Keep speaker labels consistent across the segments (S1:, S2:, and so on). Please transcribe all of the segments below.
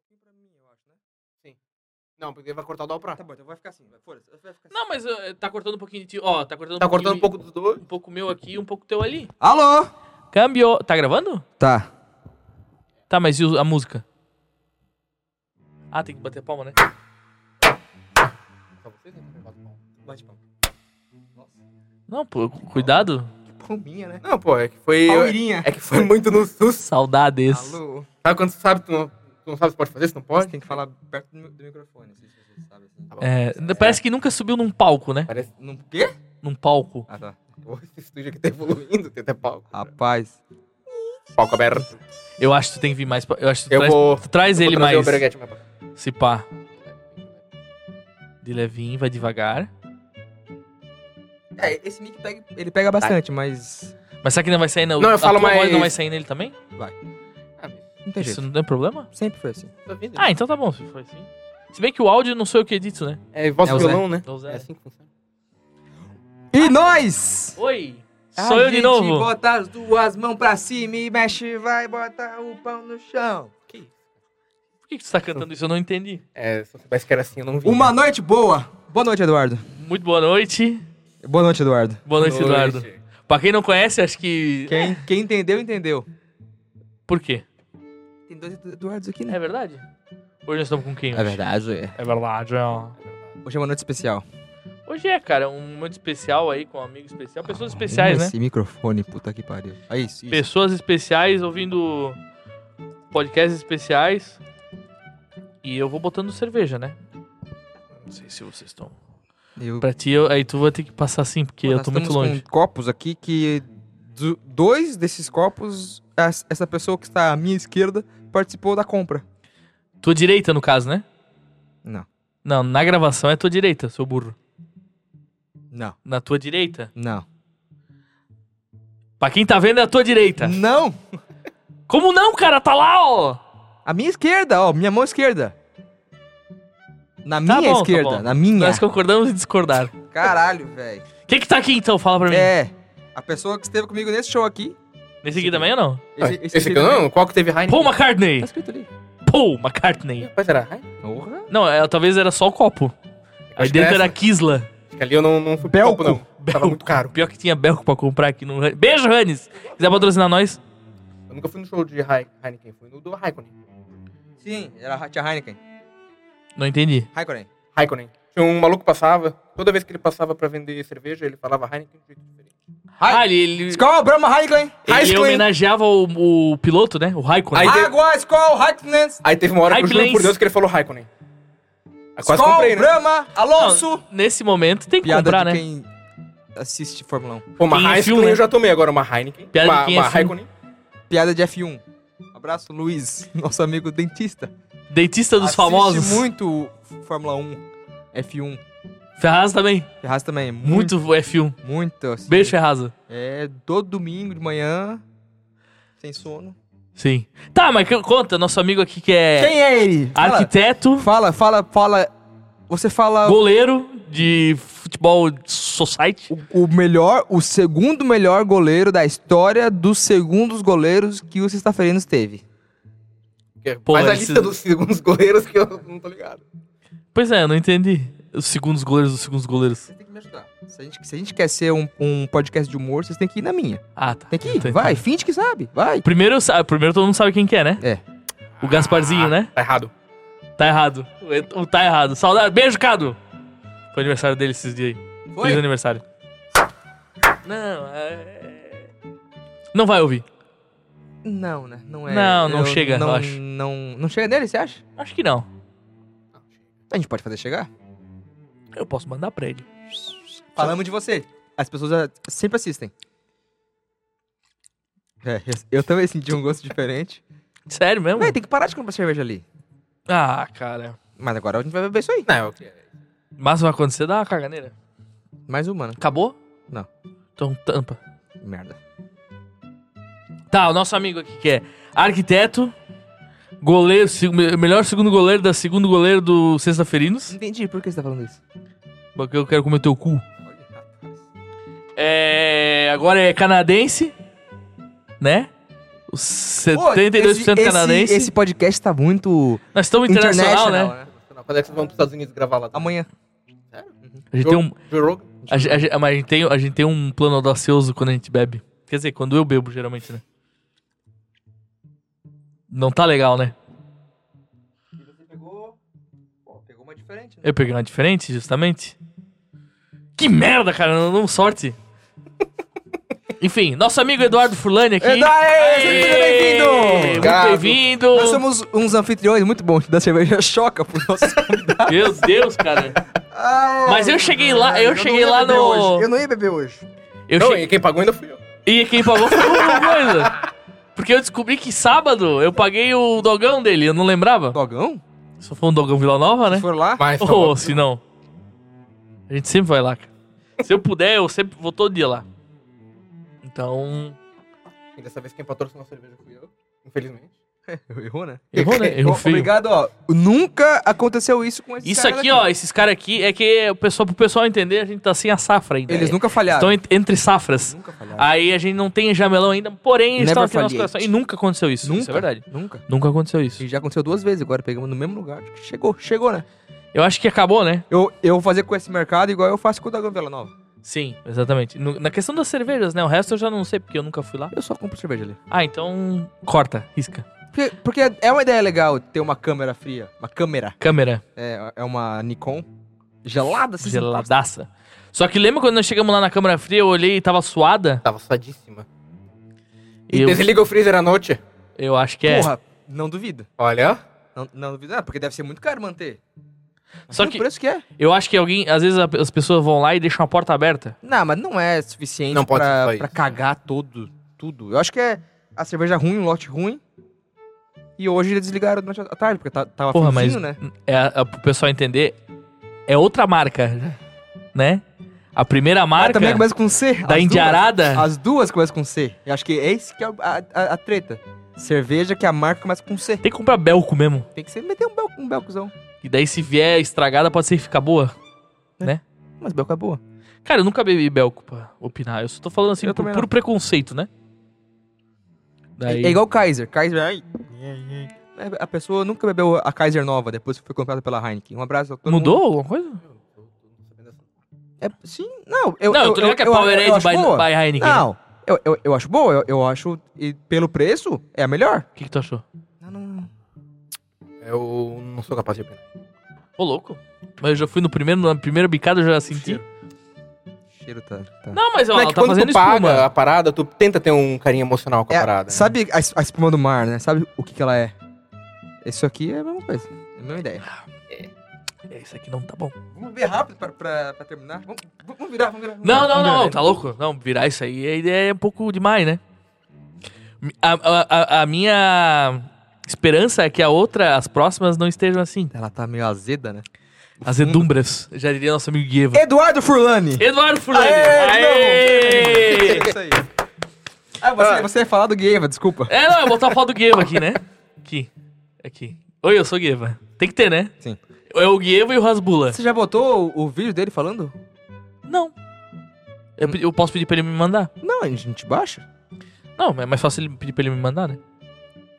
S1: pouquinho pra mim, eu acho, né?
S2: Não, porque vai cortar o Dal pra.
S1: Tá bom, então vai ficar assim. Vai, foda-se, vai ficar assim.
S3: Não, mas eh, tá cortando um pouquinho de ti. Ó, tá cortando
S2: Tá cortando um pouco do
S3: um pouco meu aqui e um pouco teu ali.
S4: Alô?
S3: Câmbio. Tá gravando?
S4: Tá.
S3: Tá, mas e o- a música? Ah, tem que bater palma, né?
S2: Tá
S1: Bate palma. Nossa.
S3: Não, pô, cu- cuidado.
S1: Pombinha, né?
S2: Não, pô, é que foi.
S1: Palmeirinha.
S2: É que foi muito no susto.
S3: Saudades.
S1: Alô?
S2: Sabe quando você sabe, tu não, tu não sabe se pode fazer, se não
S1: Você
S2: pode?
S1: tem que falar é perto do, mi- do microfone, assim, se você sabe. Assim.
S2: Tá bom.
S3: É, parece que nunca subiu num palco, né?
S2: Parece.
S1: Num quê?
S3: Num palco.
S1: Ah, tá.
S2: Pô, esse estúdio aqui tá evoluindo, tem até palco.
S4: Rapaz.
S2: Palco aberto.
S3: Eu acho que tu tem que vir mais. pra- Eu acho que tu
S2: Eu
S3: traz,
S2: vou-
S3: tu traz ele
S2: Vou trazer
S3: mais.
S2: o Breguete, mas-
S3: Se pá. De levinho, vai devagar.
S1: É, esse mic pega, ele pega
S4: Tá.
S1: bastante, mas.
S3: Mas será que não vai sair na
S2: Não, eu
S3: a
S2: falo
S3: tua voz
S2: mais-
S3: não vai sair nele também?
S1: Não tem
S3: Isso
S1: jeito.
S3: não tem problema?
S1: Sempre foi assim.
S2: Ah, Tá vindo.
S3: Ah, então tá bom, se foi assim. Se bem que o áudio não sou eu que edito, né?
S2: É voz
S1: É o
S2: do
S1: Zé.
S2: violão, né?
S3: É o Zé.
S2: É assim que funciona.
S4: E nós!
S3: Oi!
S4: Ah,
S1: A
S3: Sou eu de
S1: gente
S3: novo!
S1: Bota as duas mãos pra cima e mexe, vai, bota o pão no chão.
S2: Que isso?
S3: Por que que tu tá cantando isso? Eu não entendi.
S2: É, se eu soubesse que era assim, eu não vi.
S4: Uma noite boa!
S1: Boa noite, Eduardo.
S3: Muito boa noite.
S1: Boa noite, Eduardo.
S3: Boa noite, Eduardo. Pra quem não conhece, acho que.
S1: Quem, quem entendeu, entendeu.
S3: Por quê?
S1: Tem dois Edu- Eduardos aqui, né?
S3: É verdade? Hoje nós estamos com quem? hoje?
S1: verdade.
S3: É verdade, ó.
S1: Hoje é uma noite especial.
S3: Hoje é, cara, um momento especial aí com um amigo especial. Pessoas especiais,
S4: Arruma
S3: né?
S4: Esse microfone, puta que pariu. É isso, isso.
S3: Pessoas especiais ouvindo podcasts especiais. E eu vou botando cerveja, né? Não sei se vocês estão.
S4: Eu-
S3: Pra ti, eu- aí tu vai ter que passar assim, porque
S4: Pô,
S3: eu
S4: nós
S3: tô muito
S4: estamos
S3: longe.
S4: Com copos aqui que do- dois desses copos, as- essa pessoa que está à minha esquerda participou da compra.
S3: Tua direita, no caso, né?
S4: Não.
S3: Não, na gravação é tua direita, seu burro.
S4: Não.
S3: Na tua direita?
S4: Não.
S3: Pra quem tá vendo, é a tua direita.
S4: Não!
S3: Como não, cara? Tá lá, ó!
S4: A minha esquerda, ó, minha mão esquerda. Na
S3: Tá
S4: minha
S3: bom, tá
S4: esquerda,
S3: bom.
S4: na minha.
S3: Nós concordamos em discordar.
S4: Caralho, velho.
S3: Quem que tá aqui então? Fala pra mim.
S4: É, a pessoa que esteve comigo nesse show aqui.
S3: Nesse aqui também ou não?
S2: Ah, Esse, aqui
S4: aqui também.
S2: não? Qual que teve um- Heineken?
S3: Paul
S4: Tá
S3: McCartney!
S4: escrito ali.
S3: Paul McCartney!
S2: Mas era Heineken?
S4: Porra.
S3: Não, é, talvez era só o copo. Aí
S2: Acho que é era
S3: dentro era
S2: essa.
S3: Kisla.
S2: Acho que ali eu não, não fui pro
S4: Belco.
S2: copo, não. Tava muito caro.
S3: Pior que tinha Belco pra comprar aqui no... Beijo, Hannes! Quiser patrocinar nós?
S2: Eu nunca fui no show de Hei- Heineken, fui no do Raikkonen.
S4: Sim, era a Hatia Heineken.
S3: Não entendi.
S4: Heineken.
S2: Raikkonen. Tinha um maluco que passava, toda vez que ele passava pra vender cerveja, ele falava Heineken de um jeito diferente.
S3: Ah, ele, ele,
S4: Skol, Brahma Heineken.
S3: ele
S2: Raikkonen.
S3: homenageava o, o piloto, né? O Raikkonen.
S2: Aí- teve-
S4: Água, Skol, Heineken.
S2: Aí teve uma hora que eu juro
S3: Heineken.
S2: por Deus que ele falou Raikkonen. Aí quase
S4: Skol,
S2: comprei, né?
S4: Brahma,
S3: Não,
S4: Alonso.
S3: nesse momento tem que
S4: Piada
S3: comprar,
S4: de
S3: né?
S4: quem assiste Fórmula 1.
S2: Pô, uma
S3: Quem é
S2: Heineken
S3: filme, né?
S2: eu já tomei agora, uma Heineken.
S3: Piada
S2: uma
S3: de quem é
S2: uma
S3: filme.
S2: Raikkonen.
S4: Piada de F1. Abraço, Luiz, nosso amigo dentista.
S3: Dentista dos
S4: Assiste
S3: famosos.
S4: muito Fórmula 1, F1.
S3: Ferraz também.
S4: Ferraz também. é Muito.
S3: Muito F1.
S4: Muito. muito assim.
S3: Beijo, Ferraz.
S4: É, todo domingo de manhã, sem sono.
S3: Sim. Tá, mas que- conta, nosso amigo aqui que é
S4: Quem é ele? Fala,
S3: arquiteto.
S4: fala, fala. fala. Você fala
S3: Goleiro de futebol society.
S4: o, o melhor, o segundo melhor goleiro da história dos segundos goleiros que o Sexta-Feirinhos teve.
S3: Pô,
S2: Mas a
S3: esse-
S2: é lista dos segundos goleiros que eu não tô ligado.
S3: Pois é, eu não entendi. Os segundos goleiros, os segundos goleiros.
S4: Você tem que me ajudar. Se a gente, se a gente quer ser um, um podcast de humor, vocês têm que ir na minha.
S3: Ah, tá.
S4: Tem que ir,
S3: Entendi.
S4: vai, finge que sabe, vai.
S3: Primeiro, eu sa- primeiro todo mundo sabe quem que é, né?
S4: É. Ah,
S3: O Gasparzinho, né?
S2: Tá errado.
S3: Tá errado. O tá errado. Saudade. Beijo, Cado! Foi aniversário dele esses dias aí. Feliz aniversário. Não, é... Não vai ouvir.
S4: Não, né? Não é.
S3: Não, não
S4: eu
S3: chega, eu
S4: não,
S3: acho.
S4: Não, não chega nele, você acha?
S3: Acho que não.
S4: A gente pode fazer chegar?
S3: Eu posso mandar pra ele.
S4: Falamos de você. As pessoas ah, sempre assistem. É, eu- eu também senti um gosto diferente.
S3: Sério mesmo?
S4: Véi, tem que parar de comprar cerveja ali.
S3: Ah, cara.
S4: Mas agora a gente vai beber isso aí.
S2: Não, eu...
S3: Mas vai acontecer, dá uma caganeira.
S4: Mais uma, né?
S3: Acabou?
S4: Não.
S3: Então tampa.
S4: Merda.
S3: Tá, o nosso amigo aqui que é arquiteto, goleiro, seg- me- melhor segundo goleiro da segundo goleiro do Sexta-Ferinos.
S4: Entendi por que você tá falando isso.
S3: Porque eu quero comer teu cu. É, agora é canadense, né? Os
S1: Pô,
S3: 72%
S1: esse- esse-
S3: canadense.
S1: Esse podcast tá muito
S3: Nós estamos internacional, né?
S1: international,
S2: Quando é que vocês vão pros Estados Unidos gravar lá?
S1: Amanhã.
S3: A gente, tem um,
S2: Joe Rogan?
S3: a, ge- a ge- mas a gente tem, a gente tem um plano audacioso quando a gente bebe. Quer dizer, quando eu bebo, geralmente, né? Não tá legal, né?
S1: Pegou. Pô, pegou uma diferente, né?
S3: Eu peguei uma diferente, justamente. Que merda, cara, não, não sorte. Enfim, nosso amigo Eduardo Furlani aqui.
S1: Eduardo, seja
S3: Aê!
S1: bem-vindo!
S3: Muito
S2: Obrigado.
S3: bem-vindo!
S1: Nós somos uns anfitriões muito bons da cerveja choca pro nosso.
S3: Meu Deus, cara.
S1: Ah,
S3: Mas eu cheguei lá, eu
S1: não
S3: cheguei
S1: ia
S3: lá
S1: beber hoje. Eu
S3: no.
S1: não ia beber hoje.
S3: Eu
S2: Não,
S3: cheguei-
S2: e quem pagou ainda fui eu.
S3: E quem pagou foi uma coisa. Porque eu descobri que sábado eu paguei o dogão dele, eu não lembrava.
S4: Dogão?
S3: Só foi um dogão Vila Nova, né?
S4: Se for lá,
S2: Mas,
S3: Ou se não. A gente sempre vai lá, cara. Se eu puder, eu sempre vou todo dia lá. Então.
S2: E dessa vez quem patrocinou a cerveja fui eu, infelizmente.
S4: errou, né?
S3: Errou, né? Errou
S4: Ó,
S3: feio.
S4: Obrigado, ó. Nunca aconteceu isso com esse
S3: Isso aqui, ó, esses caras aqui, é que o pessoal, pro pessoal entender, a gente tá sem a safra ainda.
S4: Eles
S3: É.
S4: nunca falharam.
S3: Estão Ah, ent- entre safras.
S4: Nunca falharam.
S3: Aí a gente não tem jamelão ainda, porém eles estão
S4: Never
S3: aqui no nosso
S4: falhei.
S3: coração. E nunca aconteceu isso. Isso
S4: Nunca.
S3: é verdade.
S4: Nunca.
S3: Nunca aconteceu isso.
S4: E já aconteceu duas vezes agora, pegamos no mesmo lugar. Acho que Chegou, chegou, né?
S3: Eu acho que acabou, né?
S4: Eu, eu vou fazer com esse mercado igual eu faço com o Dogão Vela Nova.
S3: Sim, exatamente. No- na questão das cervejas, né? O resto eu já não sei, porque eu nunca fui lá.
S4: Eu só compro cerveja ali.
S3: Ah, então. Corta, risca.
S4: Porque, porque é uma ideia legal ter uma câmera fria. Uma câmera.
S3: Câmera,
S4: É, é uma Nikon. Gelada, assim.
S3: geladaça. Só que lembra quando nós chegamos lá na câmera fria, eu olhei e tava suada?
S2: Tava suadíssima. E
S3: Eu,
S2: desliga o freezer à noite.
S3: eu acho que é.
S4: Porra, não duvido.
S2: Olha.
S4: Não, não duvido. Ah, porque deve ser muito caro manter.
S3: Só
S4: Olha
S3: que
S4: O preço que é.
S3: eu acho que alguém. Às vezes a- as pessoas vão lá e deixam a porta aberta.
S4: Não, mas não é suficiente
S2: Não pode ser
S4: pra,
S2: só
S4: pra
S2: isso.
S4: cagar todo, tudo. Eu acho que é a cerveja ruim, o lote ruim. E hoje eles desligaram durante a tarde, porque tá- tava
S3: Porra, mas.
S4: friozinho, né?
S3: É, é, pro pessoal entender, é outra marca, né? A primeira
S4: Ah,
S3: marca
S4: também começa com C. as
S3: da
S4: duas.
S3: Indiarada.
S4: As duas começam com C. Eu acho que esse que é o- a, a- a treta. Cerveja que a marca começa com C.
S3: Tem que comprar Belco mesmo.
S4: Tem que ser meter um, bel, um belcozão.
S3: E daí, se vier estragada, pode ser que fica boa.
S4: Mas belco é boa.
S3: Cara, eu nunca bebi Belco pra opinar. Eu só tô falando assim
S4: Eu
S3: por
S4: também
S3: puro preconceito, né? Daí...
S4: É, é igual Kaiser. Kaiser... ai. É, A pessoa nunca bebeu a Kaiser nova depois que foi comprada pela Heineken. Um abraço a todo mundo.
S3: Mudou alguma coisa?
S4: É, sim, não. Eu,
S3: não, eu tô ligado que é Powerade
S4: acho
S3: by,
S4: boa.
S3: by Heineken. né?
S4: Não, eu, eu, eu acho boa, eu, eu acho. E pelo preço, é a melhor.
S3: O que, que tu achou?
S4: Não, não, não.
S2: Eu não sou capaz de opinar.
S3: Ô, louco. Mas eu já fui no primeiro, na primeira bicada, eu já senti.
S4: O cheiro tá. tá.
S3: Não, mas
S2: Não,
S3: ela,
S2: é que
S3: tá
S2: quando
S3: fazendo
S2: tu paga
S3: espuma.
S2: a parada, tu tenta ter um carinho emocional com a
S4: É,
S2: parada. né?
S4: sabe a, es- a espuma do mar, né? Sabe o que, que ela é? Isso aqui é a mesma coisa. É a mesma ideia.
S3: É, isso aqui não tá bom.
S4: Vamos ver rápido pra, pra, pra terminar. Vamos, vamos virar, vamos virar. vamos
S3: Não,
S4: virar.
S3: não,
S4: Vamos
S3: não,
S4: virar.
S3: tá louco? Não, virar isso aí a ideia é um pouco demais, né? A, a- a- a minha esperança é que a outra, as próximas, não estejam assim.
S4: Ela tá meio azeda, né?
S3: As edumbras, já diria nosso amigo Gueva.
S4: Eduardo Furlani!
S3: Eduardo Furlani!
S4: É
S3: Aê!
S4: isso aí. Ah, você, você ia falar do Gueva, desculpa.
S3: É, não, eu vou botar a foto do Gueva aqui, né? Aqui. Aqui. Oi, eu sou o Gueva. Tem que ter, né?
S4: Sim.
S3: É o Gueva e o Rasbula.
S4: Você já botou o, o vídeo dele falando?
S3: Não. Eu, pe- eu posso pedir pra ele me mandar?
S4: Não, a gente baixa.
S3: Não, é mais fácil ele pedir pra ele me mandar, né?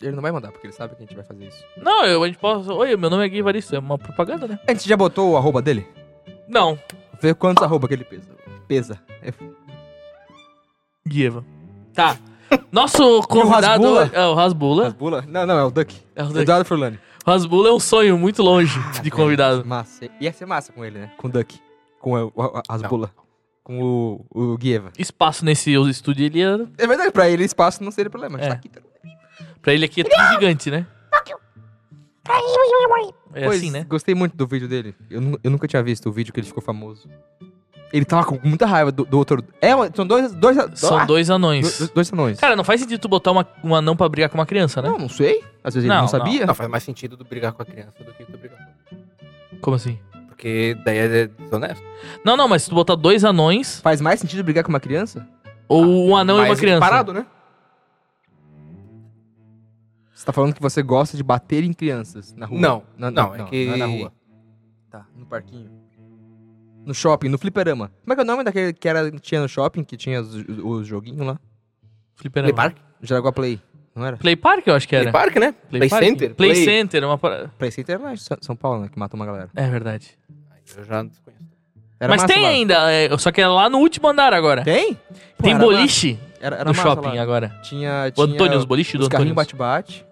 S4: Ele não vai mandar, porque ele sabe que a gente vai fazer isso.
S3: Não, eu, a gente pode. Oi, meu nome é Gueva Evaristo. É uma propaganda, né?
S4: A gente já botou o arroba dele?
S3: Não.
S4: Vê quantos arroba que ele pesa. Pesa. É f-
S3: Guieva. Tá. Nosso convidado.
S4: Rasbula?
S3: É, o Rasbula.
S4: Rasbula? Não, não, é o Duck.
S3: É o Duck.
S4: Eduardo Furlani.
S3: O Rasbula é um sonho muito longe de convidado.
S4: Massa. Ia ser massa com ele, né? Com o Duck. Com o, o- a- Rasbula. Com o, o Guieva.
S3: Espaço nesse estúdio, ele ia.
S4: É verdade, pra ele espaço não seria problema. A gente
S3: É.
S4: tá aqui, tá-
S3: Pra ele aqui é tudo gigante, né? É
S4: Pois,
S3: assim, né?
S4: Gostei muito do vídeo dele. Eu, nu- eu nunca tinha visto o vídeo que ele ficou famoso. Ele tava com muita raiva do, do outro. É, uma- são dois. dois
S3: São
S4: ah,
S3: dois
S4: do-
S3: anões.
S4: do- dois anões.
S3: Cara, não faz sentido tu botar uma, um anão pra brigar com uma criança, né?
S4: não, não sei. Às vezes ele
S3: Não,
S4: não,
S3: não.
S4: sabia.
S2: Não, faz mais sentido do brigar com a criança do que tu brigar com
S3: Como assim?
S2: Porque daí é desonesto.
S3: Não, não, mas se tu botar dois anões
S4: Faz mais sentido brigar com uma criança?
S3: ou
S4: Ah,
S3: um anão e
S2: Mas
S3: uma
S4: é
S3: criança.
S2: Parado, né?
S4: Você tá falando que você gosta de bater em crianças na rua?
S2: Não,
S4: Na-
S2: não, é que-
S4: é na rua. Tá, no parquinho. No shopping, no fliperama. Como é que é o nome daquele que era, tinha no shopping, que tinha os, os joguinhos lá?
S3: Fliperama.
S2: Play Park?
S4: Jaraguá Play. Não era?
S3: Play Park, eu acho que era.
S2: Play Park, né? Play,
S3: Park?
S2: Center.
S3: Play, Center, é uma parada.
S4: Play Center lá em Sa- São Paulo, né? Que matou uma galera.
S3: É verdade.
S2: Eu já não conheço.
S3: É
S4: Era
S3: Mas
S4: massa
S3: tem
S4: lá.
S3: ainda, é, só que é lá no último andar agora. Tem,
S4: Tem? Pô, era
S3: boliche
S4: massa. Era, era
S3: no
S4: massa
S3: shopping
S4: lá.
S3: agora.
S4: Tinha,
S3: O
S4: tinha
S3: Antônio, os boliches do
S4: os carrinhos
S3: Antônio.
S4: bate-bate.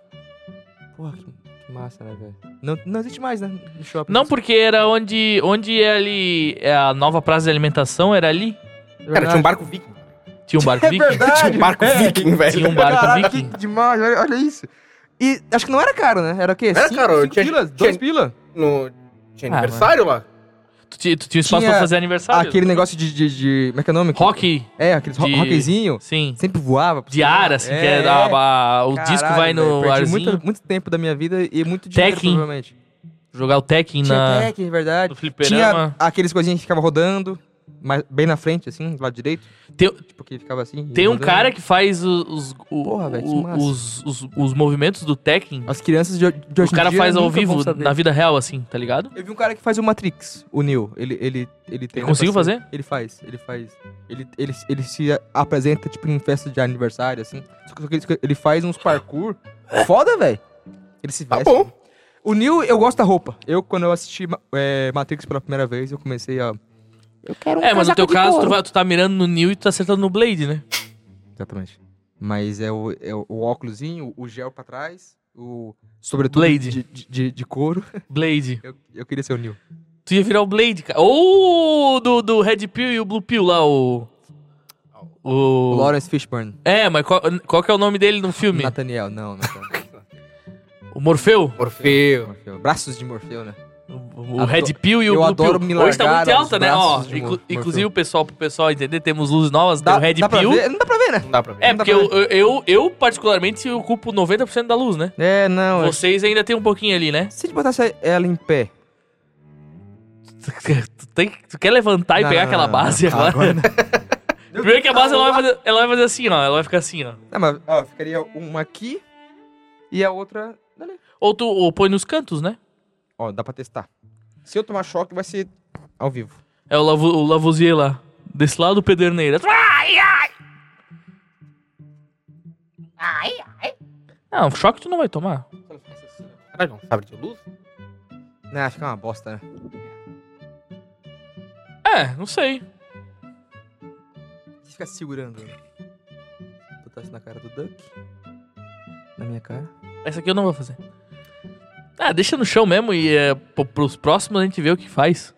S4: Porra, que, que massa, né, velho? Não, não existe mais, né? No shopping.
S3: Não, porque era onde, onde é ali é a nova praça de alimentação, era ali.
S4: É
S2: Cara, tinha um barco viking.
S3: Tinha um barco viking.
S2: Tinha um barco viking, velho.
S3: Tinha um barco
S4: Caraca,
S3: viking.
S4: É, que demais, olha, olha isso. E acho que não era caro, né? Era o quê?
S2: Era
S4: cinco,
S2: caro,
S4: cinco
S2: tinha-
S4: pilas?
S2: tinha-
S4: Dois pila?
S2: No... Tinha
S3: Ah,
S2: aniversário lá.
S3: Tu, ti- tu tinha espaço
S4: Tinha
S3: pra fazer aniversário.
S4: Aquele negócio de, de, de... Como é que é o nome?
S3: Rock,
S4: É, aqueles ro
S3: tá de-
S4: rockzinho.
S3: sim.
S4: Sempre voava. por
S3: De
S4: cima.
S3: ar, assim,
S4: É,
S3: que é, a-
S4: é.
S3: a- o
S4: Caralho,
S3: disco vai
S4: velho,
S3: no
S4: perdi
S3: arzinho.
S4: Muito, muito tempo da minha vida e muito dinheiro,
S3: Tekken.
S4: provavelmente.
S3: Jogar o Tekken
S4: Tinha
S3: na,
S4: Tekken, é verdade.
S3: no
S4: Tinha
S3: fliperama.
S4: aqueles coisinhas que ficavam rodando, mas bem na frente, assim, do lado direito.
S3: Tem-
S4: Tipo, que ficava assim.
S3: Tem um
S4: rodando.
S3: cara que faz os, os, o-
S4: Porra, velho, que
S3: o-
S4: massa.
S3: os, os- os movimentos do Tekken.
S4: As crianças de, de hoje
S3: o
S4: em
S3: cara
S4: dia
S3: faz ao
S4: nunca vão
S3: vivo,
S4: saber.
S3: na vida real, assim, tá ligado?
S4: Eu vi um cara que faz o Matrix, o Neo. Ele, ele, ele tem.
S3: Ele conseguiu
S4: fazer? Ele faz, ele faz. Ele, ele, ele se a- apresenta, tipo, em festa de aniversário, assim. Só que- só que ele- ele faz uns parkour. Foda, velho. Ele se
S2: Tá
S4: veste.
S2: bom.
S4: O Neo, eu gosto da roupa. Eu, quando eu assisti Ma- é, Matrix pela primeira vez, eu comecei a. Eu quero um
S3: é, mas no teu caso, tu, vai- tu tá mirando no Neo e tu tá acertando no Blade, né?
S4: Exatamente. Mas é o, é o- o óculosinho, o gel pra trás, o. Sobretudo
S3: Blade.
S4: De, de, de- de couro.
S3: Blade.
S4: Eu, eu queria ser o Neo.
S3: Tu ia virar o Blade, cara. Ou o do, do Red Pill e o Blue Pill lá, o.
S4: O
S3: O.
S4: Lawrence Fishburne.
S3: É, mas qual, qual que é o nome dele no filme?
S4: Nathaniel, não, Nathaniel.
S3: O Morfeu?
S2: Orfeu.
S4: Morfeu. Braços de Morfeu, né?
S3: O, o
S4: Adoro-
S3: Red Pill e o
S4: eu
S3: Blue
S4: adoro
S3: Pill.
S4: me
S3: Hoje tá
S4: largar
S3: muito
S4: aos
S3: alta, né? Ó,
S4: braços de
S3: inclu-
S4: Mor-
S3: inclusive
S4: Morfeu.
S3: o pessoal, pro pessoal entender, temos luzes novas, tem o Red
S4: dá pra
S3: Pill.
S4: ver? Não dá pra ver, né?
S2: Não dá pra ver.
S3: É,
S4: Não dá
S3: porque
S4: pra
S3: eu, eu, eu, particularmente, ocupo 90% da luz, né?
S4: É, não. é-
S3: Vocês ainda tem um pouquinho ali, né?
S4: Se a gente botasse ela em pé.
S3: Tu, tem- tu quer levantar e
S4: Não,
S3: pegar
S4: não,
S3: aquela
S4: não, não.
S3: base agora?
S4: não.
S3: Primeiro que a base é ela vai, fazer, ela vai fazer assim, ó. Ela vai ficar assim, ó.
S4: Não, mas ó, ficaria uma aqui e a outra. dali.
S3: Ou tu ou põe nos cantos, né?
S4: Ó, dá pra testar. Se eu tomar choque, vai ser ao vivo.
S3: É o, Lavo, o Lavoisier lá. Desse lado, o Pederneira. Ai, ai! Ai, ai! Não, Ah, um choque tu não vai tomar.
S2: Caralho, um sabre de luz?
S4: Não, acho que é uma bosta, né?
S3: É, não sei.
S4: Você fica segurando. né? Botar isso na cara do Duck. Na minha cara.
S3: Essa aqui eu não vou fazer. Ah, deixa no chão mesmo e é, pro- pros próximos a gente vê o que faz.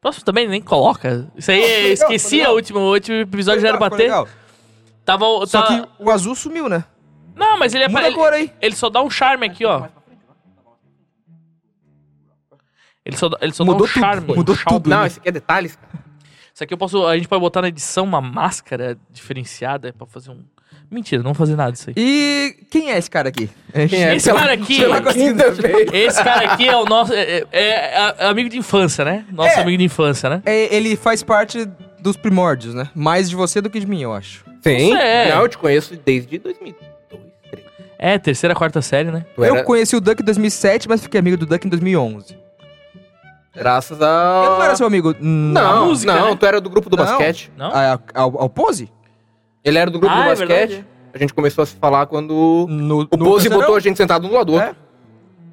S3: Próximo também nem coloca. Isso aí,
S4: legal,
S3: eu esqueci
S4: foi legal.
S3: a última, o último episódio já era
S4: Ficou
S3: bater.
S4: legal.
S3: Tava, o-
S4: Só
S3: tá-
S4: que o azul sumiu, né?
S3: Não, mas ele é
S4: Muda
S3: pra, ele,
S4: agora aí.
S3: ele só dá um charme aqui, ó. Ele só, dá- ele só dá
S4: Mudou
S3: um
S4: tudo,
S3: charme.
S4: mudou
S3: um charme.
S4: tudo,
S2: Não,
S4: né?
S2: esse aqui é detalhes, cara.
S3: Isso aqui eu posso. A gente pode botar na edição uma máscara diferenciada pra fazer um. Mentira, não vou fazer nada disso aí.
S4: E quem é esse cara aqui?
S2: Quem é?
S3: Esse cara aqui.
S2: Ainda bem.
S3: Esse cara aqui é o nosso. É, é- é a- amigo de infância, né? Nosso amigo de infância, né?
S4: É, ele faz parte dos primórdios, né? Mais de você do que de mim, eu acho.
S2: Sim.
S3: Isso é.
S2: Não, eu te conheço desde 2002, 2003.
S3: É, terceira, quarta série, né?
S2: Tu
S4: Eu conheci o Duck em 2007, mas fiquei amigo do Duck em 2011.
S2: Graças a...
S4: Eu não era seu amigo.
S2: Ah. Não,
S3: a música,
S2: não,
S3: né?
S2: tu era do grupo do
S4: Não.
S2: basquete.
S3: Não?
S4: A- a- ao, ao Pose?
S2: Ele era do grupo
S3: Ah,
S2: do
S3: é
S2: basquete. A gente começou a se falar quando
S4: No,
S2: o Pose
S4: Castelão.
S2: botou a gente sentado um do lado do outro.
S4: É.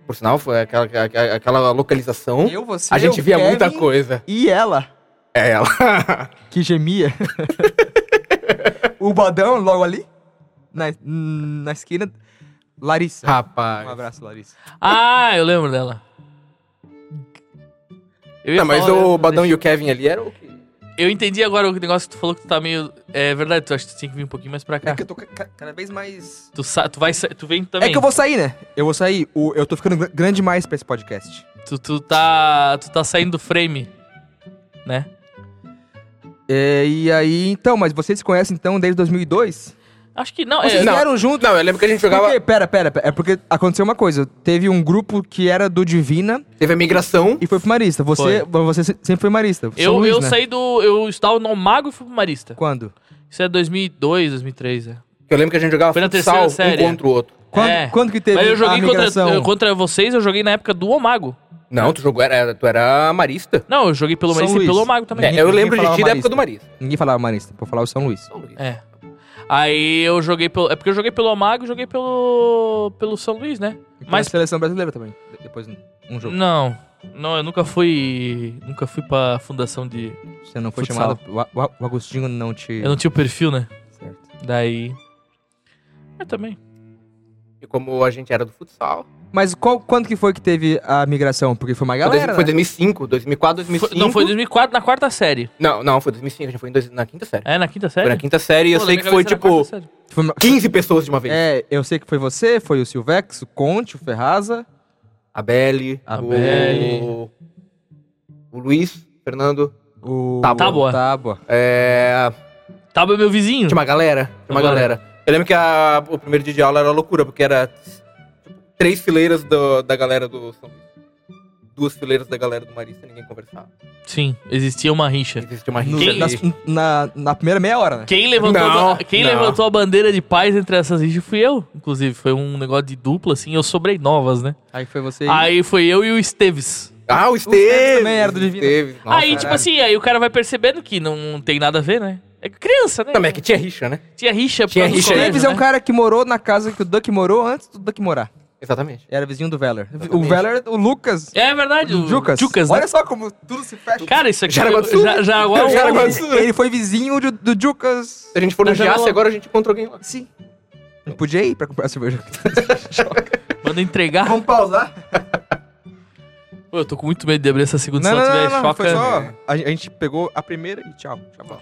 S2: Por sinal, foi aquela, aquela- aquela localização.
S4: Eu, você,
S2: a gente
S4: o
S2: via
S4: Kevin
S2: muita coisa.
S4: E ela,
S2: É ela.
S4: que gemia. o Badão, logo ali. Na, na esquina. Larissa.
S2: Rapaz.
S4: Um abraço, Larissa.
S3: Ah, eu lembro dela. Eu ia
S2: Não, mas
S3: falar,
S2: o
S3: né?
S2: Badão e o Kevin ali eram o quê?
S3: Eu entendi agora o negócio que tu falou que tu tá meio. É verdade, tu acha que tu tinha que vir um pouquinho mais pra cá.
S4: É que eu tô ca- ca- cada vez mais.
S3: tu, sa... tu vai. sa- Tu vem também.
S4: É que eu vou sair, né? Eu vou sair. O- eu tô ficando gr- grande demais pra esse podcast.
S3: tu, tu tá. Tu tá saindo do frame. Né?
S4: É, e aí, então, mas vocês se conhecem então desde 2002?
S3: Acho que não. É,
S4: Vocês
S2: não.
S4: vieram junto?
S2: Não, eu lembro que a gente jogava.
S4: Porque, pera, pera, pera. É porque aconteceu uma coisa. Teve um grupo que era do Divina
S2: Teve a migração.
S4: e foi pro Marista. Você, você se- sempre foi Marista. São
S3: eu
S4: Luís,
S3: eu
S4: né?
S3: saí do. Eu estava no Mago e fui pro Marista.
S4: Quando?
S3: Isso é 2002, 2003, é.
S2: Eu lembro que a gente jogava
S3: Foi na
S2: futsal
S3: terceira
S2: um
S3: série.
S2: contra o outro.
S4: Quando,
S3: É.
S4: quando que teve
S3: Mas eu
S4: a
S3: joguei
S4: migração?
S3: contra, contra vocês, eu joguei na época do Omago.
S2: Não, tu jogou, era, tu era marista.
S3: Não, eu joguei pelo
S4: São
S3: Marista e
S4: Luís.
S3: pelo Omago também.
S2: É,
S4: Ninguém-
S2: eu
S4: ninguém
S2: lembro de
S4: falava
S2: ti da época do marista.
S4: Ninguém falava Marista, vou falar o São Luís.
S2: São Luís.
S3: É. Aí eu joguei pelo. É porque eu joguei pelo Amago e joguei pelo. pelo São Luís, né?
S4: E
S3: Mas- Hum,
S4: Mas... Então, seleção brasileira também. de- Depois, um jogo.
S3: Não. Não, eu nunca fui. Nunca fui pra fundação de.
S4: Você não foi
S3: Futsal.
S4: chamado. O, A- o Agostinho não te.
S3: Eu não tinha o perfil, né?
S4: Certo.
S3: Daí. É também.
S2: E como a gente era do futsal.
S4: Mas qual, quando que foi que teve a migração? Porque foi uma
S2: Foi
S4: galera.
S2: dois- foi
S4: né?
S2: 2005, 2004, 2005.
S3: Foi- não, foi 2004, na quarta série.
S2: Não, não, foi 2005, a gente foi em dois- na quinta série.
S3: É, na quinta
S2: Foi
S3: série?
S2: na quinta série e eu
S3: Pô, na
S2: sei
S3: minha
S2: que foi
S3: cabeça era
S2: tipo
S3: quarta série.
S4: Foi uma-
S2: 15 pessoas de uma vez.
S4: É, eu sei que foi você, foi o Silvex, o Conte, o Ferraza.
S2: A Beli,
S4: A
S2: o-
S3: Beli.
S2: o... Luiz, Fernando.
S4: O
S2: Tábua.
S3: Tábua.
S4: Tábua.
S2: É...
S3: Tava meu vizinho.
S2: Tinha uma galera, tinha uma
S3: Uma
S2: galera. Eu lembro que a- o primeiro dia de aula era loucura, porque era tipo, três fileiras do- da galera do São Luís. Duas fileiras da galera do Marista, ninguém conversava.
S3: Sim, existia uma rixa.
S2: Existia uma
S4: No-
S2: rixa
S3: Quem-
S2: ali.
S4: nas- na, na primeira meia hora, né?
S3: Quem levantou,
S2: Não,
S3: a, ba- quem
S2: não.
S3: levantou a bandeira de paz entre essas rixas fui eu. Inclusive, foi um negócio de dupla, assim. Eu sobrei novas, né?
S4: Aí foi você.
S3: Aí foi eu e o Esteves.
S2: Ah, o
S4: Esteves
S2: Esteves!
S4: também era do Divino.
S2: Esteves, nossa, é.
S3: aí, tipo
S2: caralho.
S3: assim, aí o cara vai percebendo que não tem nada a ver, né? É criança, né?
S2: Também é que tinha rixa, né?
S3: Tinha rixa. por
S2: Tinha
S3: causa do
S2: rixa.
S4: o
S3: colégio,
S4: Davis
S3: né?
S4: é um cara que morou na casa que o Duck morou antes do Duck morar.
S2: Exatamente.
S4: Era vizinho do Veller. O
S2: Exatamente.
S4: Veller, o Lucas.
S3: É verdade. O
S4: Jucas.
S3: Jucas, né?
S4: Olha só como tudo se fecha.
S3: Cara, isso aqui...
S2: Jaraguá do Sul,
S3: Já,
S2: né?
S3: Jaraguá é um-
S2: Jaraguá do
S4: Ele-
S2: Sul.
S4: Ele foi vizinho de- do Jucas.
S2: Se a gente for no
S3: Mas eu não-
S2: Giasse, agora a gente encontra alguém lá.
S4: Sim. Não podia ir pra comprar cerveja.
S3: Manda entregar.
S1: Vamos pausar?
S3: Pô, eu tô com muito medo de abrir essa segunda
S4: Não, não,
S3: se ela
S4: não,
S3: tiver
S4: não, não, foi
S3: choca.
S4: só. A, gen- a gente pegou a primeira e tchau. Tchau, bom.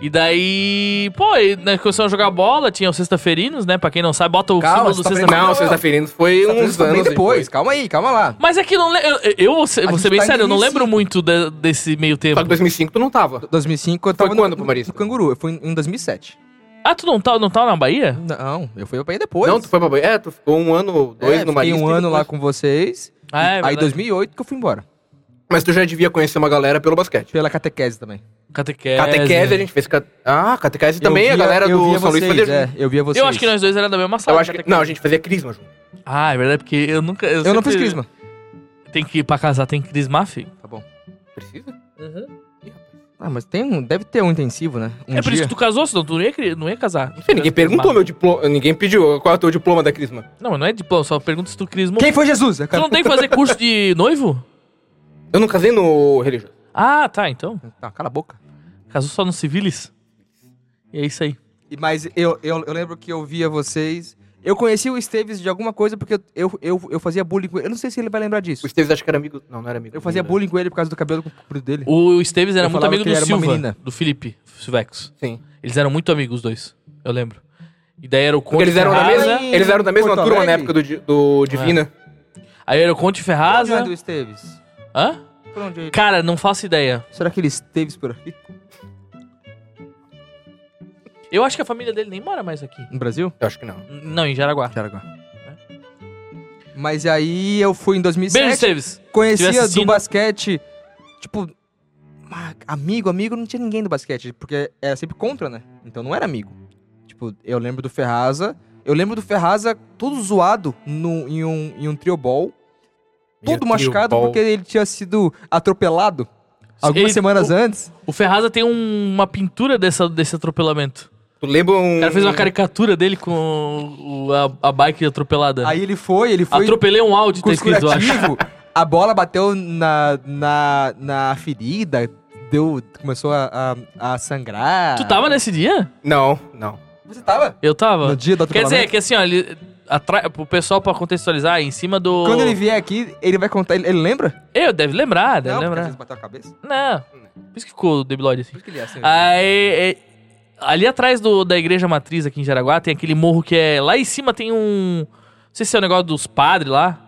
S3: E daí, pô, e, né, começou a jogar bola, tinha os sexta-ferinos, né? Pra quem não sabe, bota o
S4: Calma,
S3: símbolo
S4: você
S3: do
S4: tá
S3: sexta-feira.
S4: aprendendo.
S2: Não, sexta-feira foi
S4: Tá
S2: uns
S4: fazendo bem
S2: anos
S4: depois. Calma aí, calma lá.
S3: Mas é que não. le- Eu, eu vou ser,
S4: A
S3: vou
S4: gente
S3: ser bem
S4: tá em
S3: sério, eu não
S4: 2005.
S3: lembro muito de- desse meio tempo.
S2: Só que 2005 tu não tava.
S4: 2005 eu
S2: Foi
S4: tava
S2: quando,
S4: no,
S2: Pamarista?
S4: no Canguru. Eu fui em 2007.
S3: Ah, tu não tá, não tá na Bahia?
S4: Não, eu fui pra aí depois.
S2: Não, tu foi pra Bahia. É, tu ficou um ano ou dois
S4: é,
S2: no
S4: fiquei
S2: Marista.
S4: um
S2: e
S4: ano lá
S2: depois-
S4: com vocês.
S3: Ah, é
S4: aí
S3: verdade.
S4: 2008 que eu fui embora.
S2: Mas tu já devia conhecer uma galera pelo basquete.
S4: Pela catequese também.
S3: Catequese.
S2: Catequese a gente fez. cat- Ah, catequese também
S4: É, Eu
S2: a
S4: via-
S2: galera
S4: eu
S2: do
S4: via
S2: São Luís
S4: vocês,
S2: fazia.
S4: é, Eu via vocês.
S3: Eu acho que nós dois éramos da mesma sala.
S2: Eu acho que.
S3: catequese.
S2: Não, a gente fazia crisma junto.
S3: Ah, é verdade, porque eu nunca. Eu,
S4: Eu não fiz
S3: sempre-
S4: crisma.
S3: Tem que ir pra casar, tem que crismar, filho.
S4: Tá bom.
S2: Precisa?
S4: Ah, mas tem um, deve ter um intensivo, né? Uhum. Um
S3: é por
S4: dia.
S3: isso que tu casou, senão tu não ia, cri- não ia casar.
S2: Não sei, ninguém perguntou meu diploma. Ninguém pediu qual é o teu diploma da crisma.
S3: Não, mas não é diploma, só pergunta se tu crismou.
S4: Quem foi Jesus?
S3: Tu não tem que fazer curso de noivo?
S2: Eu não casei no religioso.
S3: Ah, tá, então.
S4: Tá, cala a boca.
S3: Casou só no civilis? E é isso aí.
S4: E- Mas eu, eu, eu lembro que eu via vocês. Eu conheci o Esteves de alguma coisa porque eu, eu, eu, eu fazia bullying com ele. Eu não sei se ele vai lembrar disso.
S2: O Esteves acho que era amigo. Não, não era amigo.
S4: Eu fazia
S2: dele,
S4: bullying com ele por causa do cabelo comprido dele.
S3: O Esteves era
S4: Eu
S3: muito
S4: falava
S3: amigo
S4: que
S3: do
S4: ele era uma
S3: Silva,
S4: menina.
S3: do Felipe Silvex.
S2: né? Sim.
S3: Eles eram muito amigos, os dois. Eu lembro. E daí era o Conte
S2: Porque eles eram, da
S3: Ferraz,
S2: mesma,
S4: em
S2: eles eram da mesma
S4: Porto
S2: turma na
S4: Alegre?
S2: época do, Di-
S3: Ah.
S2: do Divina.
S3: Aí era o Conte
S4: Onde é anda
S3: Ferraza.
S4: o Esteves?
S3: Hã?
S4: Por onde é ele-
S3: Cara, não faço ideia.
S4: Será que ele é Esteves por aqui?
S3: Eu acho que a família dele nem mora mais aqui.
S4: No Brasil?
S2: Eu acho que não.
S3: N- Não, em Jaraguá.
S4: Jaraguá. É. Mas aí eu fui em 2007.
S3: Beijo, Esteves. Tivesse
S4: conhecia
S3: assistindo.
S4: do basquete, tipo, ah, amigo, amigo, não tinha ninguém do basquete, porque era sempre contra, né? Então não era amigo. Tipo, eu lembro do Ferraza, eu lembro do Ferraza todo zoado no, em um, em um triobol,
S3: um
S4: todo machucado porque ele tinha sido atropelado algumas
S3: Ele-
S4: semanas
S3: o-
S4: antes.
S3: O Ferraza tem um- uma pintura dessa, desse atropelamento.
S2: Tu lembra um.
S3: O cara fez
S4: Hum.
S3: uma caricatura dele com o- a, a bike atropelada.
S4: Aí ele foi, ele foi
S3: Atropelei um áudio, tá
S4: com
S3: escrito, eu acho.
S4: curativo, a bola bateu na, na, na ferida, deu, começou a, a, a sangrar.
S3: Tu tava nesse dia?
S2: Não, não.
S4: Você tava?
S3: Eu tava.
S4: No dia do
S3: Quer
S4: atropelamento?
S3: dizer, que assim, ó, ele, atra... pro pessoal pra contextualizar, é em cima do.
S4: Quando ele vier aqui, ele vai contar. Ele, ele lembra?
S3: Eu, deve lembrar, deve
S4: porque às
S3: lembrar.
S4: vezes bateu a cabeça.
S3: Não. Por isso que ficou o debilóide assim.
S4: Por isso que ele é assim.
S3: Aí. é- Ali atrás do, da igreja matriz aqui em Jaraguá tem aquele morro que é. Lá em cima tem um. Não sei se é o negócio dos padres lá.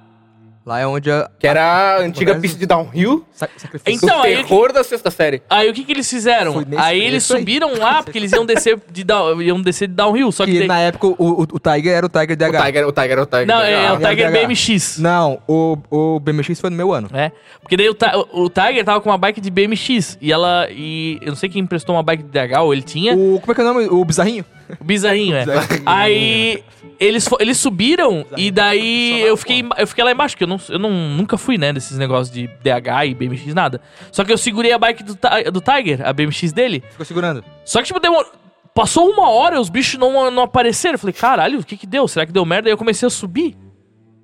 S4: Lá é onde a.
S2: Que era a antiga
S4: Acontece.
S2: pista de downhill.
S4: sac- Sacrifício.
S3: Ah, Então,
S2: o
S3: aí-
S2: terror da sexta série.
S3: Aí o que, que eles fizeram?
S4: Foi nesse-
S3: Aí eles
S4: isso aí.
S3: subiram lá porque eles iam descer de, down, iam descer de downhill. Então, Só que.
S4: que
S3: daí-
S4: na época o, o, o Tiger era o Tiger DH.
S2: O Tiger, o Tiger, o Tiger.
S3: Não, é,
S2: Ah,
S3: o Tiger
S4: DH.
S3: BMX.
S4: Não, o, o BMX foi no meu ano.
S3: É. Porque daí o, Ti- o- o Tiger tava com uma bike de BMX. E ela. E eu não sei quem emprestou uma bike de DH, ou ele tinha.
S4: O, como é que é o nome? O Bizarrinho?
S3: O bizarrinho, é. Aí. Eles, fo- eles subiram e daí eu fiquei, emba- eu fiquei lá embaixo, que eu, não, eu não, nunca fui, né, desses negócios de DH e BMX, nada. Só que eu segurei a bike do, Ti- do Tiger, a BMX dele.
S4: Ficou segurando.
S3: Só que, tipo, demorou. Passou uma hora e os bichos não, não apareceram. Eu falei, caralho, o que que deu? Será que deu merda? Aí eu comecei a subir,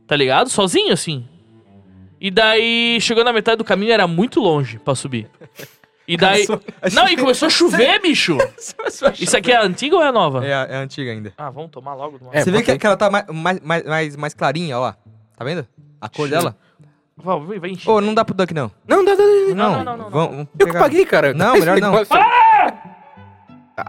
S3: tá ligado? Sozinho, assim. E daí, chegou na metade do caminho, era muito longe pra subir. E daí... Não, e começou a chover, bicho! Isso aqui é antiga ou é nova?
S4: É, a- é a antiga ainda.
S3: Ah, vamos tomar logo. do-
S2: É,
S4: Você vê
S2: bota
S4: que,
S2: aí.
S4: que ela tá mais, mais, mais- mais, mais clarinha, ó lá. Tá vendo? A cor dela.
S3: Vamos, vem, vem.
S4: Ô, não dá pro Duck, não.
S2: Não, não, não, não.
S3: Não, não, não, não,
S4: Vamos, vamos
S2: Eu que
S4: pegar-
S2: paguei, cara.
S4: Não,
S2: Esse
S4: melhor não.
S2: negócio- é-
S3: Ah!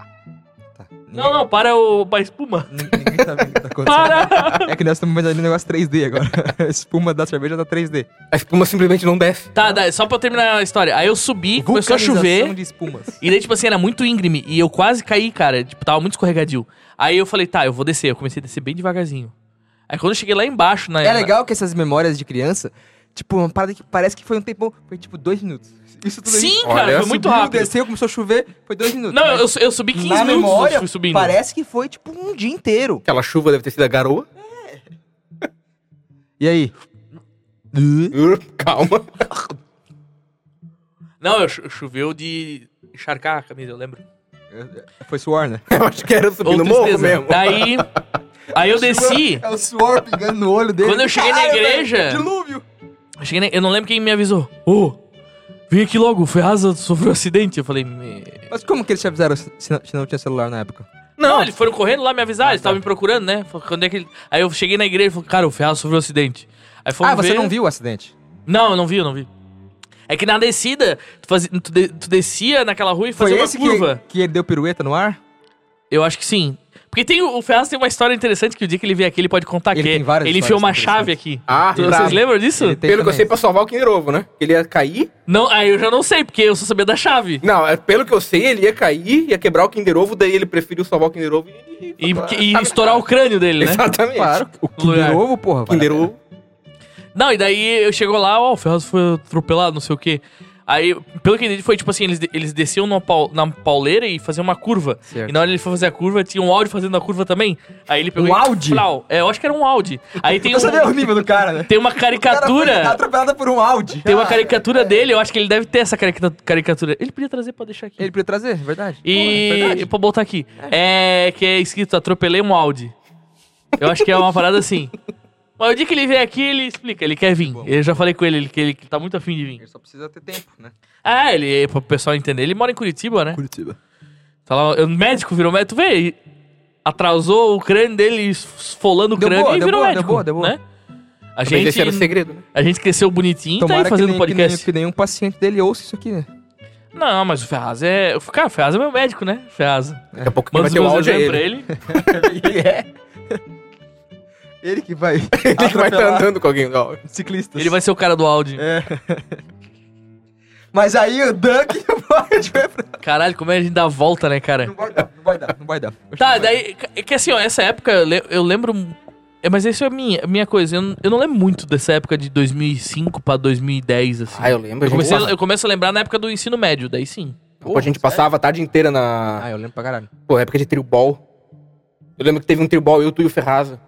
S3: Não, não, para o para a espuma.
S4: Ninguém, ninguém sabe o que tá acontecendo.
S3: Para!
S4: É que nós estamos vendo ali um negócio 3D agora. A espuma da cerveja tá 3D.
S2: A espuma simplesmente não desce.
S3: tá, dá, só pra eu terminar a história. Aí eu subi, começou a
S4: Vulcanização
S3: chover.
S4: de espumas.
S3: E daí, tipo assim, era muito íngreme. E eu quase caí, cara. Tipo, tava muito escorregadio. Aí eu falei, tá, eu vou descer. Eu comecei a descer bem devagarzinho. Aí quando eu cheguei lá embaixo, na.
S4: É legal que essas memórias de criança, tipo, uma parada que parece que foi um tempão. Foi tipo dois minutos. Isso tudo aí.
S3: Sim,
S2: Olha,
S3: cara, foi
S2: subiu,
S3: muito
S4: Subiu,
S3: rápido.
S4: desceu, começou a chover, foi dois minutos.
S3: Não,
S4: Mas
S3: eu, eu subi 15
S4: na
S3: minutos
S4: memória,
S3: eu fui subindo.
S4: parece que foi tipo um dia inteiro.
S2: Aquela chuva deve ter sido a garoa.
S4: E aí?
S2: Uh, Calma.
S3: Não, eu cho- choveu de encharcar a camisa, eu lembro.
S4: Foi suor, né?
S2: Eu acho que era subir
S3: Ou
S2: no morro
S3: tristeza.
S2: mesmo.
S3: Daí. Aí eu desci.
S4: É o suor pingando no olho dele.
S3: Quando eu cheguei na
S4: Caralho, velho,
S3: igreja-
S4: dilúvio!
S3: Eu Cheguei na- Eu não lembro quem me avisou. Ô, vim aqui logo, o Ferraza sofreu um acidente. Eu falei, me...
S4: Mas como que eles te avisaram se se não, se não tinha celular na época?
S3: não, eles foram correndo lá me
S4: Ah,
S3: avisar, eles
S4: tá.
S3: estavam me procurando, né? Falei, Quando é que ele... Aí eu cheguei na igreja e falei, cara, o Ferraz sofreu um acidente. Aí fomos
S4: ah, você
S3: ver-
S4: não viu o acidente?
S3: Não, eu não vi, eu não vi. É que na descida, tu, fazia, tu, de- tu descia naquela rua e
S4: Foi
S3: fazia uma
S4: esse
S3: curva.
S4: que, que ele deu pirueta no ar?
S3: Eu acho que sim. Porque tem, o o Ferraz tem uma história interessante que o dia que ele vier aqui, ele pode contar
S4: Ele
S3: que
S4: tem várias
S3: ele enfiou uma
S4: histórias tá.
S3: chave aqui.
S2: Ah,
S3: Vocês
S2: bravo.
S3: lembram disso?
S4: Ele tem
S2: Pelo que eu
S4: também.
S2: sei, pra salvar o Kinder Ovo, né? Ele ia cair.
S3: Não, aí eu já não sei, porque eu só sabia da chave.
S2: Não, é- pelo que eu sei, ele ia cair, ia quebrar o Kinder Ovo, daí ele preferiu salvar o Kinder Ovo e...
S3: E, e
S4: Ah, tá.
S3: estourar o crânio dele, né?
S2: Exatamente.
S4: Claro, o
S3: Lugar.
S4: Kinder Ovo, porra.
S2: Kinder
S4: vale a
S2: Ovo.
S3: Não, e daí eu chegou lá, ó, o Ferraz foi atropelado, não sei o quê. Aí, pelo que eu entendi, foi tipo assim, eles, de- eles desciam numa pau- na pauleira e faziam uma curva.
S4: Certo.
S3: E na hora ele foi fazer a curva, tinha um Audi fazendo a curva também. Aí ele pegou
S4: Um
S3: e-
S4: Audi?
S3: Flau. É, eu acho que era um Audi. Aí tem,
S4: pena. Você vê o
S3: um,
S4: nível do cara, né?
S3: tem uma
S4: O cara foi
S3: caricatura.
S4: atropelado por um Audi.
S3: Tem uma caricatura dele, eu acho que ele deve ter essa carica- caricatura. Ele podia trazer pra deixar aqui.
S4: Ele podia trazer, verdade.
S3: E
S4: Porra, é verdade.
S3: pra botar aqui. É. que é escrito atropelei um Audi. Eu acho que é uma parada assim. Mas o dia que ele vem aqui, ele explica, ele quer vir. Eu já falei com ele, ele- que ele tá muito afim de vir.
S4: Ele só precisa ter tempo, né?
S3: Ah, ele, pro pessoal entender, ele mora em Curitiba, né?
S4: Curitiba.
S3: Tá lá, eu- médico virou médico, tu vê? ele Atrasou o crânio dele, esfolando o
S4: Deu
S3: crânio
S4: boa,
S3: e
S4: deu
S3: virou
S4: boa,
S3: médico.
S4: deu boa, deu boa.
S3: Né? A,
S2: Mas esse era o
S3: gente,
S2: segredo, né?
S3: a gente cresceu bonitinho e tá
S4: Tomara
S3: aí
S4: que
S3: fazendo
S4: nem- Que,
S3: podcast.
S4: nem- que nenhum paciente dele ouça isso aqui, né?
S3: Não, mas o Ferraz é. o- Cara, o Ferraz é meu médico, né? Ferraz.
S2: Daqui a pouco quem
S3: Manda
S2: vai
S3: os
S4: um
S2: ter o
S3: meus
S2: áudio é
S3: exames pra
S4: né?
S2: ele.
S3: ele.
S4: Ele é. Ele que vai
S2: Ele que vai estar
S4: atropelar
S2: andando com alguém. ó.
S4: ciclistas.
S3: Ele vai ser o cara do áudio.
S4: É. Mas aí o Doug pode vai pra...
S3: Caralho, como é que a gente dá a volta, né, cara?
S4: Não vai dar, não vai dar, não vai dar.
S3: Tá, daí. É que assim, ó, essa época eu, le- eu lembro. É, mas isso é minha, minha coisa. Eu, n- eu não lembro muito dessa época de 2005 pra 2010, assim.
S2: Ah, eu lembro.
S3: eu,
S2: gente.
S3: comecei a-
S2: Nossa,
S3: eu começo a lembrar na época do ensino médio, daí sim.
S2: pô, a gente passava a tarde inteira na
S4: Ah, eu lembro pra caralho.
S2: pô, época de tribal. Eu lembro que teve um tribal, eu, tu e o Ferraza.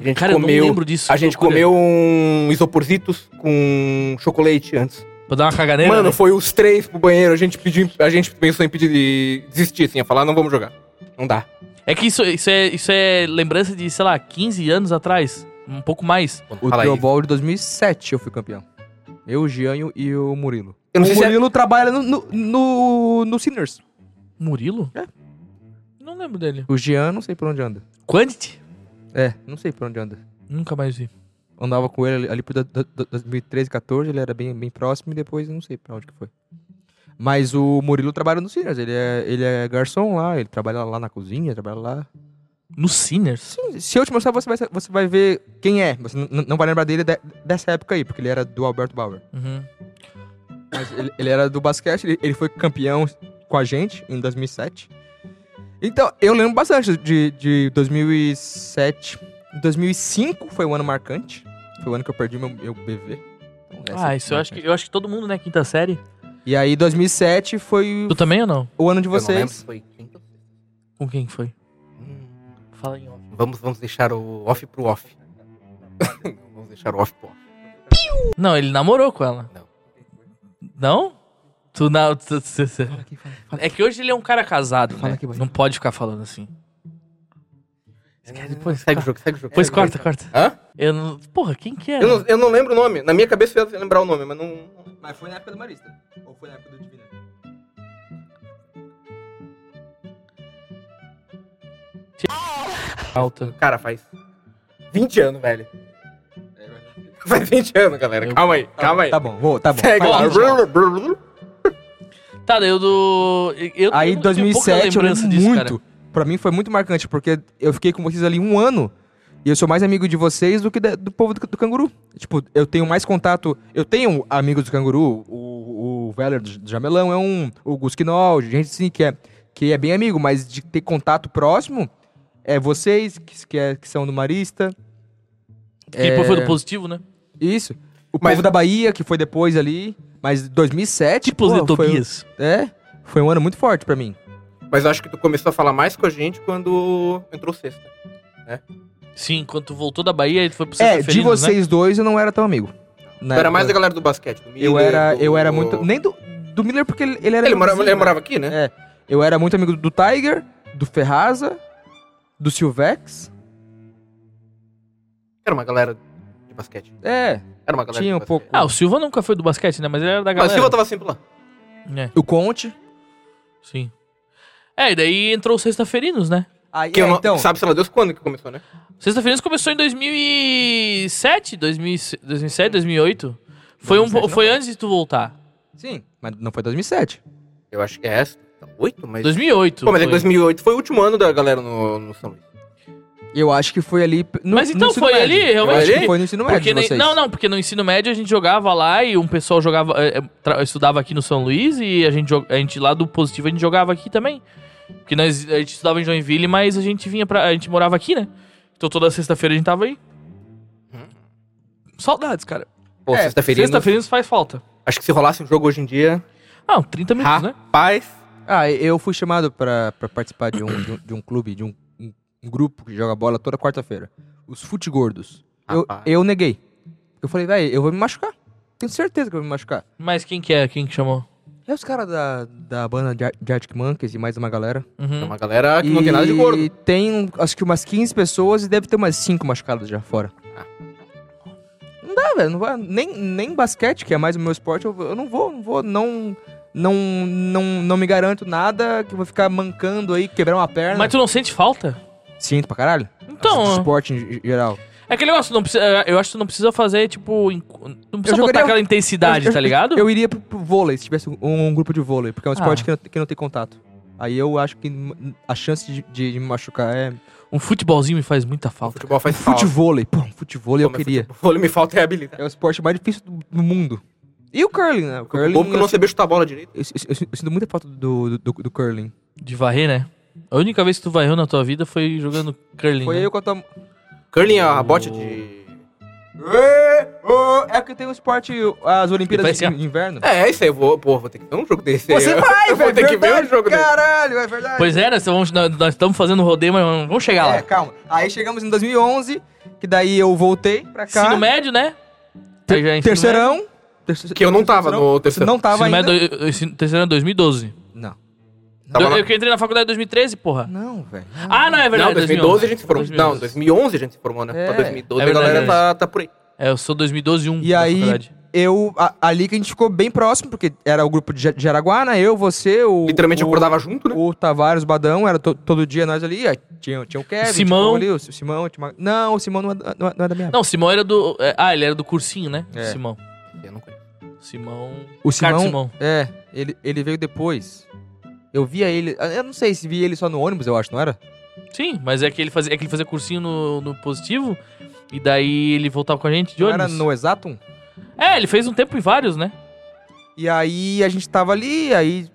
S2: A gente
S3: Cara, eu não
S2: comeu...
S3: lembro disso.
S2: A gente
S3: Loucura.
S2: comeu um isoporzitos com chocolate antes.
S3: Pra dar uma caganeira.
S2: Mano,
S3: né?
S2: foi os três pro banheiro. A gente pediu, a gente pensou em pedir de desistir, assim, a falar, não vamos jogar. Não dá.
S3: É que isso, isso, é, isso é lembrança de, sei lá, 15 anos atrás. Um pouco mais.
S4: O
S2: Fala aí.
S4: Trio Ball de 2007 eu fui campeão. Eu, o Gianho e o Murilo.
S2: Eu não
S4: o
S2: sei se é-
S4: Murilo trabalha no, no, no, no Sinners.
S3: Murilo? É. Não lembro dele.
S4: O Jean, não sei por onde anda.
S3: Quantity?
S4: É, não sei por onde anda.
S3: Nunca mais vi.
S4: Andava com ele ali- ali por da- da- da- 2013, 14, ele era bem, bem próximo e depois eu não sei pra onde que foi. Mas o Murilo trabalha no Sinners, ele é, ele é garçom lá, ele trabalha lá na cozinha, trabalha lá.
S3: No Sinners?
S4: Se eu te mostrar, você vai, sa- você vai ver quem é, você n- n- não vai lembrar dele de- dessa época aí, porque ele era do Alberto Bauer.
S3: Uhum.
S4: Mas ele, ele era do basquete, ele, ele foi campeão com a gente em 2007. Então, eu lembro bastante de, de 2007. 2005 foi o ano marcante. Foi o ano que eu perdi meu, meu BV. Então, essa
S3: Ah,
S4: é
S3: isso eu acho, que,
S4: marcante.
S3: eu acho que todo mundo, né? Quinta série.
S4: E aí, 2007 foi
S3: Tu também ou não?
S4: o ano de
S2: Eu não lembro
S4: vocês.
S2: se foi quinta.
S3: Com quem foi?
S2: Hum,
S3: Fala em off.
S2: Vamos, vamos deixar o off pro off. vamos deixar o off pro off.
S3: Não, ele namorou com ela.
S2: Não.
S3: Não? Tu não. tu- tu- tu-
S4: Fala aqui, fala. fala.
S3: É que hoje ele é um cara casado,
S4: Fala
S3: né?
S4: aqui, boy.
S3: Não pode ficar falando assim. Esquece, Depois,
S2: Segue o
S4: tá-
S3: corta.
S2: jogo, segue o jogo.
S3: Depois
S2: É,
S3: corta, corta.
S2: Hã?
S3: Eu não... Porra, quem que é?
S2: Eu não, eu não lembro o nome. Na minha cabeça eu ia lembrar o nome, mas não.
S1: Mas foi na época do Marista. Ou foi na época do Divina?
S3: Alta.
S2: Cara, faz 20 anos, velho.
S1: É verdade.
S2: Faz 20 anos, galera.
S3: Eu-
S2: Calma aí, calma aí.
S4: Tá bom, vou, tá bom.
S2: Segue
S4: Fala,
S2: lá.
S4: vamos lá.
S3: Tá, daí eu do. Eu,
S4: Aí
S3: eu
S4: em
S3: tenho pouca
S4: 2007 eu
S3: lembrança
S4: lembro
S3: disso, cara.
S4: muito. Pra mim foi muito marcante, porque eu fiquei com vocês ali um ano e eu sou mais amigo de vocês do que da- do povo do, do canguru. Tipo, eu tenho mais contato. Eu tenho amigos do canguru, o, o Veller do Jamelão é um, o Gusquinol, gente assim que é, que é bem amigo, mas de ter contato próximo é vocês, que, que, é- que são do Marista.
S3: Que foi
S4: É.
S3: do positivo, né?
S4: Tipo, Isso. O
S2: Mas-
S4: povo da Bahia, que foi depois ali. Mas 2007.
S3: Tipos de
S4: pô, foi-
S3: Tipo Tobias.
S4: É, foi um ano muito forte pra mim.
S2: Mas eu acho que tu começou a falar mais com a gente quando entrou sexta.
S3: Sim, quando tu voltou da Bahia, ele foi pro né?
S4: É,
S3: Sexta
S4: de vocês dois eu não era tão amigo.
S2: Tu
S4: Na
S2: era
S4: época.
S2: mais da galera do basquete, do
S4: Né, Eu
S2: Miller,
S4: era,
S2: do-
S4: eu era muito. Nem do, do Miller, porque ele, ele era.
S2: Ele morava,
S4: irmãozinho,
S2: ele morava aqui, né?
S4: É. Eu era muito amigo do Tiger, do Ferraza, do Silvex.
S2: Era uma galera de basquete.
S4: É,
S2: Era uma galera
S4: Tinha um
S2: de basquete.
S4: pouco.
S3: Ah, o Silva nunca foi do basquete, né? Mas ele era da
S2: Mas Ah,
S3: galera.
S2: o Silva tá- tava sempre lá.
S3: É,
S4: o Conte.
S3: sim. É, e daí entrou o Sexta-Ferinos, né?
S4: Aí,
S2: Que
S4: é,
S2: eu não-
S4: então,
S2: Sabe, sei lá, Deus quando que começou, né?
S3: Sexta-Feiras começou em 2007, 2000 2007, 2008. Foi, um,
S2: 2007 não.
S3: foi antes de tu voltar.
S4: Sim, mas não foi 2007.
S2: Eu acho que é essa. Oito, mas...
S3: 2008.
S2: Pô, mas é que
S3: foi.
S2: 2008 foi o último ano da galera no, no São Luís.
S4: Eu acho que foi ali. p- No,
S3: Mas
S4: no
S3: então
S4: ensino
S3: foi
S4: médio.
S3: ali,
S4: Eu
S3: realmente?
S4: acho que foi no ensino médio.
S3: Porque
S4: de
S3: nem-
S4: vocês.
S3: não, não, porque no ensino médio a gente jogava lá e um pessoal jogava. eh, eh, tra- estudava aqui no São Luís e a gente, jo- a gente lá do positivo a gente jogava aqui também. Porque nós, a gente estudava em Joinville, mas a gente vinha pra. A gente morava aqui, né? Então toda sexta-feira a gente tava aí. Saudades, cara.
S2: Pô,
S4: É,
S2: sexta-feira.
S3: Sexta-feira isso faz falta.
S2: Acho que se rolasse um jogo hoje em dia...
S3: Ah, 30 minutos, né?
S2: Rapaz...
S4: Ah, eu fui chamado pra, pra participar de um, de um, de um clube, de um, um- um grupo que joga bola toda quarta-feira. Os Fute Gordos. Eu,
S2: Rapaz.
S4: eu neguei. Eu falei, velho, eu vou me machucar. Tenho certeza que eu vou me machucar.
S3: Mas quem que é? Quem que chamou?
S4: É os caras da, da banda de Ar- de Arctic Monkeys e mais uma galera.
S2: É
S3: Uhum.
S2: uma galera que não tem nada de
S4: Hum. E
S2: gordo.
S4: tem, um- acho que umas 15 pessoas e deve ter umas 5 machucadas já fora.
S2: Ah.
S4: Não dá, velho. Não vai, nem, nem basquete, que é mais o meu esporte, eu, eu não vou, não vou, não... Não, não, não me garanto nada que eu vou ficar mancando aí, quebrar uma perna.
S3: Mas tu não sente falta?
S4: Sinto pra caralho.
S3: Então.
S4: Esse esporte em ge- geral.
S3: É aquele negócio, não precisa, eu acho que tu não precisa fazer, tipo, em- não precisa botar
S4: jogaria- um-
S3: aquela intensidade,
S4: eu-
S3: tá ligado?
S4: Eu iria pro, pro vôlei, se tivesse um, um grupo de vôlei, porque é um esporte
S3: Ah.
S4: que não, que não tem contato. Aí eu acho que m- a chance de, de- de me machucar é.
S3: Um futebolzinho me faz muita
S2: O
S3: falta.
S2: futebol faz falta.
S4: Futevôlei, pô, futevôlei eu
S2: Pô, mas
S4: queria.
S2: futebol me falta é habilidade.
S4: É o esporte mais difícil do, do mundo. E o curling, né? O curling.
S2: Bobo que eu não sabia chutar a bola direito.
S4: eu, eu- eu- eu sinto muita falta do, do, do- do curling.
S3: De varrer, né? A única vez que tu varreu na tua vida foi jogando curling.
S4: Foi
S3: né?
S4: eu com a tua.
S2: Curling é a bote de...
S4: É porque tem um esporte, as
S3: Vai
S4: Olimpíadas
S3: ser-
S4: de Inverno.
S2: É, é isso aí, eu vou, pô, vou ter que ver um jogo desse. aí.
S4: Você vai,
S2: eu vou
S4: velho.
S2: ter que ver um
S4: verdade,
S2: jogo desse.
S4: Caralho, é verdade.
S3: Pois é, né? Cê- vamos- nós nós estamos fazendo rodeio, mas vamos chegar
S4: É,
S3: lá.
S4: calma. Aí chegamos em 2011, que daí eu voltei pra cá.
S3: Ensino médio, né? Aí já é ensino médio.
S4: Terceirão. Terce-
S2: Que eu não tava
S4: terceirão.
S2: no
S4: Você
S2: terceiro.
S4: não tava
S3: Ensino
S4: ainda.
S3: médio, eu- eu- ensino- terceirão é 2012.
S4: Não.
S2: Tava
S3: eu,
S2: lá.
S3: eu que entrei na faculdade em 2013, porra.
S4: Não, velho.
S3: Ah, não, é verdade.
S2: Não, 2012 a gente se formou.
S3: 2011.
S2: Não, 2011 a gente se formou, né?
S4: É.
S2: Pra 2012
S3: É verdade,
S2: a
S3: é
S2: galera
S3: verdade.
S2: tá, tá por aí.
S3: É, eu sou 2012 e 1
S4: E aí, eu. a- ali que a gente ficou bem próximo, porque era o grupo de Ja- de Araguana, eu, você, o.
S2: Literalmente
S4: o,
S2: acordava junto, né?
S4: O Tavares Badão, era to- todo dia nós ali. aí Tinha, tinha o Kevin,
S3: Simão.
S4: tinha o ali, o S- Simão. tinha uma- Não, o Simão não é, da- não é- não é da minha.
S3: Não, o Simão era do. é, Ah, ele era do cursinho, né?
S4: É.
S3: Simão.
S2: Eu não conheço.
S3: Simão.
S4: O
S3: Ricardo Simão.
S4: Simão- É, ele, ele veio depois. Eu via ele. Eu não sei se via ele só no ônibus, eu acho, não era?
S3: Sim, mas é que ele fazia, é que ele fazia cursinho no, no positivo. E daí ele voltava com a gente de
S4: Não era
S3: ônibus.
S4: no Exatum?
S3: É, ele fez um tempo em vários, né?
S4: E aí a gente tava ali, aí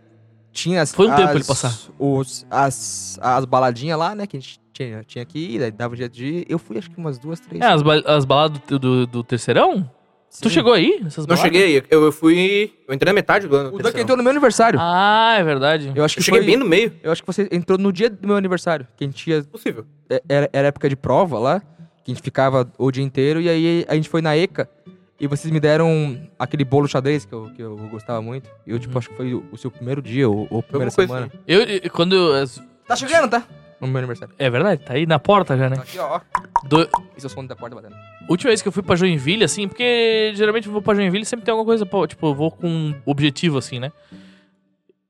S4: tinha as.
S3: Foi um tempo
S4: as-
S3: ele passar.
S4: Os, as, as baladinhas lá, né? Que a gente tinha, tinha que ir, daí dava um dia de Eu fui acho que umas duas, três.
S3: É, as, ba- as baladas do, do, do terceirão? Tu
S4: Sim.
S3: chegou aí? Nessas
S2: Não
S3: baladas?
S2: cheguei, eu, eu fui. Eu entrei na metade do ano.
S4: O Duck
S2: terceirão.
S4: entrou no meu aniversário.
S3: Ah, é verdade.
S4: eu acho
S2: Eu
S4: que
S2: cheguei
S4: foi-
S2: bem no meio,
S4: Eu acho que você entrou no dia do meu aniversário. Que a gente ia.
S2: possível.
S4: é- Era, era época de prova lá. Que a gente ficava o dia inteiro. E aí a gente foi na ECA. E vocês me deram aquele bolo xadrez que eu, que eu gostava muito. E eu, tipo,
S3: Uhum.
S4: acho que foi o, o seu primeiro dia ou, ou primeira
S2: Alguma coisa
S4: semana.
S3: Eu, eu- quando. eu-
S4: Tá chegando, tá? No meu aniversário.
S3: É verdade, tá aí na porta já, né?
S4: Tá aqui, ó. ó.
S3: Do-
S4: Esse é o som da porta batendo.
S3: Última vez que eu fui pra Joinville, assim, porque geralmente eu vou pra Joinville e sempre tem alguma coisa, pô, tipo, eu vou com um objetivo, assim, né?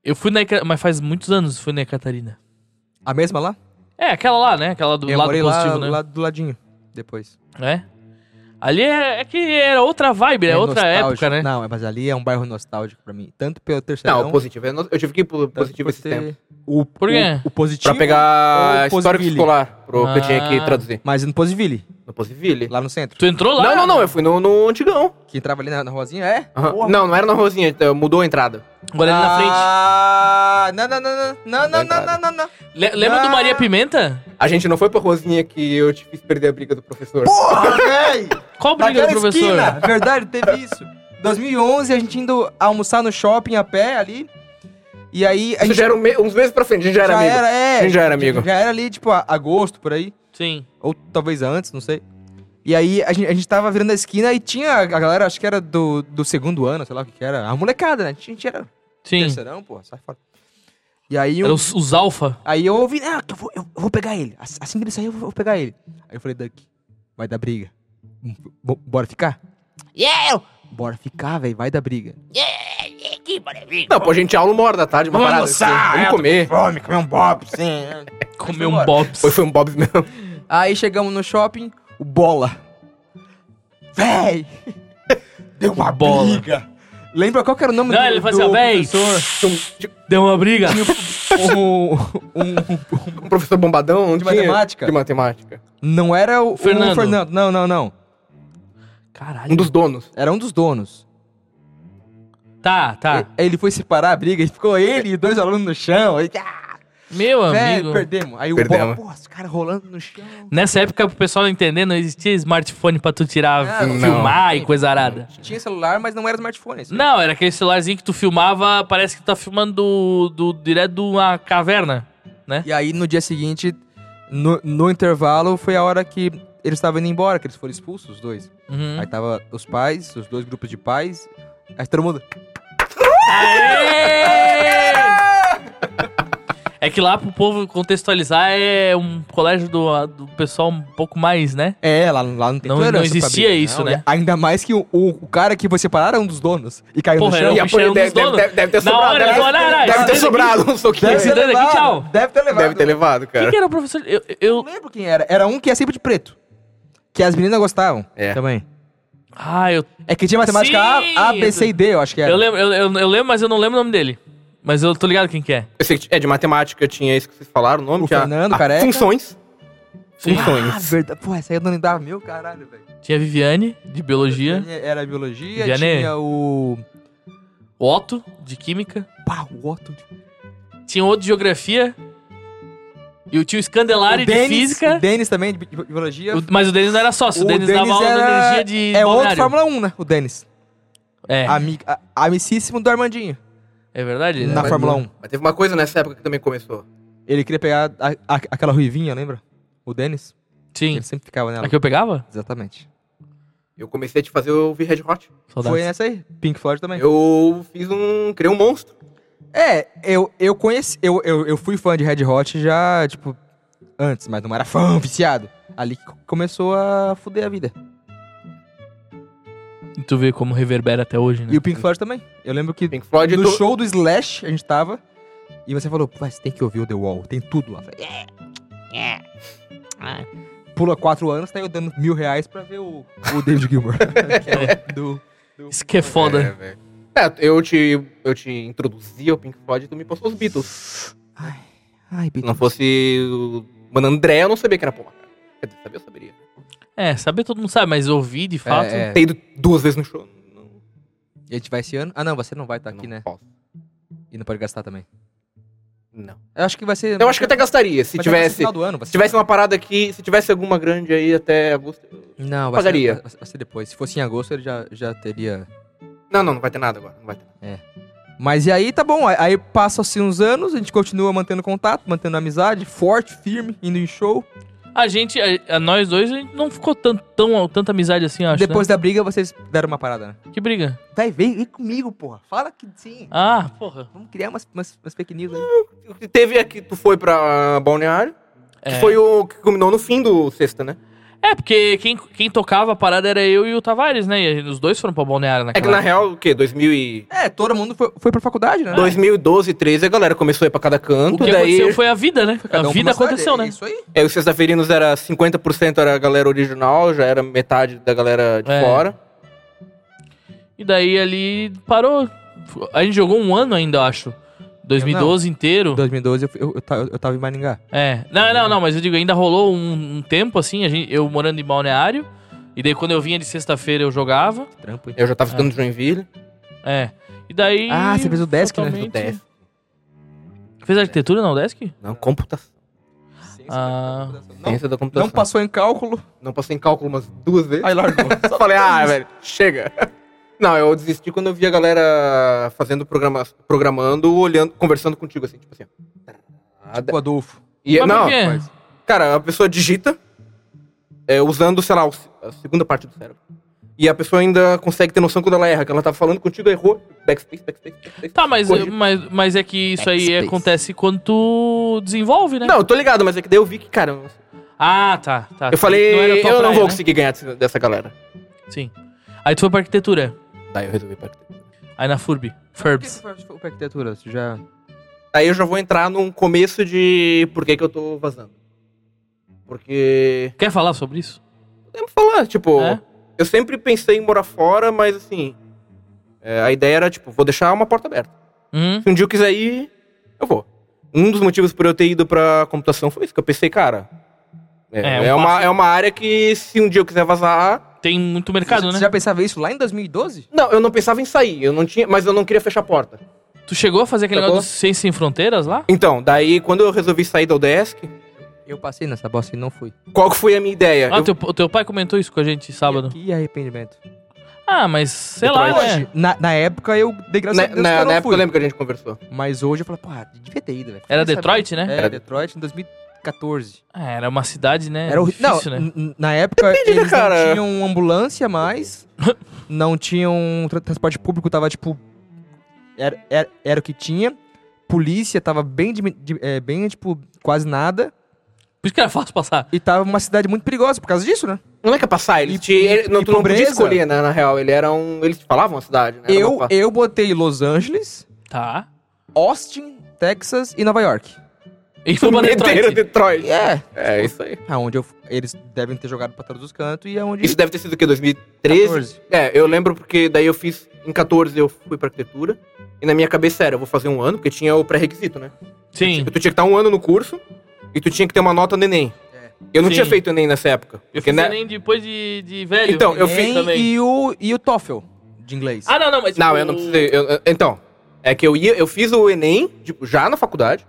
S3: Eu fui na. Eca- Mas faz muitos anos fui na Catarina.
S4: A mesma lá?
S3: É, aquela lá, né? Aquela do
S4: eu
S3: lado
S4: morei
S3: positivo,
S4: lá,
S3: né?
S4: lá do ladinho, depois.
S3: É. Ali é, é que era outra vibe, é outra
S4: nostálgico.
S3: época, né?
S4: Não, mas ali é um bairro nostálgico pra mim. Tanto pelo terceirão...
S2: Não, o positivo. é Eu, não- eu tive que ir pro
S4: tanto
S2: positivo
S4: por
S2: esse
S4: Então, ter-
S2: tempo.
S4: O,
S3: Por quê?
S4: O, o positivo...
S2: Pra pegar
S4: ou
S2: histórico
S4: Posiville?
S2: escolar, pro, que eu tinha
S3: Ah.
S2: que traduzir.
S4: Mas no Posiville,
S2: No Posiville.
S4: lá no centro.
S3: Tu entrou lá?
S2: Não, não, não, eu fui no, no antigão.
S4: Que entrava ali na, na ruazinha, é?
S2: Aham. Não, não era na Rosinha, então, mudou a entrada.
S3: Agora ali na frente.
S4: Ah, não, não, não, não, não, não, não, não, não.
S3: Le- lembra do
S4: Ah.
S3: Maria Pimenta?
S2: A gente não foi pra Rosinha que eu te fiz perder a briga do professor.
S4: Ei!
S3: Qual briga do
S4: Naquela
S3: professor?
S4: esquina, verdade, teve isso. 2011, a gente indo almoçar no shopping a pé ali. E aí a
S2: Isso
S4: gente
S2: já era um me- uns meses pra frente, a gente já era amigo.
S4: é.
S2: A gente já era amigo.
S4: Já era ali, tipo, a- agosto, por aí.
S3: Sim.
S4: Ou talvez antes, não sei. E aí a gente, a gente tava virando a esquina e tinha a galera, acho que era do, do segundo ano, sei lá o que que era. A molecada, né? A gente era
S3: Sim.
S4: terceirão, porra, sai fora. E aí
S3: Era
S4: um-
S3: os, os alfa.
S4: Aí eu ouvi, ah, eu vou, eu vou pegar ele. Ass- Assim que ele sair, eu vou, eu vou pegar ele. Aí eu falei, Duck, vai dar briga. B- b- bora ficar?
S5: Yeah!
S4: Bora ficar, velho, vai dar briga.
S5: Yeah! yeah, Que maravilha!
S2: Não, pô, a gente aula uma hora da tarde, uma
S4: Vamos
S2: parada.
S4: almoçar,
S2: assim.
S4: é,
S2: Vamos comer.
S4: Fome, comer um bob, sim.
S3: Comeu um bobs.
S2: Foi, foi um Bob's mesmo.
S4: Aí chegamos no shopping, o Bola. Véi! Deu uma
S3: Bola.
S4: briga. Lembra qual que era o nome
S3: Não,
S4: do,
S3: ele
S4: do
S3: fazia, véi.
S4: professor?
S3: Deu uma briga.
S4: Um, um-
S2: Um professor bombadão. não
S4: De
S2: tinha-
S4: matemática?
S2: De matemática.
S4: não era o o
S3: Fernando.
S4: Fernando, não, não, não.
S3: Caralho.
S2: Um dos donos.
S4: Era um dos donos.
S3: Tá, tá.
S4: Ele foi separar a briga e ficou ele e dois alunos no chão. Aí, ah,
S3: Meu
S4: Velho,
S3: amigo.
S4: perdemos. Aí o
S2: Perdemos.
S4: bola, porra, os caras rolando no chão.
S3: Nessa época, pro pessoal entender, não existia smartphone pra tu tirar,
S4: Ah, não.
S3: filmar e coisa arada.
S4: Tinha celular, mas não era smartphone. Assim.
S3: Não, era aquele celularzinho que tu filmava, parece que tu tá filmando do, do- direto de uma caverna.
S4: E aí, no dia seguinte, no, no intervalo, foi a hora que eles estavam indo embora, que eles foram expulsos, os dois.
S3: Uhum.
S4: Aí tava os pais, os dois grupos de pais. Aí todo mundo.
S3: É que lá pro povo contextualizar é um colégio do, do pessoal um pouco mais, né?
S4: É, lá, lá não tem
S3: Não-
S4: tolerância
S3: não
S4: pra
S3: existia
S4: briga,
S3: isso, né?
S4: E Ainda mais que o, o- o cara que você parar era um dos donos e caiu
S3: Porra,
S4: no chão.
S3: era um- bicho um
S2: deve,
S3: dos
S2: deve-
S3: donos.
S2: deve- deve ter
S3: Na
S2: sobrado.
S3: hora,
S2: deve,
S3: ele falou, "Não, não,
S2: deve
S3: esse
S2: ter
S3: daqui-
S2: sobrado um soquinho.
S3: esse
S2: Deve,
S3: daqui,
S4: levado,
S3: tchau.
S4: Deve ter levado.
S2: ter levado,
S3: Quem
S2: cara.
S3: que era o professor? Eu, eu-
S4: Não lembro quem era. Era um que ia sempre de preto. Que as meninas gostavam
S2: É.
S4: também.
S3: Ah, eu,
S4: É que tinha matemática
S3: Sim!
S4: A, A, B, C e D, eu acho que era.
S3: eu lembro, eu, eu- eu lembro, mas eu não lembro o nome dele. Mas eu tô ligado quem que é.
S2: Eu sei que t- é de matemática, tinha isso que vocês falaram, o nome.
S4: O
S2: tinha-
S4: Fernando
S2: ah,
S4: Careca.
S2: Funções.
S3: Sim.
S4: Ah, verdade. Pô, essa aí eu não lembrava. Meu caralho, velho.
S3: Tinha a Viviane, de biologia.
S4: Era biologia,
S3: Vianney.
S4: tinha o...
S3: O Otto, de química.
S4: Pá, o Otto.
S3: Tinha outro de geografia. E o tio Scandelari
S4: O
S3: de
S4: Denis-
S3: física.
S4: O Denis também, de bi- bi- biologia.
S3: O- mas o Denis não era sócio, o,
S4: O
S3: Denis, dava
S4: Denis
S3: aula
S4: era-
S3: de energia de.
S4: é Ah. outro
S3: balneário.
S4: Fórmula 1, né? O Denis.
S3: É,
S4: Ami- a- Amicíssimo do Armandinho.
S3: é verdade?
S4: Na
S3: né?
S4: Fórmula 1.
S2: Mas teve uma coisa nessa época que também começou.
S4: Ele queria pegar a- a- aquela ruivinha, lembra? O Denis.
S3: Sim.
S4: Ele sempre ficava nela.
S3: A É que eu pegava?
S4: Exatamente.
S2: Eu comecei a te fazer ouvir Red Hot.
S3: Saudades.
S4: Foi né? nessa aí. Pink Floyd também.
S2: Eu fiz um. Criei um monstro.
S4: É, eu, eu conheci. Eu, eu, eu fui fã de Red Hot já, tipo, antes, mas não era fã, viciado. Ali que começou a fuder a vida.
S3: E tu vê como reverbera até hoje, né?
S4: E o Pink Floyd também. Eu lembro que
S2: Pink Floyd.
S4: no
S2: tu-
S4: show do Slash a gente tava. E você falou, pô, você tem que ouvir o The Wall, tem tudo lá. Eu falei,
S5: Yeah! Ah,
S4: "É." Pula quatro anos, tá eu dando mil reais pra ver o, o David Gilmour. que é do-
S3: Isso que é foda.
S2: É, velho. É, eu te, eu te introduzi ao Pink Floyd e tu me passou os Beatles.
S4: Ai,
S2: Se
S4: Beatles.
S2: não fosse o Mano André, eu não sabia que era Paul McCartney. Quer dizer, sabia, eu saberia.
S3: É, saber todo mundo sabe, mas ouvir de fato.
S4: É, é.
S2: Ter ido duas vezes no show. Não,
S4: E a gente vai esse ano? Ah, não, você não vai estar aqui,
S2: não
S4: né?
S2: posso.
S4: E não pode gastar também.
S2: Não.
S4: Eu acho que vai ser.
S2: Eu acho que eu até gastaria. Se
S3: é
S4: vai ser no
S2: tivesse,
S4: final do ano, vai
S2: se
S4: ser-
S2: tivesse uma parada aqui, se tivesse alguma grande aí até agosto. eu-
S4: Não, vai
S2: Pagaria.
S4: Ser, vai- vai ser depois. Se fosse em agosto, ele já, já teria.
S2: Não, não, não vai ter nada agora. Não vai ter.
S4: Mas e aí, tá bom. Aí- Aí passam-se uns anos, a gente continua mantendo contato, mantendo amizade, forte, firme, indo em show.
S3: A gente, a, a nós dois, a gente não ficou tão, tão, tanta amizade assim, eu acho.
S4: Depois da briga, vocês deram uma parada, né?
S3: né? Que briga.
S4: Vai, vem, vem comigo, porra. Fala que sim.
S3: Ah, porra.
S4: Vamos criar umas, umas, umas fake news aí.
S2: Teve aqui, tu foi pra Balneário,
S3: É.
S2: que foi o que combinou no fim do sexta, né?
S3: É, porque quem, quem tocava a parada era eu e o Tavares, né? E os dois foram pra Balneário
S2: É
S3: naquela
S2: que na real, o quê? 2000 e...
S4: É, todo mundo foi, foi pra faculdade, né?
S2: 2012, 13, a galera começou a ir pra cada
S3: É. O
S2: canto,
S3: que
S2: daí
S3: aconteceu foi a vida, né?
S4: Cada
S3: a
S4: um
S3: vida
S4: pra uma cidade,
S3: aconteceu,
S4: é
S3: né?
S4: Isso aí.
S2: é, os sexta-feirinos era 50% era a galera original, já era metade da galera de
S3: É.
S2: fora.
S3: E daí ali parou. A gente jogou um ano ainda, eu acho. 2012 inteiro.
S4: Em 2012 eu, fui- eu, eu, ta- eu tava em Maringá.
S3: É. Não, não, não, mas eu digo, ainda rolou um, um tempo assim, a gente, eu morando em balneário. E daí quando eu vinha de sexta-feira eu jogava.
S4: Trampo. hein?
S2: Eu já tava estudando em Joinville.
S3: É. E daí.
S4: Ah, você fez o desk, né?
S3: totalmente-
S2: O desk.
S3: Fez arquitetura, não, o desk?
S2: Não, computação.
S3: Ah.
S4: Não,
S2: Ciência da computação.
S4: não passou em cálculo,
S2: Não passei em cálculo umas duas vezes.
S4: aí largou.
S2: Só falei, ah, velho, chega. Não, eu desisti quando eu vi a galera fazendo programa, programando, olhando, conversando contigo assim, tipo assim. ó.
S4: O Adolfo.
S2: E, é
S3: Mas por
S2: não,
S3: quê?
S2: mas- cara, a pessoa digita é, usando, sei lá, o c- a segunda parte do cérebro. E a pessoa ainda consegue ter noção quando ela erra, que ela tá falando contigo, errou, backspace, backspace, backspace.
S3: Tá, mas,
S2: corrige.
S3: mas, mas é que isso aí
S5: Backspace.
S3: acontece quando tu desenvolve, né?
S2: Não, eu tô ligado, mas é que daí eu vi que, cara, eu-
S3: Ah, tá, tá.
S2: eu falei,
S3: era a
S2: eu Assim,
S3: tua
S2: não
S3: praia,
S2: vou
S3: né?
S2: conseguir ganhar desse- dessa galera.
S3: Sim. Aí tu foi pra arquitetura.
S2: Daí eu resolvi partir.
S3: Aí na FURB.
S4: Por que
S3: FURBS.
S4: você foi pra arquitetura? Você já...
S2: Aí eu já vou entrar num começo de por que, que eu tô vazando. Porque.
S3: Quer falar sobre isso?
S2: Podemos falar, tipo.
S3: É?
S2: Eu sempre pensei em morar fora, mas assim. é, a ideia era, tipo, vou deixar uma porta aberta.
S3: Uhum.
S2: Se um dia eu quiser ir, eu vou. Um dos motivos por eu ter ido pra computação foi isso, que eu pensei, cara. É,
S3: É,
S2: é
S3: um
S2: uma, é uma área que se um dia eu quiser vazar.
S3: Tem muito
S4: você,
S3: mercado,
S4: você
S3: né?
S4: já pensava isso lá em 2012?
S2: Não, eu não pensava em sair, eu não tinha, mas eu não queria fechar a porta.
S3: Tu chegou a fazer aquele
S2: Tá
S3: negócio
S2: bom.
S3: do Ciência Sem Fronteiras lá?
S2: Então, daí quando eu resolvi sair da UDESC,
S4: Eu passei nessa bosta e não fui.
S2: qual que foi a minha ideia?
S3: Ah,
S2: É, eu,
S3: teu, o teu pai comentou isso com a gente sábado.
S4: Que, que arrependimento.
S3: Ah, mas sei lá,
S2: Detroit.
S3: né?
S4: Hoje, na, na época eu dei graças
S2: na
S4: a Deus que
S2: na-
S4: eu
S2: na
S4: não
S2: época eu
S4: fui.
S2: lembro que a gente conversou.
S4: Mas hoje eu falei, porra, devia ter ido, velho.
S3: Era
S4: Fiquei
S3: Detroit, né?
S4: sabendo.
S2: Era
S4: Era Detroit em 2014.
S3: Ah, era uma cidade, né?
S4: Era horrível.
S3: difícil,
S4: não,
S3: né?
S4: n- n- na época
S2: Depende, né,
S4: eles
S2: cara?
S4: não tinham ambulância mais, não tinham tra- transporte público, tava tipo... Era, era, era o que tinha. Polícia tava bem, dimi- di- é, bem, tipo, quase nada.
S3: Por isso que era fácil passar.
S4: E tava uma cidade muito perigosa por causa disso, né?
S2: Não é que é passar, eles
S4: E-
S2: te, ele- não,
S4: e
S2: tu não podia
S4: pobreza?
S2: escolher, né, na real. Ele era um, eles te falavam a cidade, né? Era
S4: Eu,
S2: uma-
S4: eu botei Los Angeles,
S3: Tá.
S4: Austin, Texas e Nova York.
S3: E foi pra
S2: Inteiro
S3: Detroit.
S2: Detroit.
S4: É,
S2: É, isso aí.
S4: aonde eu, eles devem ter jogado pra todos os cantos e aonde
S2: Isso deve ter sido o quê? 2013?
S4: 14.
S2: É, eu lembro porque daí eu fiz. Em 14 eu fui pra arquitetura. E na minha cabeça era, eu vou fazer um ano, porque tinha o pré-requisito, né?
S4: Uhum.
S3: Sim.
S2: Tu tinha que estar um ano no curso e tu tinha que ter uma nota no Enem.
S4: É.
S2: Eu não
S3: Sim.
S2: tinha feito Enem nessa época.
S3: Eu
S2: porque,
S3: fiz
S2: né?
S3: nem depois de, de velho.
S2: Então, eu fiz
S4: Enem
S3: também.
S4: E o, e o TOEFL de inglês.
S3: Ah, não, não, mas.
S2: Não,
S3: tipo,
S2: eu não precisei. eu- eu- então, é que eu ia, eu fiz o Enem, tipo, já na faculdade,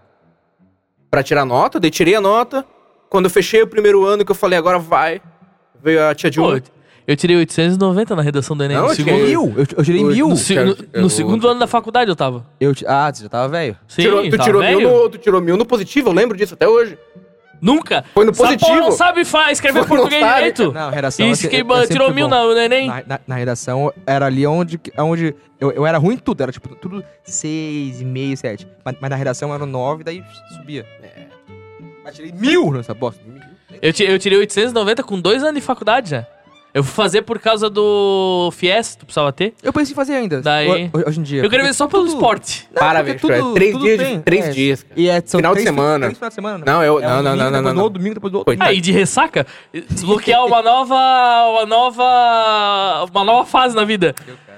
S2: pra tirar nota, daí tirei a nota. Quando eu fechei o primeiro ano que eu falei, agora vai, veio a tia
S3: Pô,
S2: Dilma.
S3: eu tirei 890 na redação do Enem.
S2: Não,
S3: no
S2: eu
S3: segundo,
S2: tirei-
S4: mil? Eu, eu tirei
S2: Ui.
S4: mil?
S3: no se-
S2: Cara,
S3: no- no
S2: eu-
S3: segundo ano da faculdade eu tava.
S4: Eu ti- ah, você já tava velho.
S3: Sim,
S2: Tirou- tu,
S3: tava
S2: tirou mil
S3: tá velho.
S2: no, tu tirou mil no positivo, eu lembro disso até hoje.
S3: Nunca.
S2: Foi no
S3: Essa porra
S2: positivo.
S3: não sabe fa- escrever
S2: Foi no
S3: português
S2: otário, é
S3: direito.
S4: Não, redação. eu
S3: Isso
S4: se-
S3: que
S4: eu- eu sempre
S3: tirou
S4: fui
S3: mil
S4: bom.
S3: na, no Enem.
S4: Na, na, na redação era ali onde. que- onde eu, eu era ruim em tudo, era tipo tudo seis e meio, sete. Mas, mas na redação era nove, daí subia.
S3: É.
S4: Mas tirei mil nessa bosta.
S3: Eu, ti- eu tirei 890 com dois anos de faculdade já. Eu fui fazer por causa do Fies, tu precisava ter.
S4: Eu pensei em fazer ainda.
S3: Daí-
S4: ho- Hoje em dia.
S3: Eu queria ver só pelo
S4: Tudo-
S3: esporte.
S4: Não,
S2: Parabéns,
S4: porque
S2: Troy. é Três dias de-
S4: tem.
S2: três dias, cara.
S4: E é, são
S2: Final de
S4: três fi-
S2: semana.
S4: Três finais de semana.
S2: Não, eu.
S4: É um
S2: não, não, não,
S4: domingo,
S2: não,
S4: depois
S2: não,
S4: do
S2: não.
S4: outro, domingo, depois do outro.
S2: Coitado.
S3: Ah, e de ressaca? Desbloquear uma nova. Uma nova. Uma nova fase na vida.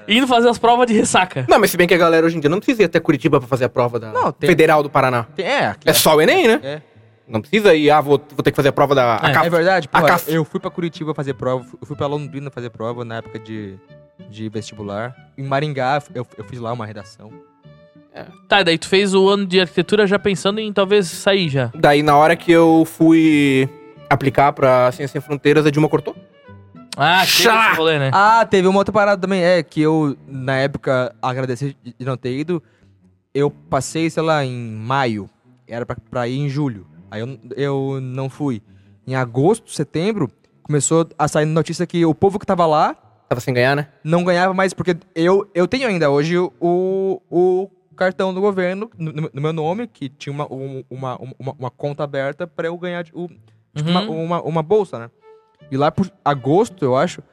S3: Indo fazer as provas de ressaca.
S2: Não, mas se bem que a galera hoje em dia não precisa ir até Curitiba pra fazer a prova da
S4: Não, tem-
S2: Federal do Paraná.
S4: É, aqui
S2: É só o Enem, né?
S4: É.
S2: Não precisa ir, ah, vou, vou ter que fazer a prova da
S3: É,
S2: ACAF.
S4: É verdade,
S2: A
S4: porra,
S2: caf-
S4: eu fui pra Curitiba fazer prova, fu- eu fui pra Londrina fazer prova na época de, de vestibular. Em Maringá, eu, eu fiz lá uma redação.
S3: Tá, daí tu fez o ano de arquitetura já pensando em talvez sair já.
S2: Daí, na hora que eu fui aplicar pra Ciência Sem Fronteiras, a Dilma cortou.
S3: Ah, chega
S2: Chá!
S3: esse rolê, né?
S4: Ah, teve uma outra parada também, é, que eu, na época, agradeci de de não ter ido. Eu passei, sei lá, em maio. Era pra, pra ir em julho. Aí eu, eu não fui. em agosto, setembro, começou a sair notícia que o povo que tava lá
S2: Tava sem ganhar, né?
S4: não ganhava mais, porque eu, eu tenho ainda hoje o, o cartão do governo no, no- no meu nome, que tinha uma, um- uma, uma, uma conta aberta pra eu ganhar o- tipo, uma,
S3: Uhum.
S4: uma, uma bolsa, né? E lá por agosto, eu acho,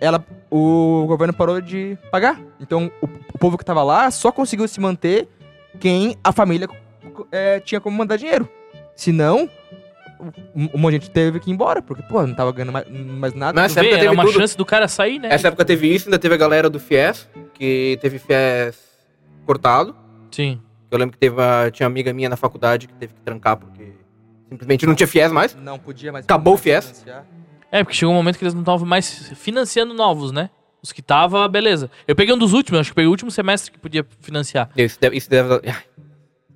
S4: ela, o governo parou de pagar. Então o, o povo que tava lá só conseguiu se manter quem a família co- é, tinha como mandar dinheiro. Senão, um, um monte de gente teve que ir embora, porque, pô, não tava ganhando mais, mais nada.
S2: Nessa
S3: Vê,
S2: época
S3: era
S2: teve
S3: uma
S2: tudo.
S3: chance do cara sair, né?
S2: Essa época teve isso, ainda teve a galera do Fies, que teve Fies cortado.
S3: Sim.
S2: Eu lembro que teve a- tinha uma amiga minha na faculdade que teve que trancar porque simplesmente não tinha Fies mais.
S4: Não podia mais.
S2: Acabou o Fies.
S4: financiar.
S3: É, porque chegou um momento que eles não estavam mais financiando novos, né? Os que tava, beleza. Eu peguei um dos últimos, acho que peguei o último semestre que podia financiar.
S2: Isso deve, isso deve- Ai,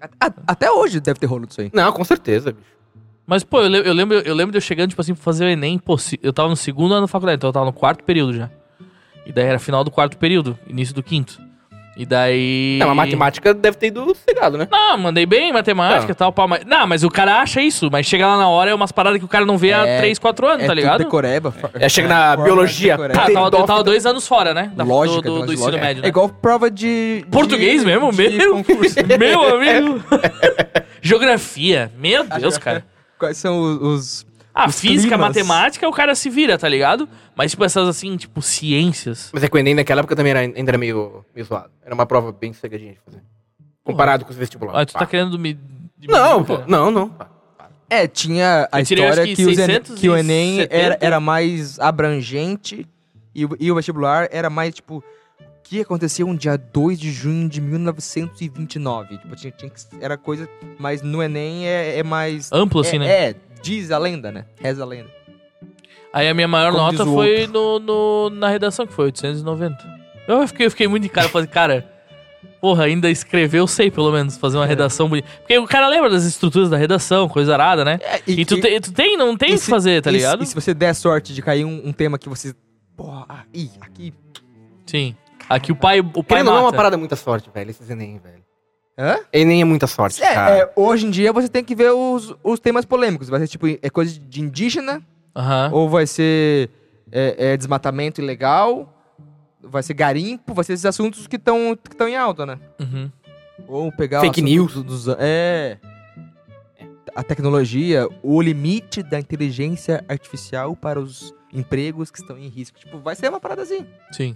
S4: A- a- até hoje deve ter rolo disso aí.
S2: Não, com certeza, bicho.
S3: Mas, pô, eu, le- eu lembro, eu lembro de eu chegando, tipo assim, pra fazer o Enem. Pô, se- eu tava no segundo ano da faculdade, então eu tava no quarto período já. E daí era final do quarto período, início do quinto. E daí.
S2: Não, mas matemática deve ter ido cegado, né?
S3: Não, mandei bem em matemática e
S2: Não.
S3: tal, pá, mas... Não, mas o cara acha isso, mas chega lá na hora é umas paradas que o cara não vê há
S4: É,
S3: 3, 4 anos,
S4: é
S3: tá
S4: tudo
S3: ligado?
S4: decoreba. fa-
S2: É, chega na
S4: forma
S2: biologia.
S4: decoreba.
S3: Ah, eu tava, eu tava
S2: pteridófita.
S3: dois anos fora, né? Da-
S4: Lógica,
S3: do, do,
S4: negócio
S3: do
S4: de
S3: ensino
S4: lógica.
S3: médio,
S4: É
S3: né?
S4: igual prova de.
S3: Português
S4: de-
S3: mesmo?
S4: de
S3: Meu,
S4: concurso.
S3: meu amigo! É. Geografia, meu Deus, cara.
S4: Quais são os. os-
S3: Ah,
S4: Os
S3: física,
S4: climas.
S3: matemática, o cara se vira, tá ligado? Mas, tipo, essas assim, tipo, ciências.
S2: Mas é que o Enem naquela época também era, ainda era meio, meio zoado. Era uma prova bem cegadinha de fazer. Comparado com os vestibulares.
S3: Ah, tu tá querendo me. me- um
S2: Não, pô,
S3: cara.
S2: não, não.
S4: É, tinha a
S3: Eu tirei, acho
S4: história
S3: que
S4: que, os Enem-
S3: 670.
S4: que o Enem era, era mais abrangente e, o- e o vestibular era mais tipo. O que aconteceu no dia 2 de junho de 1929? Tipo, tinha, tinha que, era coisa. Mas no Enem é, é mais.
S3: Amplo, assim,
S4: é,
S3: né?
S4: é, diz a lenda, né? Reza a lenda.
S3: Aí a minha maior
S4: Como diz
S3: nota
S4: o
S3: foi no, no- na redação, que foi 890. Eu fiquei, eu fiquei muito de cara, falei, cara, porra, ainda escrever eu sei, pelo menos, fazer uma redação bonita. Porque o cara lembra das estruturas da redação, coisa arada, né?
S4: É,
S3: E, tu,
S4: que-
S3: tem, tu tem, não tem
S4: e
S3: o que
S4: se-
S3: fazer, tá
S4: e se-
S3: ligado?
S4: E se você der sorte de cair um, um tema que você. Porra, ah, ih, aqui.
S3: Sim. Aqui o pai, o pai
S2: Querendo ou não, é uma
S3: mata.
S2: parada muita sorte, velho. Esses Enem, velho.
S4: Hã?
S2: Enem é muita sorte, cara.
S4: É, é, hoje em dia você tem que ver os, os temas polêmicos. Vai ser tipo, é coisa de indígena,
S3: Aham.
S4: ou vai ser é, é, desmatamento ilegal, vai ser garimpo, vai ser esses assuntos que estão que tão em alta, né?
S3: Uhum.
S4: Ou pegar o
S2: Fake
S4: assunto
S2: news.
S4: do- dos- é. A tecnologia, o limite da inteligência artificial para os empregos que estão em risco. Tipo, vai ser uma parada assim.
S3: Sim.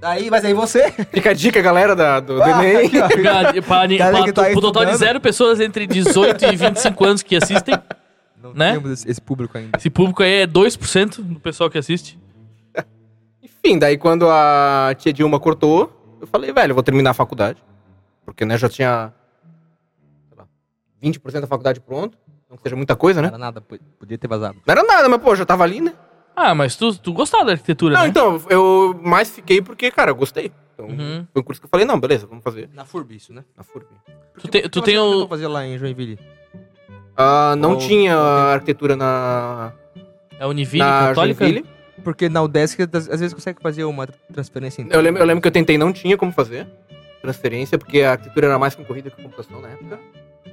S4: Aí, mas aí você.
S2: Fica a dica, galera, da, do, do
S4: Ah,
S2: Enem.
S4: Aqui, ó.
S3: Pra, pra,
S4: Galera que tá
S3: pro total de
S4: estudando.
S3: zero pessoas entre 18 e 25 anos que assistem.
S4: Não
S3: Né?
S4: temos esse- esse público ainda.
S3: Esse público aí é 2% do pessoal que assiste.
S2: Enfim, daí quando a tia Dilma cortou, eu falei, velho, eu vou terminar a faculdade. Porque, né, já tinha sei lá, 20% da faculdade pronto. Não que seja muita coisa,
S4: Não
S2: né?
S4: era nada, po- podia ter vazado.
S2: Não era nada, mas, pô, já tava ali, né?
S4: Uhum.
S3: Ah, mas tu, tu gostava da arquitetura,
S2: Não,
S3: né?
S2: então, eu mais fiquei porque, cara, eu gostei. Então,
S3: Uhum.
S2: foi um curso que eu falei, não, beleza, vamos fazer
S4: Na FURB, isso, né?
S2: na FURB.
S3: Tu tem, tu tem
S4: tipo, assim,
S3: Tipo,
S4: Eu
S3: assim, o...
S4: vou fazer lá em Joinville.
S2: Ah, não
S4: Ou-
S2: tinha
S4: ou tem-
S2: arquitetura na,
S3: É a Univille
S2: na
S3: Católica?
S2: Joinville.
S4: Porque na UDESC às às vezes consegue fazer uma tra- transferência
S2: Eu lembro, eu lembro que eu tentei, não tinha como fazer transferência, porque a arquitetura era mais concorrida que a computação na época.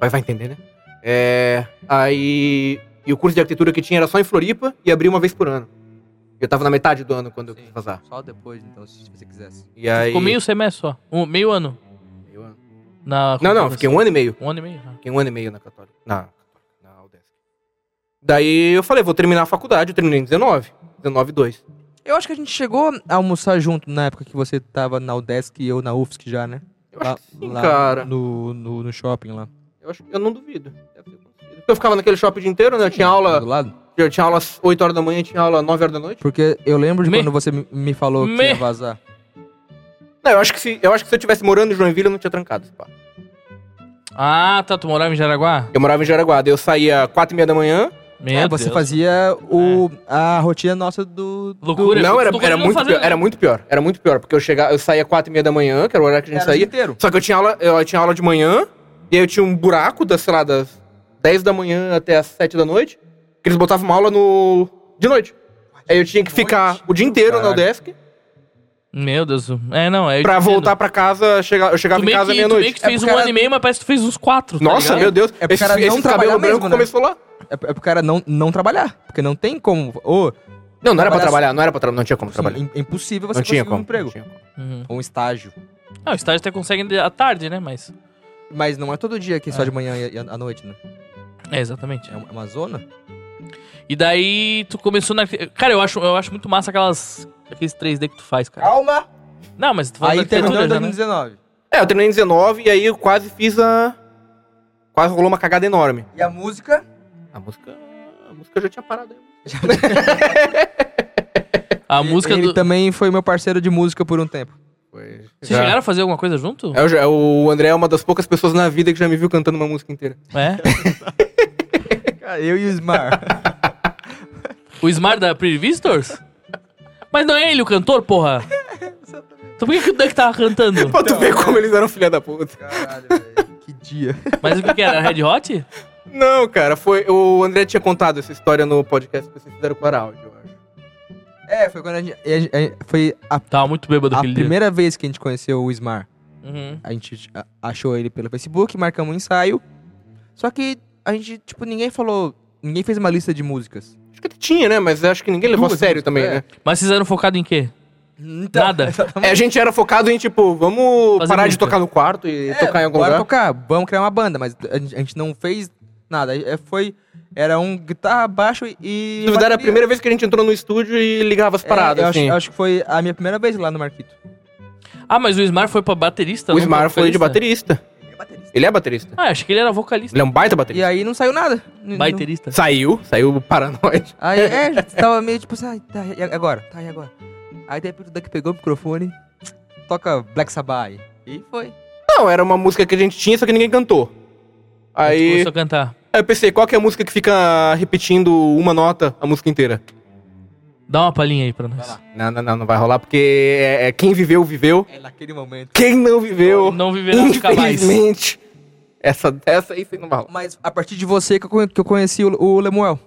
S2: Mas vai entender, né? É, aí. E o curso de arquitetura que tinha era só em Floripa e abria uma vez por ano. Eu tava na metade do ano quando eu quis vazar.
S4: Só depois, então, se você quisesse.
S2: E aí.
S3: Ficou meio semestre só. Um, meio ano.
S2: meio ano.
S3: Na
S2: Não, não, fiquei um ano e meio.
S3: Um ano e meio. ah.
S2: Fiquei um ano e meio na Católica. Na, na UDESC. Daí eu falei, vou terminar a faculdade, eu terminei em 19. 19 2.
S4: Eu acho que a gente chegou a almoçar junto na época que você tava na UDESC e eu na UFSC já, né?
S2: Eu acho que sim,
S4: lá
S2: cara.
S4: No, no, no shopping lá.
S2: Eu, acho, eu não duvido. Deve ter acontecido. Eu ficava naquele shopping o dia inteiro, né? Eu tinha aula.
S4: Do lado.
S2: Eu tinha aula às 8 horas da manhã, tinha aula às 9 horas da noite.
S4: Porque eu lembro de
S3: Me-
S4: quando você me- me falou que
S3: Me-
S4: ia vazar.
S2: Não, eu acho que se eu, acho que se eu tivesse morando em Joinville, eu não tinha trancado. esse pá.
S3: Ah, tá. Tu morava em Jaraguá?
S2: Eu morava em Jaraguá, daí eu saía 4 e meia da manhã.
S3: Meu
S4: é, você
S3: Deus.
S4: fazia o,
S2: É.
S4: a rotina nossa do. do-
S3: Loucura.
S2: não, era,
S3: tu
S2: era,
S3: continua
S2: muito
S3: fazendo,
S2: pior,
S3: né?
S2: era muito pior. Era muito pior, porque eu, chegava, eu saía 4 e meia da manhã, que era o horário que a gente
S4: Era o
S2: saía.
S4: dia inteiro.
S2: Só que eu tinha aula, eu tinha aula de manhã, e aí eu tinha um buraco, das, sei lá, das 10 da manhã até as 7 da noite, que eles botavam uma aula no. de noite. Aí eu tinha que ficar o dia inteiro na
S4: Caralho.
S3: É
S2: UDESC
S3: Meu Deus. É, não. É, eu
S2: pra
S3: entendo.
S2: voltar pra casa, chegar, eu
S3: Tu
S2: chegava em
S3: meio
S2: casa
S3: que, tu meio que
S2: meia-noite. É
S3: tu fez
S4: porque
S3: um
S4: era-
S3: ano e meio, mas parece que tu fez uns quatro. tá
S2: Nossa,
S3: ligado?
S2: meu Deus,
S4: É pro
S2: esse,
S4: cara não
S2: esse cabelo
S4: trabalhar
S2: branco
S4: mesmo, né?
S2: começou lá.
S4: é, pro- é pro cara não, não trabalhar. Porque não tem como. Ô,
S2: Não, não era pra
S4: Trabalhar-
S2: trabalhar, não era pra trabalhar, não tinha como
S4: sim,
S2: trabalhar.
S4: im- é impossível você
S2: Não tinha
S4: conseguir
S2: como.
S4: um emprego.
S2: não tinha como.
S3: Uhum.
S4: Ou um estágio.
S3: Ah, o estágio até consegue à tarde, né? Mas.
S4: Mas não é todo dia que é só
S3: É.
S4: de manhã e e à noite, né?
S3: É, exatamente.
S4: É uma- é uma zona.
S3: E daí tu começou na. Cara, eu acho, eu acho muito massa aquelas. Aqueles 3D que tu faz, cara.
S4: Calma!
S3: Não, mas tu faz
S4: Aí terminou em
S3: arquitetura já, né?
S4: 2019.
S2: É, eu terminei em 19 e aí eu quase fiz a. Quase rolou uma cagada enorme.
S4: E a música?
S2: A música. A música já tinha parado aí.
S3: A música
S4: Ele tá-
S3: do.
S4: também foi meu parceiro de música por um tempo.
S2: Foi.
S3: Vocês chegaram a fazer alguma coisa junto?
S2: É, eu já- o André é uma das poucas pessoas na vida que já me viu cantando uma música inteira.
S3: É.
S4: Cara, eu e o Smar.
S3: O Smart da Pretty Visitors? Mas não é ele o cantor, porra? Então por que, que o Duck tava cantando?
S2: Pra tu ver como eles eram filha da puta.
S4: Caralho, velho. Que dia.
S3: Mas o que que era? Red Hot?
S2: Não, cara, foi. O André tinha contado essa história no podcast que vocês fizeram com o Araújo, eu acho.
S4: É, foi quando a gente. a gente- a- Foi a,
S3: Tava muito bêbado
S4: a
S3: aquele
S4: primeira vez que a gente conheceu o Smar.
S3: dia. Uhum.
S4: A gente a- achou ele pelo Facebook, marcamos um ensaio. Só que a gente, tipo, ninguém falou. Ninguém fez uma lista de músicas.
S2: Acho que até tinha, né? Mas acho que ninguém levou a
S4: Duas
S2: sério
S4: músicas,
S2: também,
S4: é.
S2: né?
S3: Mas vocês eram focados em quê?
S4: Então,
S3: Nada.
S2: É, a gente era focado em, tipo, vamos
S3: Fazer
S2: parar de
S3: música.
S2: tocar no É, quarto e tocar em algum
S4: Bora
S2: lugar.
S4: tocar, vamos criar uma banda, mas a gente, a gente não fez nada. É, Foi. Era um guitarra, baixo e.
S2: Se duvidar, era a
S4: bateria.
S2: primeira vez que a gente entrou no estúdio e ligava as
S4: É,
S2: paradas,
S4: eu acho-
S2: assim.
S4: eu acho que foi a minha primeira vez lá no Marquito.
S3: Ah, mas o Smart foi pra baterista?
S2: o
S3: não pra
S2: Smar foi
S4: né?
S2: de
S3: vocalista?
S2: baterista. Ele é baterista.
S3: Ah, acho que ele era vocalista.
S2: Ele é um baita
S4: E
S2: baterista.
S4: aí não saiu nada. N- não-
S3: Baterista.
S2: Saiu, saiu o paranoide.
S4: Aí, é, tava meio tipo assim, ai, tá, e agora? Tá, e agora? Aí de repente o Duck pegou o microfone, toca Black Sabbath. aí. E foi.
S2: Não, era uma música que a gente tinha, só que ninguém cantou.
S4: Tipo,
S2: Aí,
S3: Começou a cantar.
S2: aí eu pensei, qual que é a música que fica repetindo uma nota a música inteira?
S3: Dá uma palhinha aí pra nós.
S2: Não, não, não, não vai rolar, porque é, é quem viveu, viveu.
S4: É naquele momento.
S2: Quem não viveu,
S3: Não viverá nunca mais.
S2: infelizmente. Essa, essa aí você não vai rolar.
S4: Mas a partir de você que eu, conhe- que eu conheci o, o Lemuel.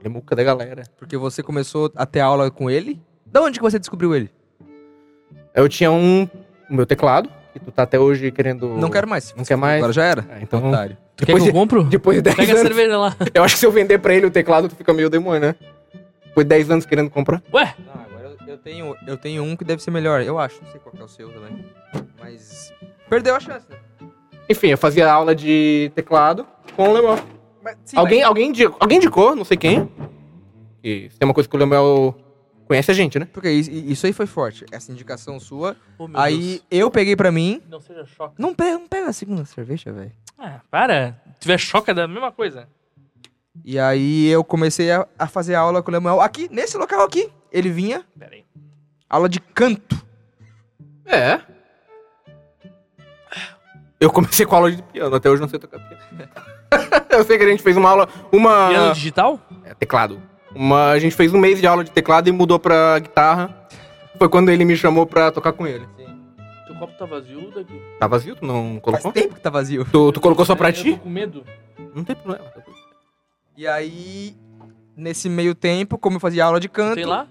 S4: É
S2: Lemuca da galera.
S4: Porque você começou a ter aula com ele. Da onde que você descobriu ele?
S2: Eu tinha um, o meu teclado, que tu tá até hoje querendo...
S4: Não quero mais.
S2: Não quer mais?
S4: Agora já era.
S2: Ah, então-
S4: Otário.
S3: Tu quer
S2: Depois
S3: que eu
S2: de-
S3: compro?
S2: Depois de 10
S3: Pega a
S2: anos...
S3: cerveja lá.
S2: Eu acho que se eu vender pra ele o teclado, tu fica meio demônio, né? Foi 10 anos querendo comprar.
S3: Ué,
S4: Não, agora eu, eu tenho, eu tenho um que deve ser melhor. Eu acho. Não sei qual que é o seu também. Mas. Perdeu a chance, né?
S2: Enfim, eu fazia aula de teclado com o Lemuel. alguém, alguém, indi- alguém indicou, não sei quem. E se tem uma coisa que o Lemuel conhece a gente, né?
S4: Porque isso, isso aí foi forte. Essa indicação sua.
S3: Ô, meu
S4: aí eu peguei pra mim.
S3: Deus. Não seja choca.
S4: Não pega, não pega a segunda cerveja, velho.
S3: Ah, para. Se tiver choca, é da mesma coisa.
S4: E aí eu comecei a, a fazer aula com o Lemuel aqui, nesse local aqui. Ele vinha,
S3: Pera aí.
S4: aula de canto.
S2: É. Eu comecei com aula de piano, até hoje não sei tocar piano. eu sei que a gente fez uma aula, uma...
S3: Piano digital?
S2: É, teclado. Uma, a gente fez um mês de aula de teclado e mudou pra guitarra. Foi quando ele me chamou pra tocar com ele.
S3: Teu copo tá vazio daqui.
S2: Tá vazio? Tu não
S4: Faz
S2: colocou?
S4: tempo que tá vazio.
S2: Tu, tu colocou só pra ti?
S3: É, com medo.
S2: Não tem problema.
S4: E aí, nesse meio tempo, como eu fazia aula de
S2: Ah,
S4: canto,
S3: Sei lá.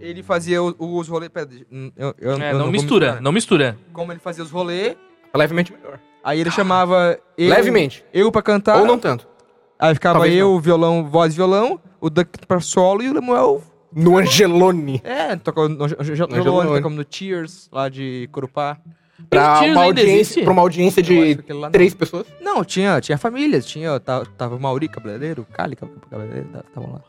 S4: ele fazia o- os rolês. Pera, deixa- hum, eu- eu- eu
S3: É, não, mistura,
S4: vou misturar. né?
S3: não mistura.
S4: Como ele fazia os rolês,
S2: Levemente melhor.
S4: aí ele chamava eu,
S2: Levemente.
S4: eu pra cantar.
S2: Ou não tanto.
S4: Aí ficava
S2: Talvez
S4: eu, violão, voz e violão, o Duck pra solo e o Lemuel.
S2: No Angelone.
S4: É, tocou no, no,
S2: No Angelone.
S4: tocamos no Tears, lá de Corupá.
S2: Pra
S3: Tears
S2: uma,
S3: ainda
S2: audiência,
S3: existe?
S2: pra uma audiência
S4: Eu acho
S2: de
S4: que aquele lá não.
S2: três pessoas.
S4: Não, tinha, tinha famílias, tinha, ta- tava o Mauri Cabeleireiro, o Cali Cabeleireiro, ta- estavam lá.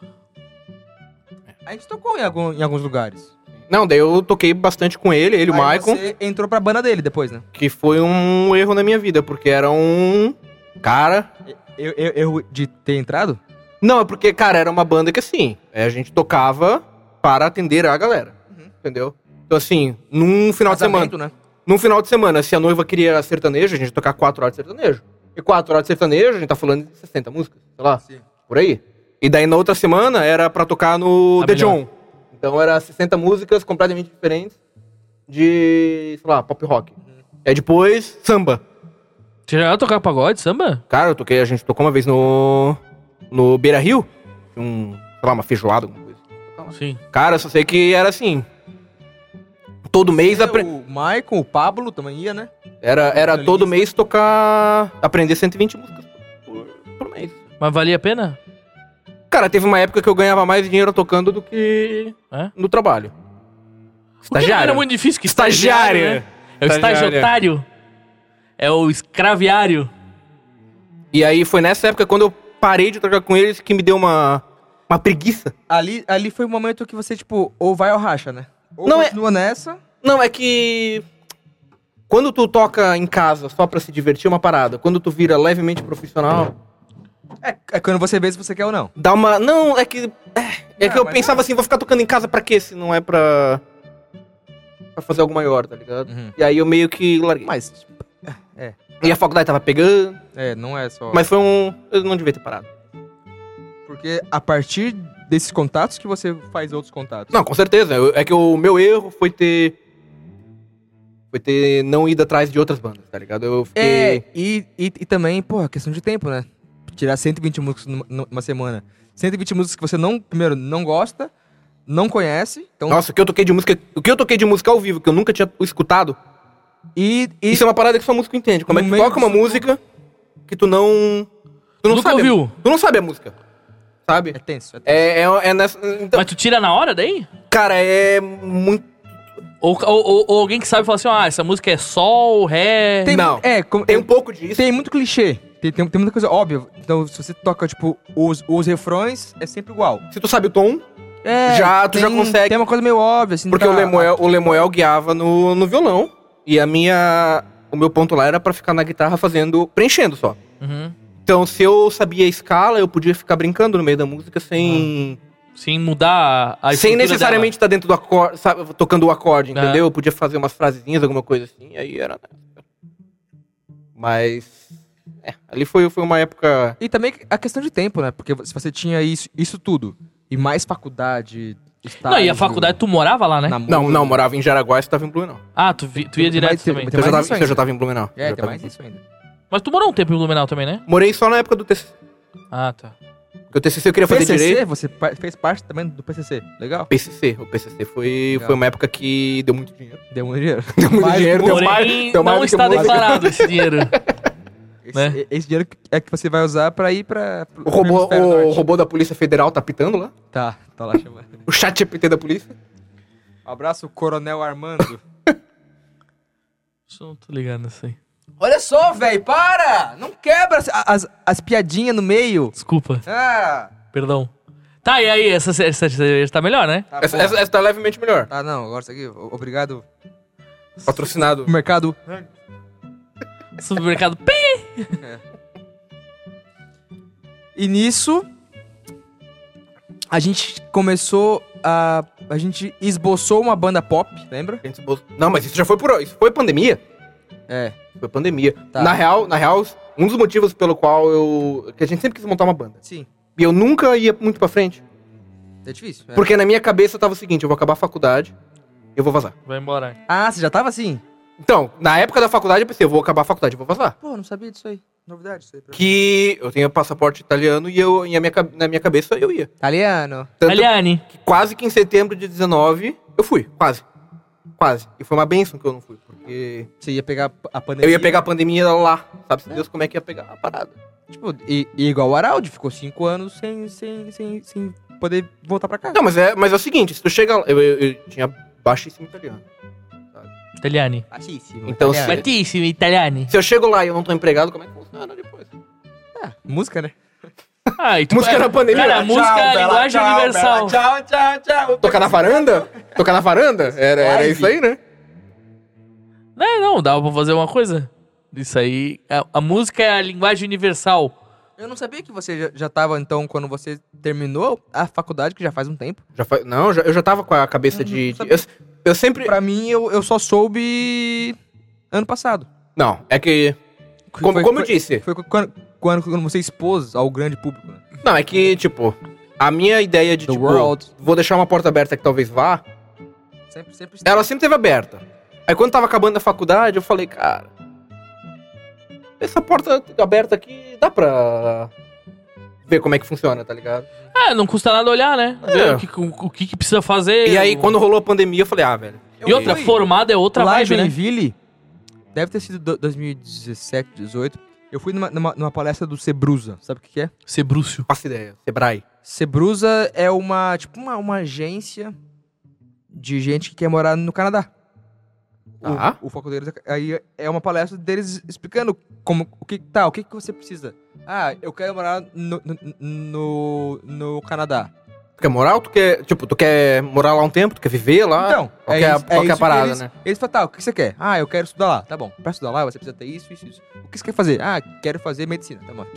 S2: É.
S4: A gente tocou em, algum- em alguns lugares.
S2: Não, daí eu toquei bastante com ele, ele e o
S4: Aí
S2: Maicon,
S4: Você entrou pra banda dele depois, né?
S2: que foi um erro na minha vida, porque era um cara...
S4: Eu, eu, eu de ter entrado?
S2: Não, é porque, cara, era uma banda que assim, é, a gente tocava para atender a galera,
S4: Uhum.
S2: entendeu? Então assim, num final de semana,
S4: Casamento, né?
S2: num final de semana, se a noiva queria sertanejo, a gente ia tocar quatro horas de sertanejo. E quatro horas de sertanejo, a gente tá falando de 60 músicas, sei lá.
S4: Sim.
S2: por aí. E daí na outra semana era pra tocar no
S3: A
S2: The
S3: melhor.
S2: John. Então era 60 músicas completamente diferentes de, sei lá, pop rock. É depois samba.
S3: Você já ia tocar pagode, samba?
S2: Cara, eu toquei, a gente tocou uma vez no no Beira Rio, um, sei lá, uma feijoada, alguma coisa.
S3: Sim.
S2: Cara, eu só sei que era assim. Todo mês apre-
S4: O Maicon, o Pablo também ia, né?
S2: era era
S4: vocalista.
S2: todo mês tocar aprender 120 músicas por, por mês.
S3: Mas valia a pena?
S2: Cara, teve uma época que eu ganhava mais dinheiro tocando do que
S3: É?
S2: no trabalho.
S3: O que não era
S2: Estagiário.
S3: muito difícil que
S2: Estagiário.
S3: estagiário, né? É o
S2: Estagiário.
S3: estagiotário. É o escraviário.
S2: E aí foi nessa época quando eu parei de tocar com eles que me deu uma, uma preguiça.
S4: Ali, ali foi o momento que você, tipo, ou vai ou racha, né? Ou
S2: Não, é-
S4: continua nessa.
S2: Não, é que. Quando tu toca em casa só pra se divertir é uma parada. Quando tu vira levemente profissional,
S4: É quando você vê se você quer ou não.
S2: dá uma. Não, é que. É, é que
S4: Ah,
S2: eu
S4: mas-
S2: pensava assim, vou ficar tocando em casa pra quê? Se não é pra. pra fazer algo maior, tá ligado? E aí eu meio que larguei.
S4: Uhum. Mas, tipo,
S2: E a faculdade tava pegando,
S4: é, não é só.
S2: mas foi um. Eu não devia ter parado.
S4: Porque a partir desses contatos que você faz outros contatos.
S2: Não, com certeza. Eu- É que o meu erro foi ter. Foi ter não ido atrás de outras bandas, tá ligado? Eu fiquei.
S4: É, e, e, e também, porra, questão de tempo, né? Tirar 120 músicas numa, numa semana. 120 músicas que você não, primeiro, não gosta, não conhece. Então,
S2: Nossa, o que eu toquei de música, o que eu toquei de música ao vivo que eu nunca tinha escutado.
S4: e, e
S2: Isso é uma parada que só músico entende. Como é que
S4: No
S2: tu
S4: meio
S2: toca uma
S4: disso
S2: música que tu não tu não
S3: Nunca
S2: sabe, a-
S3: ouviu.
S2: Tu não sabe a música. Sabe?
S4: é tenso. É tenso.
S2: É, é, é nessa então,
S3: Mas tu tira na hora daí?
S2: cara, é muito
S3: Ou, ou- ou- ou alguém que sabe fala assim, ah, essa música é sol, ré...
S4: Tem,
S2: não.
S4: É, como-
S2: tem um pouco disso.
S4: tem muito clichê. Tem, tem, tem muita coisa óbvia. Então, se você toca, tipo, os, os refrões, é sempre igual.
S2: Se tu sabe o tom,
S4: É,
S2: Já, tu já consegue.
S4: Tem uma coisa meio óbvia, assim.
S2: porque
S4: tá-
S2: o Lemuel, o Lemuel guiava no, no violão e a minha o meu ponto lá era pra ficar na guitarra fazendo preenchendo só.
S3: Uhum.
S2: Então, se eu sabia a escala, eu podia ficar brincando no meio da música sem
S3: Sem mudar a
S4: Ah.
S2: Sem
S3: estrutura
S2: necessariamente estar dentro do acorde, sabe, tocando o acorde,
S3: É.
S2: entendeu? Eu podia fazer umas frasezinhas, alguma coisa assim, aí era. Mas. É, ali foi, foi uma época.
S4: E também a questão de tempo, né? Porque se você tinha isso, isso tudo, e mais faculdade,
S3: dela.
S4: estágio...
S3: Não, e a faculdade tu morava lá, né?
S4: namoro-
S2: Não, não, morava em Jaraguá e estava em Blumenau.
S3: Ah, tu, vi- tu ia
S4: Tem-
S3: direto
S4: mas tem-
S3: também.
S4: mas
S2: Então eu já tava-
S4: mais isso
S2: então eu já
S4: ainda.
S2: estava em Blumenau.
S4: É,
S2: Já
S4: tem
S2: tava em
S4: mais
S2: Blumenau.
S4: isso ainda.
S3: Mas tu morou um tempo em Blumenau também, né?
S2: Morei só na época do TCC.
S3: Ah, tá.
S2: Porque o TCC eu queria fazer
S4: PCC,
S2: direito.
S4: você pa- fez parte também do PCC. Legal.
S2: PCC. O PCC foi,
S4: Legal.
S2: foi uma época que deu muito dinheiro.
S4: Deu um dinheiro.
S2: Deu muito
S4: Mais
S2: dinheiro, deu mais.
S3: Porém,
S2: deu mais
S3: não
S2: do que
S3: está
S2: música.
S3: declarado esse dinheiro. Né?
S4: Esse, esse dinheiro que- é que você vai usar pra ir pra... pro-
S2: O robô,
S4: pro hemisfério
S2: o
S4: norte.
S2: robô da Polícia Federal tá pitando lá.
S4: Tá, tá lá chamando.
S2: O chat GPT da polícia.
S4: Um abraço, Coronel Armando.
S3: Isso eu não tô ligado nisso aí.
S4: Olha só, velho, para! Não quebra as, as, as piadinhas no meio.
S3: Desculpa,
S4: Ah,
S3: perdão. Tá, e aí? Essa série essa, série tá melhor, né?
S4: tá,
S2: essa,
S4: bom.
S2: essa, essa tá levemente melhor.
S4: Tá, não, agora isso aqui, o- obrigado.
S2: Patrocinado.
S4: O mercado.
S3: Supermercado. Pi!
S4: E nisso, a gente começou a... A gente esboçou uma banda pop, lembra?
S2: Gente, bolso- Não, mas isso já foi por. Isso foi pandemia.
S4: É.
S2: Foi pandemia.
S4: Tá.
S2: Na real, na real, um dos motivos pelo qual eu. que a gente sempre quis montar uma banda.
S4: Sim,
S2: E eu nunca ia muito pra frente.
S4: é difícil. é.
S2: Porque na minha cabeça tava o seguinte: eu vou acabar a faculdade, eu vou vazar.
S3: Vai embora.
S4: Ah, você já tava assim?
S2: Então, na época da faculdade eu pensei: eu vou acabar a faculdade, eu vou vazar.
S4: Pô, não sabia disso aí. Novidade isso aí. Pra...
S2: Que eu tenho passaporte italiano e, eu, e a minha, ca- na minha cabeça eu ia.
S4: Italiano.
S2: Tanto
S3: Aliane.
S2: que quase que em setembro de 19 eu fui. Quase. Quase. E foi uma benção que eu não fui. Porque
S4: Você ia pegar a pandemia.
S2: eu ia pegar a pandemia lá. Sabe-se Deus como é que ia pegar a parada.
S4: Tipo, e, e igual o Araldi, ficou cinco anos sem, sem, sem, sem poder voltar pra casa.
S2: Não, mas é, mas é o seguinte, se tu chega lá, eu, eu, eu tinha baixíssimo italiano.
S3: Italiane.
S4: Baixíssimo.
S2: Então,
S4: Italiano.
S2: se,
S3: Batíssimo, Italiane.
S2: se eu chego lá e eu não tô empregado, como é que funciona depois?
S4: Ah, música, né?
S3: Ah, e tu
S2: Música na pandemia.
S3: Cara, a música é a linguagem universal.
S4: tchau, tchau, tchau.
S2: Tocar na varanda? Tocar na varanda? Era, era
S4: Live.
S2: isso aí, né?
S3: Não, Né, não, dava pra fazer uma coisa. Isso aí. A, a música é a linguagem universal.
S4: Eu não sabia que você já, já tava, então, quando você terminou a faculdade, que já faz um tempo.
S2: Já fa- Não, já- eu já tava com a cabeça de. de- eu, eu sempre.
S4: Pra mim, eu, eu só soube ano passado.
S2: Não, é que. Como,
S4: Foi-
S2: como eu
S4: foi-
S2: disse.
S4: Foi quando, quando, quando você expôs ao grande público, né?
S2: Não, é que, tipo, a minha ideia de,
S4: The
S2: tipo,
S4: world.
S2: vou deixar uma porta aberta que talvez vá,
S4: Sempre, sempre.
S2: ela sempre teve aberta. Aí quando tava acabando a faculdade, eu falei, cara. Essa porta aberta aqui dá pra ver como é que funciona, tá ligado?
S3: Ah, não custa nada olhar, né?
S2: É.
S3: Ver o que, o, o que que precisa fazer.
S2: E aí,
S3: o-
S2: quando rolou a pandemia, eu falei, ah, velho.
S3: E outra,
S4: fui.
S3: formada é outra
S4: lá em
S3: vibe, né?
S4: Joinville, deve ter sido do- 2017, 18. Eu fui numa, numa- numa palestra do Sebrusa. Sabe o que, que é?
S3: Ser Brúcio.
S2: Faça ideia. Sebrae.
S4: Sebrusa é uma, tipo, uma, uma agência de gente que quer morar no Canadá.
S2: Tá.
S4: O, o foco deles é, aí é uma palestra deles explicando como, o que tá, o que, que você precisa. Ah, eu quero morar no, no, no, no Canadá.
S2: Tu quer morar ou tu quer. Tipo, tu quer morar lá um tempo, tu quer viver lá?
S4: então,
S2: qual
S4: é
S2: que é a-
S4: isso,
S2: qual que é a
S4: isso
S2: parada,
S4: eles,
S2: né?
S4: Eles falam, tá, o que você quer? Ah, eu quero estudar lá. Tá bom, pra estudar lá você precisa ter isso, isso, isso. O que você quer fazer? Ah, quero fazer medicina. Tá bom.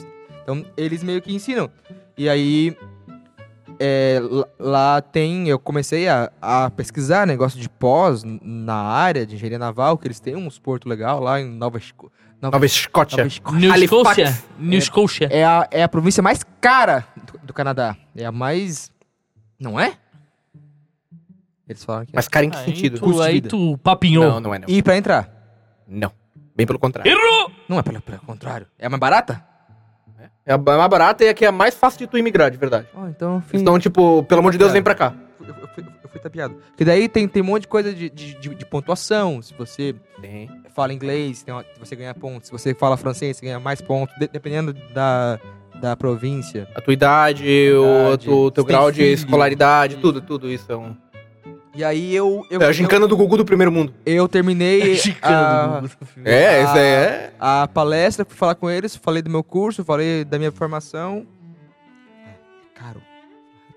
S4: Então, eles meio que ensinam. E aí, é, lá- lá tem... Eu comecei a, a pesquisar negócio de pós n- na área de engenharia naval, que eles têm uns portos legal lá em Nova, Esco,
S2: Nova Escócia.
S4: Nova Escócia.
S3: New
S2: Halifax.
S3: Scotia. New
S4: É.
S3: Scotia.
S4: É a, é a província mais cara do, do Canadá. É a mais... Não é? Eles falam que é.
S2: Mas cara, em que
S3: Ah, Aí
S2: sentido?
S3: Tu,
S4: Custo de
S3: então, aí
S4: vida.
S3: tu papinhou.
S2: Não, não é não.
S4: E pra entrar?
S2: Não. Bem pelo contrário.
S3: Errou!
S4: Não é pelo, pelo contrário. É mais barata?
S2: É a mais barata e é a que é a mais fácil de tu imigrar, de verdade.
S4: Oh, então, fim.
S2: Então, tipo, pelo amor de Deus,
S4: Cara.
S2: vem pra cá.
S4: Eu, eu fui, eu fui tapeado. Porque daí tem, tem um monte de coisa de, de, de- de pontuação. Se você
S2: Tem.
S4: fala inglês, tem uma- você ganha pontos. Se você fala francês, você ganha mais pontos. de- dependendo da, da província.
S2: A tua idade, o
S4: Idade.
S2: tu- teu
S4: Se tem
S2: grau de
S4: filho.
S2: escolaridade, tudo, tudo isso é um.
S4: E aí eu. Eu,
S2: É a
S4: eu,
S2: gincana do Gugu do primeiro mundo.
S4: eu terminei. a,
S3: Chicano.
S2: É,
S4: Ah.
S2: isso é.
S4: a palestra, fui falar com eles, falei do meu curso, falei da minha formação. É caro.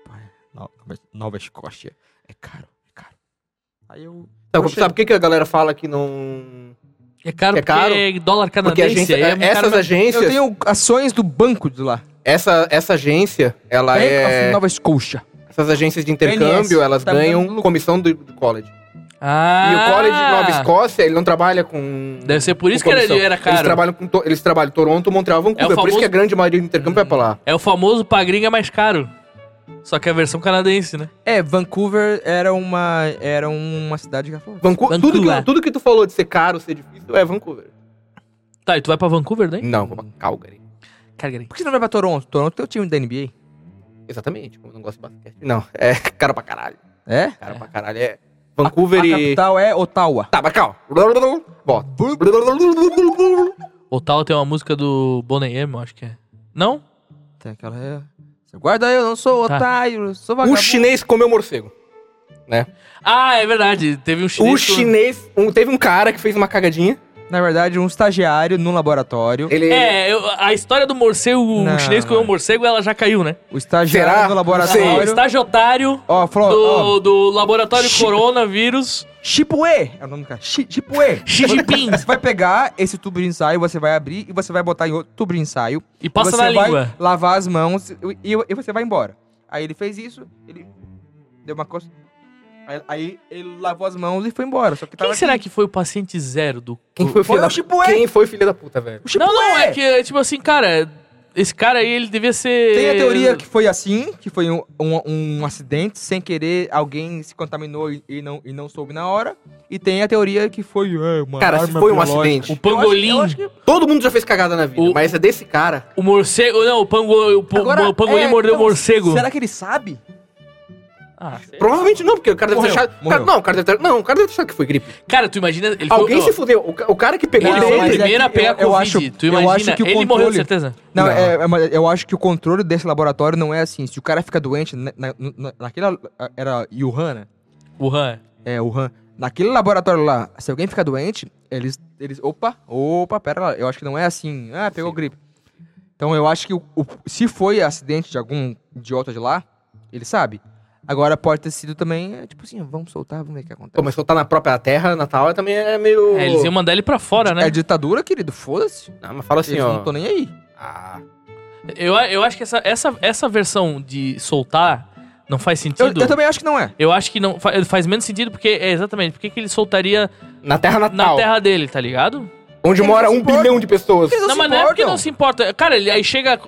S4: Pai, No- Nova, Nova Escócia. É caro, é caro. Aí eu.
S2: Sabe,
S4: Poxa.
S2: sabe por que, que a galera fala que não.
S3: É caro
S2: É caro?
S3: porque é dólar
S2: Porque
S3: canadense.
S2: a agência,
S3: aí é um cara
S2: essas
S3: mais-
S2: agências.
S4: Eu tenho ações do banco de lá.
S2: Essa, essa agência,
S3: Ah,
S2: ela
S4: Bank
S2: é.
S3: assim,
S4: of Nova Escócia.
S2: Essas agências de intercâmbio,
S4: NS,
S2: elas
S4: tá me dando
S2: ganham
S4: lucro.
S2: comissão do, do college.
S3: Ah,
S2: E o college de Nova Escócia, ele não trabalha com.
S3: Deve ser por isso
S2: com
S3: que era,
S2: comissão.
S3: era
S2: Eles
S3: caro.
S2: trabalham, com to- eles trabalham Toronto, Montreal, Vancouver.
S3: É o
S2: Por isso
S3: famoso-
S2: que a grande maioria do intercâmbio vai pra lá.
S3: É o famoso pra gringa mais caro. Só que é a versão canadense, né?
S4: É, Vancouver era uma, era uma cidade que ela falou,
S2: Vancu-
S3: Vancouver.
S2: Tudo, que, tudo que tu falou de ser caro, ser difícil, é Vancouver.
S3: Tá, e tu vai pra Vancouver, né?
S2: Não, vou pra Calgary. Hum.
S3: Calgary.
S4: Por que você não vai pra Toronto? Toronto tem o time da NBA.
S2: Exatamente, como eu não gosto de basquete. Não, é caro pra caralho.
S4: É?
S2: Caro pra caralho. É Vancouver
S4: A
S2: e.
S4: capital é Ottawa.
S2: Tá, mas calma. Bota.
S3: Ottawa tem uma música do Boney M, eu acho que é. Não?
S4: Tem aquela... é, Você guarda eu, não sou
S3: Tá.
S4: otário, eu sou vagabundo.
S2: O chinês comeu morcego.
S3: Ah, é verdade. Teve um chinês.
S2: O chinês. um- teve um cara que fez uma cagadinha.
S4: Na verdade, um estagiário num laboratório.
S2: Ele.
S3: É, eu- a história do morcego,
S4: Não.
S3: o chinês comeu um morcego, ela já caiu, né?
S4: O estagiário
S2: Será?
S4: no
S3: O
S4: laboratório...
S3: estagiotário
S4: Ó, falou... ó,
S3: do, do laboratório
S4: Chi-
S3: coronavírus,
S4: Chipue! É o nome do cara. Chi- Chipue!
S3: Xi Jinping,
S4: Você vai pegar esse tubo de ensaio, você vai abrir e você vai botar em outro tubo de ensaio.
S3: e passa
S4: você
S3: na
S4: vai
S3: língua.
S4: lavar as mãos e, e- e você vai embora. Aí ele fez isso, ele deu uma coça. Aí, aí ele lavou as mãos e foi embora. Só que tava
S3: Quem será que foi o paciente zero do...
S2: Quem foi o
S4: Foi
S2: filho
S4: o
S2: da
S4: Chipué.
S3: é.
S2: Quem foi o filho da puta, velho?
S4: O Chipué!
S3: Não, não, é que, tipo assim, cara, esse cara aí, ele devia ser...
S4: Tem a teoria que foi assim, que foi um, um- um acidente, sem querer, alguém se contaminou e, e não, e não soube na hora. E tem a teoria que foi é, uma
S2: Cara, se
S4: arma
S2: foi um
S4: biológica.
S2: acidente.
S3: O pangolim,
S4: Eu acho que- eu acho que-
S2: Todo mundo já fez cagada na vida,
S3: O-
S2: mas é desse cara.
S3: o morcego... Não, o, pango, o, pan-
S4: Agora,
S3: o pangolim
S4: é,
S3: mordeu o
S4: então,
S3: morcego.
S4: Será que ele sabe?
S3: Ah, sei.
S2: Provavelmente não, porque o cara deve ter
S4: Morreu,
S2: achado. o
S4: morreu.
S2: Cara, não, o cara deve ter. Não, o cara deve ter achado que foi gripe.
S3: Cara, tu imagina... Ele
S2: Alguém
S3: foi,
S2: se fudeu. O, ca- o cara que pegou
S3: Ele
S4: Não,
S3: foi o
S4: mas é
S2: dele.
S3: primeiro a
S4: que eu-
S3: pegar
S4: eu
S3: Covid,
S4: acho-
S3: tu
S4: eu
S3: imagina.
S4: acho que o
S3: ele morreu,
S4: controle-
S3: de certeza.
S4: Não,
S2: Não.
S4: É, é, mas eu acho que o controle desse laboratório não é assim. Se o cara fica doente, na, na- na- naquela. Era Wuhan, né?
S3: Wuhan.
S4: É, Wuhan. Naquele laboratório lá, se alguém ficar doente, eles. eles opa, opa, pera lá. Eu acho que não é assim. Ah, pegou gripe. Então eu acho que o- o- se foi acidente de algum idiota de lá, ele sabe. Agora pode ter sido também, é, tipo assim, vamos soltar, vamos ver o que acontece.
S2: Começou a estar na própria terra natal também é meio.
S3: É, eles iam mandar ele pra fora, né?
S4: É ditadura, querido, foda-se.
S2: Não, mas fala assim,
S4: Eles
S2: ó.
S4: não tô nem aí.
S2: Ah,
S3: Eu, eu acho que essa, essa, essa versão de soltar não faz
S4: Eu,
S3: sentido.
S4: eu também acho que não é.
S3: Eu acho que não fa- faz menos sentido porque é exatamente porque que ele soltaria
S2: na terra
S3: na
S2: natal.
S3: terra dele, tá ligado?
S2: Onde
S4: Eles
S2: mora
S4: não se
S2: um
S4: importam.
S2: bilhão de pessoas.
S4: Eles
S3: Não,
S4: se
S3: mas não é porque
S4: importam.
S3: não se importa. Cara, ele aí chega,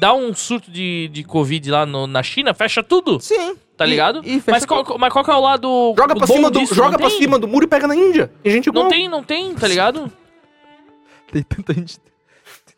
S3: dá um surto de, de covid lá no- na China, fecha tudo,
S4: Sim.
S3: tá
S4: E-
S3: ligado?
S4: e fecha
S3: mas, qual, mas qual que é o lado
S2: Joga pra,
S3: bom
S2: cima do,
S3: disso?
S2: joga
S3: Não
S2: pra
S3: tem.
S2: cima do muro e pega na Índia. Tem gente igual.
S3: Não tem, não tem, tá ligado?
S4: Tem tanta gente.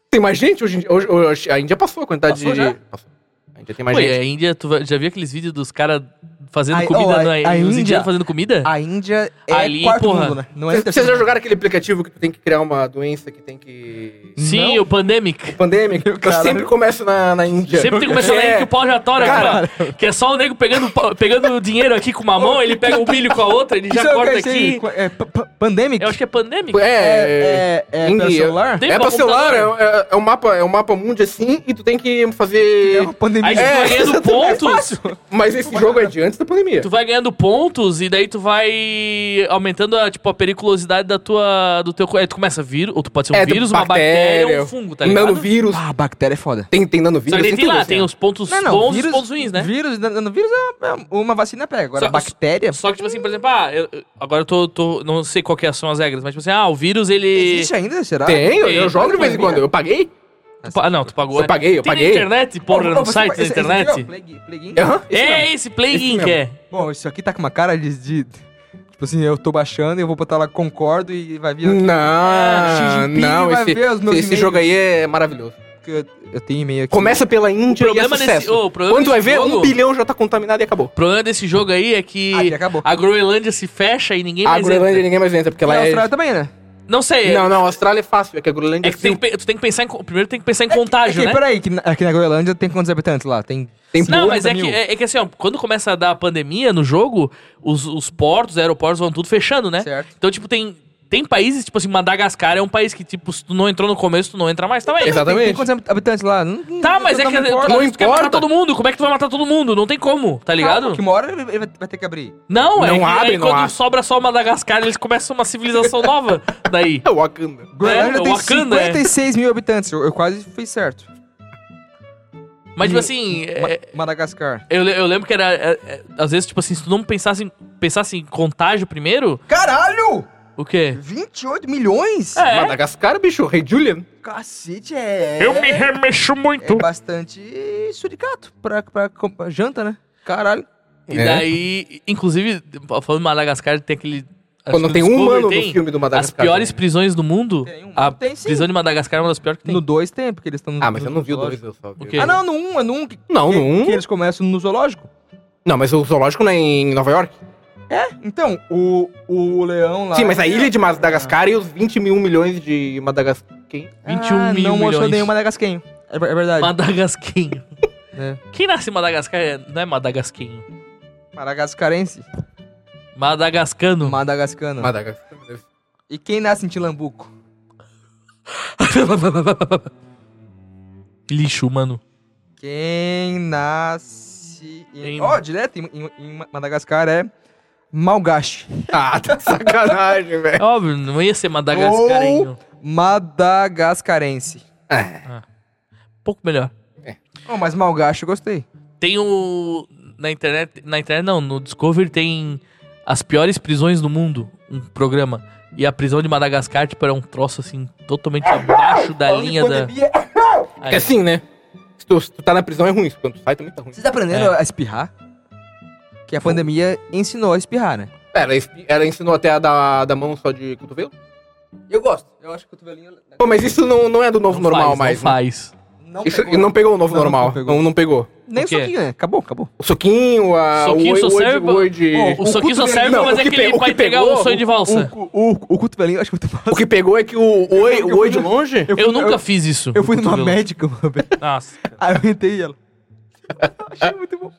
S2: Tem mais gente hoje em dia. Hoje, hoje- a Índia passou a quantidade
S3: Passou
S2: de.
S3: já? é,
S2: Passou. Ainda tem mais
S3: Pô, e
S2: gente.
S3: a Índia, tu vai- já viu aqueles vídeos dos caras fazendo
S4: Ai,
S3: comida?
S4: oh, a-
S3: na,
S4: a
S3: os
S4: Índia-
S3: indianos fazendo comida?
S4: A Índia é
S3: Ali,
S4: quarto
S3: porra.
S4: mundo, né? Não é
S2: Vocês vocês
S4: terceiro
S2: já
S4: mundo.
S2: jogaram aquele aplicativo que tu tem que criar uma doença que tem que.
S3: Sim,
S4: não.
S3: o Pandemic.
S2: Pandêmica? Eu
S4: Caralho.
S2: sempre começo na, na Índia.
S3: Sempre tem que começar
S2: É.
S3: aí que o pau já tora, cara. Que é só o nego pegando, o pau- pegando o dinheiro aqui com uma mão, ele pega o milho com a outra, ele
S4: Isso
S3: já
S4: é o
S3: corta
S4: que é esse-
S3: aqui.
S4: É, pa- pa- pandemic?
S3: Eu acho que é Pandemic.
S2: É. é...
S4: é, é, é
S2: Índia.
S4: pelo celular?
S3: Tem
S2: é
S3: pra
S2: pra celular,
S3: computador.
S2: é, é- é um mapa, é um mapa mundo assim, e tu tem que
S4: É
S2: fazer.
S4: uma pandemia.
S3: Aí tu vai ganhando pontos,
S2: Mas esse jogo é de antes da pandemia.
S3: tu vai ganhando pontos e daí tu vai aumentando a, tipo, a periculosidade da tua, do teu... co- Aí tu começa a vírus, ou tu pode ser um
S2: É, tu-
S3: vírus, uma bactéria, um
S2: bactéria,
S3: fungo, tá ligado?
S2: Nanovírus.
S4: Ah, bactéria é foda.
S2: Tem, tem nanovírus.
S3: Só que daí tem
S2: tudo,
S3: lá,
S2: assim,
S3: tem
S2: ó.
S3: os pontos bons e os pontos ruins, né?
S4: Vírus, não, não, vírus é uma, é uma vacina pega. Agora,
S3: Só-
S4: bactéria.
S3: Só que, tipo assim, por exemplo, ah, eu- eu- agora eu tô, tô- Não sei qual que são as regras, mas tipo assim, ah, o vírus ele.
S4: Existe ainda, será?
S2: Tem, eu,
S3: tem,
S2: eu jogo de vez em
S4: pandemia.
S2: quando. Eu paguei?
S3: Tu pa- Ah, não, tu pagou.
S2: Eu
S3: né?
S2: paguei, eu
S3: Tem na
S2: paguei.
S3: internet, porra,
S4: Ô,
S3: no
S4: você-
S3: site da
S4: esse- esse aqui, ó,
S3: internet.
S4: plague- plague in.
S2: Aham, isso mesmo.
S3: é esse Plague
S2: Esse
S3: Inc.
S2: mesmo.
S3: é.
S4: Bom, isso aqui tá com uma cara de, de- Tipo assim, eu tô baixando e eu vou botar lá concordo e vai
S2: Hum.
S4: vir. Ah,
S2: Não,
S4: Xi Jinping
S2: não,
S4: vai
S2: esse,
S4: ver os meus
S2: esse jogo aí
S4: e-mails.
S2: é maravilhoso.
S4: que Eu, eu tenho e-mail aqui.
S2: Começa pela Índia
S3: O
S2: e é
S3: problema
S2: sucesso.
S3: desse- ô, o problema
S2: Quando tu vai
S3: desse
S2: ver,
S3: jogo-
S2: um bilhão já tá contaminado e acabou.
S3: O problema desse jogo aí é que
S4: Aqui, acabou.
S3: a Groenlândia se fecha e ninguém
S2: A
S3: mais
S2: Groenlândia
S3: entra.
S2: ninguém mais entra, porque
S4: E a
S2: lá é...
S4: Austrália também, né?
S3: Não sei. é-
S2: Não, não, a Austrália é fácil, é que a Groenlândia
S3: É que tu tem que, pe- tu tem que pensar em. co- Primeiro tem que
S2: É
S3: pensar em
S4: Aqui,
S3: contágio, né?
S4: peraí, É que na- aqui na Groenlândia tem quantos habitantes lá? Tem.
S2: Tem
S3: Não,
S4: 50
S3: mas é que,
S4: mil.
S3: é, é que assim, ó, quando começa a dar a pandemia no jogo, os, os portos, aeroportos vão tudo fechando, né?
S4: Certo.
S3: Então, tipo, tem, tem países, tipo assim, Madagascar é um país que, tipo, se tu não entrou no começo, tu não entra mais. Tá, mas,
S4: Tem, tem
S2: Exatamente.
S4: quantos habitantes lá? Não-
S3: tá,
S4: não-
S3: mas é
S4: não
S3: que tu,
S4: importa.
S3: tu quer matar
S2: importa.
S3: todo mundo. Como é que tu vai matar todo mundo? Não tem como, tá ligado?
S4: Que uma hora ele vai, vai ter que abrir.
S3: Não, é
S2: Não
S3: que
S2: abre,
S3: aí,
S2: não
S3: quando
S2: abre.
S3: sobra só Madagascar, eles começam uma civilização nova daí.
S2: É Wakanda.
S4: Groenlândia
S3: o
S4: tem
S3: Wakanda, é.
S4: 56 mil habitantes. Eu, eu quase fiz certo.
S3: Mas,
S2: Hum.
S3: tipo assim,
S4: Ma-
S3: é-
S4: Madagascar.
S3: eu, le- eu lembro que era... é- é- às vezes, tipo assim, se tu não pensasse em, pensasse em contágio primeiro...
S4: Caralho!
S3: O quê?
S4: 28 milhões?
S3: É.
S2: Madagascar, bicho, Rei Julian.
S4: Cacete, é.
S3: remexo
S4: É
S3: muito.
S4: bastante suricato pra, pra, com- pra janta, né? Caralho.
S3: E
S2: É.
S3: daí, inclusive, falando em Madagascar, tem aquele... acho
S2: Quando
S3: que
S2: tem
S3: o
S2: um
S3: Discovery
S2: humano
S3: tem.
S2: no filme do
S3: As
S2: Madagascar.
S3: piores prisões do mundo.
S4: Tem um-
S3: A
S4: tem sim.
S3: prisão de Madagascar é uma das piores que tem.
S4: No 2 tem, porque eles estão
S2: Ah, mas eu não vi o dois, eu só
S3: O
S2: vi.
S3: quê?
S4: Ah, não, no 1, um, é no 1 um que,
S2: Não,
S4: que,
S2: no um-
S4: que eles começam no zoológico.
S2: Não, mas o zoológico não é em Nova York?
S4: Então, o, o leão lá...
S2: Sim, mas a ilha é de Madagascar e os 20 mil milhões de Madagascar. Quem?
S3: 21
S4: ah,
S3: mil
S4: não mostrou
S3: milhões.
S4: nenhum madagasquenho. É, ver- é verdade.
S3: Madagasquinho.
S4: É.
S3: Quem nasce em Madagascar é- não é Madagasquinho.
S4: Madagascarense.
S2: Hum.
S3: Madagascano.
S4: Madagascano.
S2: Madagascar.
S4: E quem nasce em Tilambuco?
S3: Lixo, mano.
S4: Quem nasce em...
S3: Em-
S4: Ó, direto em, em- em Madagascar é... Malgache.
S2: Ah, tá de sacanagem, velho.
S3: É óbvio, não ia ser Madagascarinho.
S4: Oh! Madagascarense.
S2: É.
S3: Um pouco melhor.
S4: Oh, mas Malgache eu gostei.
S3: Tem o. Na internet. Na internet não, no Discovery tem as piores prisões do mundo. Um programa. E a prisão de Madagascar, tipo, era um troço assim, totalmente abaixo da linha da.
S2: É assim, né? Se tu, se tu tá na prisão é ruim, se quando tu sai também tá ruim.
S4: Vocês aprenderam a espirrar? Que a pandemia ensinou a espirrar, né?
S2: Ela, espi- ela ensinou até a da, da mão só de cotovelo?
S4: Eu gosto. Eu acho que o cotovelinho...
S2: Pô, mas isso não, não é do novo
S3: Não
S2: normal mais,
S3: faz, Não
S2: né?
S3: faz.
S4: Não
S2: Isso-
S4: pegou.
S2: não pegou o novo
S4: Não, não
S2: normal.
S4: pegou.
S2: Não, não pegou.
S4: Nem
S3: O quê?
S4: soquinho, né? Acabou, acabou.
S2: O soquinho, a.
S3: Soquinho
S2: o,
S3: só
S2: o,
S3: serve pra-
S2: o, o, de-
S3: O, soquinho só
S2: cotovelo-
S3: serve
S2: não,
S3: pra fazer
S2: o que
S3: aquele
S2: pe- o
S3: pai
S2: que
S3: pegar
S2: pegou-
S3: o sonho de valsa.
S4: O, o, o cotovelinho, eu acho que eu tô
S2: O que pegou é que o, o, oi- o oi de longe.
S3: eu nunca fiz isso.
S4: Eu fui
S3: no
S4: numa
S3: cotovelo.
S4: médica uma vez.
S3: Nossa.
S4: Aí eu entrei ela. Achei muito bom.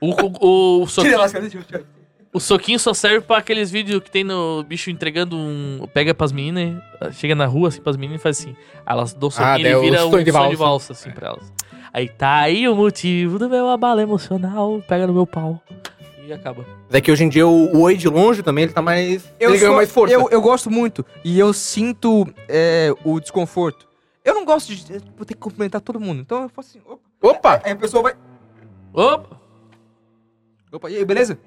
S3: O, o, o,
S4: Tira
S3: soquinho,
S4: ela, cara. deixa eu-
S3: o soquinho só serve pra aqueles vídeos que tem no bicho entregando um. Pega pras meninas, eh, chega na rua assim pras meninas e faz assim. Aí Elas dão soquinho
S2: Ah,
S3: e
S2: daí
S3: ele
S2: o
S3: vira um sonho de valsa, assim
S2: É.
S3: pra elas. Aí tá aí o motivo do meu abalo emocional, pega no meu pau. E acaba.
S2: Mas É que hoje em dia o, o oi de longe também, ele tá mais.
S4: Eu,
S2: ele ganhou
S4: sou-
S2: mais força.
S4: Eu, eu gosto muito. E eu sinto é, o desconforto. Eu não gosto de... eu Vou ter que cumprimentar todo mundo. Então eu faço assim... Opa.
S2: Opa!
S4: Aí a pessoa vai...
S3: Opa!
S4: Opa, e aí, beleza?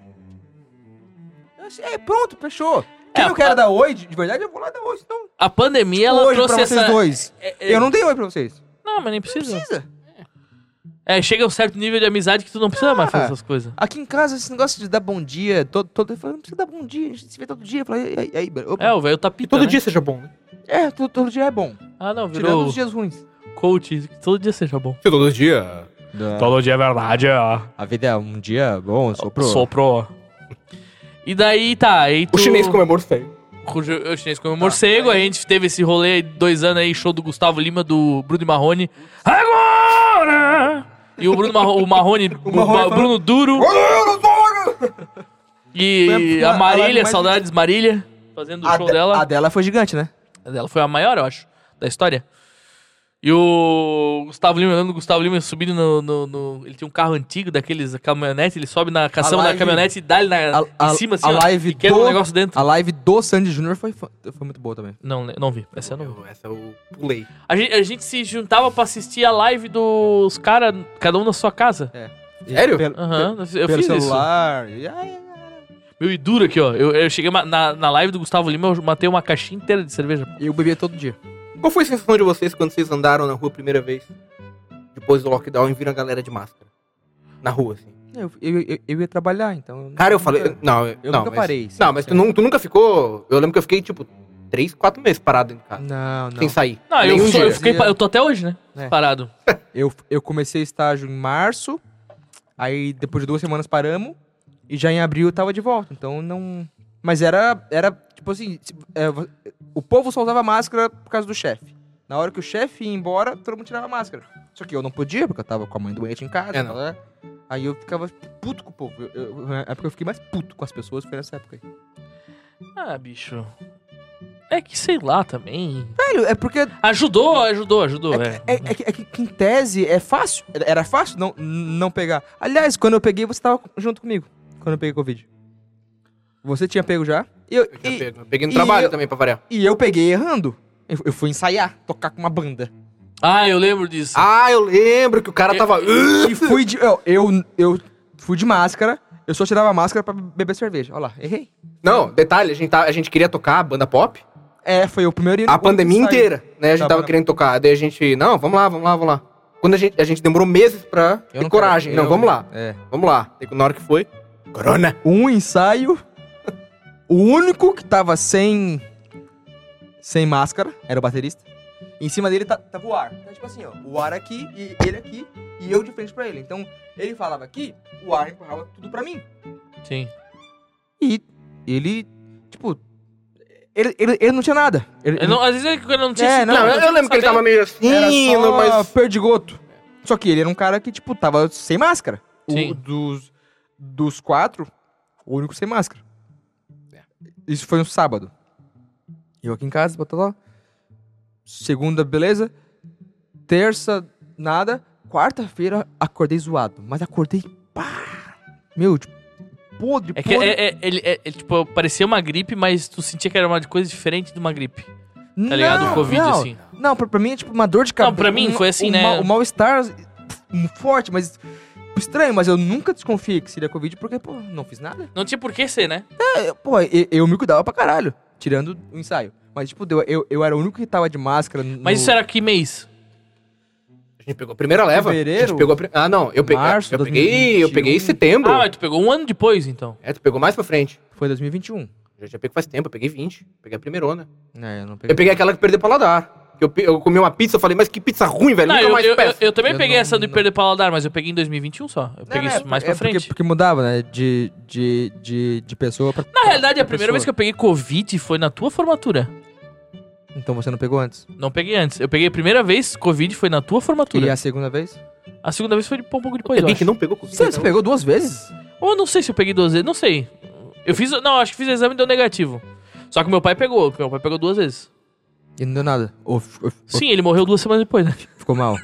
S4: Eu achei- É, pronto, fechou. Quem
S3: É,
S4: não quer
S3: a-
S4: dar oi, de de verdade, eu vou lá dar oi. Então,
S3: A pandemia, ela
S4: oi pra
S3: trouxe
S4: vocês
S3: essa.
S4: dois.
S3: é- é-
S4: Eu não dei oi pra vocês.
S3: Não, mas nem
S4: Não
S3: precisa.
S4: precisa.
S3: É, chega um certo nível de amizade que tu não precisa mais fazer
S4: Ah.
S3: essas coisas.
S4: Aqui em casa, esse negócio de dar bom dia, todo, todo eu falo, não precisa dar bom dia, a gente se vê todo dia. Eu falo, e aí, e aí, bro? Opa.
S3: É, o velho tá
S2: Que
S3: pita,
S2: todo
S3: né?
S2: dia seja bom, né?
S4: é, todo, todo dia é bom.
S3: Ah, não,
S4: Tirando
S3: virou
S4: os dias ruins.
S3: coach. Todo dia seja bom.
S2: Que Tipo, todo dia.
S4: Da-
S3: Todo dia é verdade, ó.
S4: A vida é um dia bom, soprou.
S3: Soprou. E daí, tá, e
S2: O
S3: tu-
S2: chinês comeu morto feio.
S3: O ju- o chinês comeu morcego, a gente teve esse rolê aí de dois anos aí, show do Gustavo Lima, do Bruno Marrone. Agora! E o Bruno Mar o Marrone, o
S2: Marrone
S3: Ba- Bruno Duro. E
S4: Foi a-
S3: a
S4: a live
S3: Marília,
S4: mais-
S3: saudades Marília, fazendo o
S4: A,
S3: show
S4: de-
S3: dela.
S4: a dela foi gigante, né?
S3: A dela foi a maior, eu acho, da história. E o Gustavo Lima, eu lembro do Gustavo Lima subindo no, no- no- Ele tinha um carro antigo daqueles da caminhonete, ele sobe na caçamba da
S4: live-
S3: caminhonete e dá ele na,
S4: A- a-
S3: em cima, assim,
S4: a
S3: ó,
S4: live
S3: e quebra o
S4: do-
S3: negócio dentro.
S4: A live do Sandy Júnior foi, fa- foi muito boa também.
S3: Não, não vi. Essa eu não vi.
S2: Essa eu pulei.
S3: A gente, a gente se juntava pra assistir a live dos caras, cada um na sua casa.
S2: Sério?
S4: Pelo,
S3: Aham,
S4: pe-
S3: eu
S4: pelo
S3: fiz isso.
S4: celular. E aí,
S3: Meu, e duro aqui, ó. Eu, eu cheguei ma- na, na live do Gustavo Lima, eu matei uma caixinha inteira de cerveja.
S4: eu bebia todo dia.
S2: Qual foi a sensação de vocês quando vocês andaram na rua a primeira vez? Depois do lockdown e viram a galera de máscara. Na rua, assim.
S4: Eu, eu, eu, eu ia trabalhar, então.
S2: Cara, eu
S4: nunca-
S2: falei. Não, eu
S4: Eu
S2: não,
S4: nunca
S2: mas-
S4: parei.
S2: Não, mas tu, não, tu nunca ficou. Eu lembro que eu fiquei, tipo, três, quatro meses parado dentro de casa.
S4: Não, não.
S2: Sem sair.
S3: Não, eu,
S2: Nenhum
S3: sou- assim. eu
S2: dia.
S3: fiquei. pa- Eu tô até hoje, né?
S4: É.
S3: Parado.
S4: Eu, eu comecei estágio em março, aí depois de duas semanas paramos, e já em abril eu tava de volta, então não... Mas era, era tipo assim, se- é, vo- o povo só usava máscara por causa do chefe. Na hora que o chefe ia embora, todo mundo tirava máscara. Só que eu não podia, porque eu tava com a mãe doente em casa.
S2: É, não.
S4: né? Aí eu ficava puto com o povo. Eu, eu, na época eu fiquei mais puto com as pessoas, foi nessa época aí.
S3: Ah, bicho. É que sei lá também.
S4: Velho, é porque
S3: Ajudou, ajudou, ajudou. É,
S4: É, é que, é que- que em tese é fácil. Era fácil não, não pegar. Aliás, quando eu peguei, você tava junto comigo. Quando eu peguei Covid. Você tinha pego já? E eu,
S2: Eu tinha
S4: e-
S2: pego. Eu peguei no
S4: e
S2: trabalho
S4: eu-
S2: também, pra variar.
S4: e eu peguei errando. Eu, eu fui ensaiar, tocar com uma banda.
S3: Ah, eu lembro disso.
S2: Ah, eu lembro que o cara
S3: Eu-
S2: tava.
S4: E fui de. Eu, eu, eu fui de máscara. Eu só tirava a máscara pra beber cerveja. Olha lá, errei.
S2: Não, detalhe, a gente, tá- a gente queria tocar a banda pop
S4: É, foi o primeiro e
S2: a
S4: único
S2: pandemia
S4: ensaio.
S2: inteira, né? A gente
S4: Tá
S2: tava
S4: bom.
S2: querendo tocar. Daí a gente, não, vamos lá, vamos lá, vamos lá. Quando a gente, a gente demorou meses pra
S4: Eu
S2: ter
S4: não
S2: coragem.
S4: quero-
S2: Não,
S4: eu-
S2: vamos lá,
S4: É.
S2: vamos lá. Daí na hora que foi, Corona.
S4: um ensaio. O único que tava sem. sem máscara era o baterista. Em cima dele ta- tava o ar. Então, tipo assim, ó, o ar aqui e ele aqui e eu de frente pra ele. Então, ele falava aqui, o ar empurrava tudo pra mim.
S3: Sim.
S4: E ele, tipo. Ele, ele, ele não tinha nada. Ele,
S3: Eu não- às vezes é que eu não tinha
S4: É,
S3: esse-
S2: Não, eu, eu lembro que ele tava meio assim,
S4: era só
S2: mas.
S4: perdigoto. Só que ele era um cara que, tipo, tava sem máscara. O-
S3: Sim.
S4: dos, dos quatro, o único sem máscara.
S3: É.
S4: Isso foi um sábado. Eu aqui em casa, batalha. Segunda, beleza. Terça, nada. Quarta-feira, acordei zoado. Mas acordei, pá! Meu, tipo, podre,
S3: É que
S4: podre.
S3: é, é- ele, é- ele, tipo, parecia uma gripe, mas tu sentia que era uma coisa diferente de uma gripe.
S4: Tá
S3: ligado? O Covid, assim.
S4: Não, pra, pra mim é tipo uma dor de
S3: Não,
S4: cabeça.
S3: pra mim
S4: um-
S3: foi assim,
S4: um
S3: né?
S4: mal- O mal-estar um forte, mas. Estranho, mas eu nunca desconfiei que seria Covid, porque, pô, não fiz nada.
S3: Não tinha por que ser, né?
S4: É, pô, eu, eu me cuidava pra caralho, tirando o ensaio. Mas, tipo, deu- eu, eu era o único que tava de máscara. No...
S3: Mas isso era que mês?
S2: A gente pegou a primeira leva. A
S4: Fevereiro?
S2: gente pegou a pri- Ah, não, eu peguei.
S4: Março,
S2: eu peguei. Eu
S4: 2021.
S2: peguei em setembro.
S3: Ah, mas tu pegou um ano depois, então.
S2: É, tu pegou mais pra frente.
S4: Foi 2021.
S2: Eu já tinha pego faz tempo, eu peguei 20. Peguei a primeirona.
S4: É, eu não
S2: Eu
S4: peguei.
S2: peguei aquela que perdeu o paladar. Que Eu, pe- eu comi uma pizza, eu falei, mas que pizza ruim,
S4: É,
S2: velho.
S3: Não,
S2: nunca
S3: eu,
S2: mais
S3: eu, eu,
S2: peço.
S3: eu também
S4: Eu
S3: peguei
S4: não-
S3: essa do
S4: não-
S3: perder paladar, mas eu peguei em 2021 só. Eu peguei
S4: Não,
S3: isso
S4: não,
S3: mais
S4: é
S3: pra
S4: porque-
S3: frente.
S4: Porque mudava, né? De, de, de, de pessoa pra.
S3: Na realidade, a primeira vez que eu peguei Covid foi na tua formatura.
S4: eu. Então você não pegou antes?
S3: Não peguei antes. Eu peguei a primeira vez Covid foi na tua
S4: E
S3: formatura.
S4: a
S3: A...
S4: segunda vez?
S3: segunda vez foi um pouco depois,
S2: Tem
S3: eu
S2: alguém que
S3: acho.
S2: não pegou Covid?
S4: Você, você pegou duas vezes?
S3: Ou eu não sei se eu peguei duas vezes, não sei. Eu fiz... Não, acho que fiz o exame e deu negativo. Só que meu pai pegou. Meu pai pegou duas vezes.
S4: E não deu nada. Ou, ou- ou
S3: Sim, ele morreu duas semanas depois, né?
S4: ficou mal.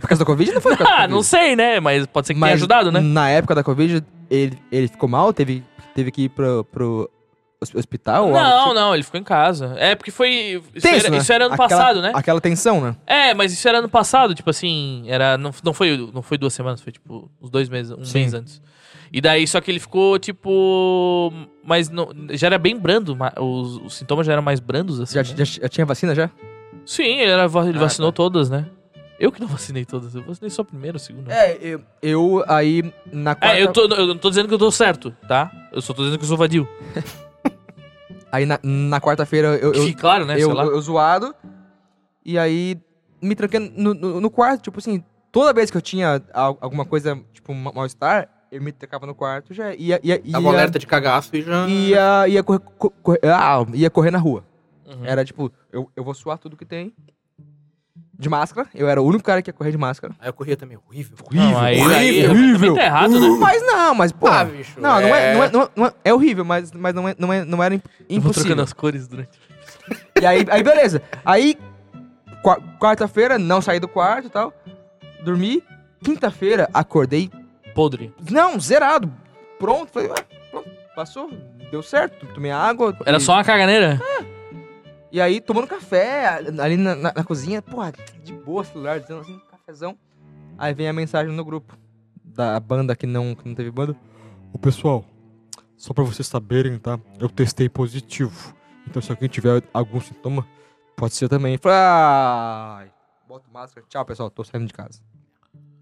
S4: Por causa da Covid não foi por causa da
S3: Ah,
S4: Covid.
S3: não sei, né? Mas pode ser que tenha ajudado, né?
S4: Na época da Covid, ele, ele ficou mal? Teve, teve que ir pro, pro hos- hospital? ou algo do
S3: Não,
S4: tipo?
S3: não, ele ficou em casa. É, porque foi. Isso,
S4: Tenso,
S3: era,
S4: né?
S3: isso era ano
S4: Aquela-
S3: passado, né?
S4: Aquela tensão, né?
S3: É, mas isso era ano passado, tipo assim, era. Não, não, foi, não foi duas semanas, foi tipo uns dois meses, um
S4: Sim.
S3: mês antes. E daí, só que ele ficou, tipo. Mas não, já era bem brando, ma- os, os sintomas já eram mais brandos, assim.
S4: Já,
S3: né?
S4: já, já tinha vacina já?
S3: Sim, ele, era, va- ele
S4: Ah,
S3: vacinou todas, né? Eu que não vacinei todas, eu vacinei só a primeira, a segunda.
S4: É, tá. eu, eu aí na quarta,
S3: É, eu, tô, eu não tô dizendo que eu tô certo, tá? Eu só tô dizendo que eu sou vadio.
S4: aí na, na quarta-feira eu, eu,
S3: Que, claro, né?
S4: eu,
S3: sei lá.
S4: eu zoado. E aí me tranquei no, no, no quarto, tipo assim, Toda vez que eu tinha al- alguma coisa, tipo, um mal-estar, eu me tacava no quarto já ia. ia, ia
S2: Tava um alerta de cagaço e já.
S4: ia, ia, correr, co- correr- ah, ia correr na rua.
S3: Uhum.
S4: Era tipo, eu, eu vou suar tudo que tem. De máscara. Eu era o único cara que ia correr de máscara.
S2: Aí eu corria também, horrível.
S3: Não, aí, aí,
S2: horrível,
S3: aí também tá errado, né?
S4: Mas não, mas pô.
S2: Ah, bicho,
S4: não, não é, não é, não é, não é, é horrível, mas, mas não, é, não, é, não era imp-
S3: Eu vou trocando
S4: impossível.
S3: as cores durante.
S4: E aí, aí beleza. Aí, qua- quarta-feira, não saí do quarto e tal. Dormi. Quinta-feira, acordei.
S3: Podre.
S4: Não, zerado. Pronto. Falei, ah, pronto, passou. Deu certo. Tomei água.
S3: Era
S4: e-
S3: só uma caganeira?
S4: É. E aí, tomando café ali na, na- na cozinha, porra, de boa, celular, dizendo assim, cafezão. Aí vem a mensagem no grupo da banda que não, que não teve banda.
S6: Ô pessoal, só pra vocês saberem, tá? Eu testei positivo. Então se alguém tiver algum sintoma,
S4: Pode ser também. Falei, ai, bota máscara, tchau pessoal, tô saindo de casa.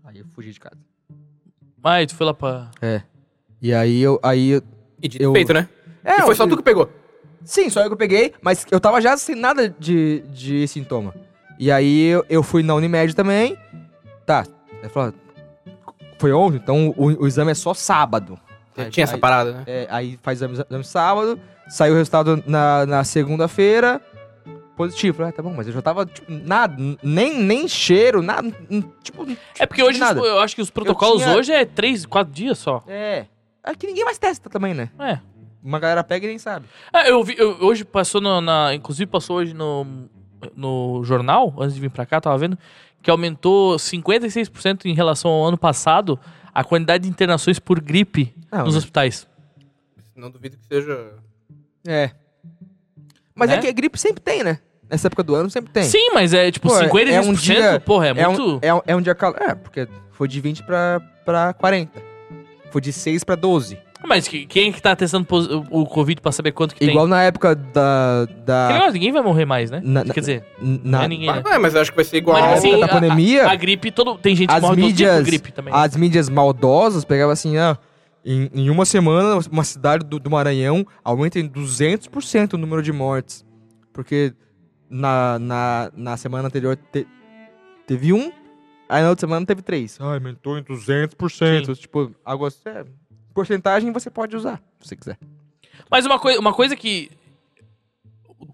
S4: Aí eu fugi de casa.
S3: Ai, tu foi lá pra.
S4: É. E aí eu. Aí eu
S2: E de
S4: Eu-
S2: feito, né?
S4: é,
S2: e foi só
S4: eu-
S2: tu que pegou.
S4: Sim, só eu que eu peguei, mas eu tava já sem nada de, de sintoma. E aí eu, eu fui na Unimed também. Tá, aí falou, foi ontem, então o, o exame é só sábado. Aí-
S2: Tinha essa
S4: aí-
S2: parada, né?
S4: É, aí faz exame, exame sábado, saiu o resultado na, na segunda-feira, positivo. Ah, tá bom, mas eu já tava, tipo, nada, n- nem, nem cheiro, nada, n- tipo...
S3: É porque hoje
S4: nada.
S3: os- eu acho que os protocolos
S4: tinha-
S3: hoje é 3, 4 dias só.
S4: É, é que ninguém mais testa também, né?
S3: É.
S4: Uma galera pega e nem sabe.
S3: Ah, eu vi, eu- hoje passou no- na. Inclusive passou hoje no, no jornal, antes de vir pra cá, tava vendo, que aumentou 56% em relação ao ano passado a quantidade de internações por gripe
S4: Não,
S3: nos
S4: né?
S3: hospitais.
S2: Não duvido que seja.
S4: É. Mas
S3: Né?
S4: é que a gripe sempre tem, né? Nessa época do ano sempre tem.
S3: Sim, mas é tipo
S4: Pô, é-
S3: 56%,
S4: é um dia-
S3: porra, é,
S4: É
S3: muito.
S4: um, é, um, é um dia calor. É, porque foi de 20 pra, pra 40. Foi de 6 pra 12.
S3: Ah, Mas que- quem é que tá testando pos- o o Covid pra saber quanto que
S4: Igual na época da...
S3: tem? Que
S4: da
S3: negócio, ninguém vai morrer mais, né?
S4: Ah. Na- na-
S3: Quer dizer,
S4: na,
S3: não é ninguém, né?
S2: Ah, mas eu acho que vai ser igual.
S3: Mas, assim,
S4: época da
S3: a-
S4: pandemia-
S3: A, gripe, todo, tem gente que
S4: As
S3: morre todo dia
S4: mídias-
S3: por gripe também.
S4: As mídias maldosas pegavam assim, ah, em, em uma semana, uma cidade do, do Maranhão aumenta em 200% o número de mortes. Porque na, na, na semana anterior te- teve um, aí na outra semana teve três.
S3: Ah,
S6: ai, aumentou em 200%.
S4: Então, tipo, algo assim, é, porcentagem você pode usar, se você quiser.
S3: Mas uma, coi uma coisa que,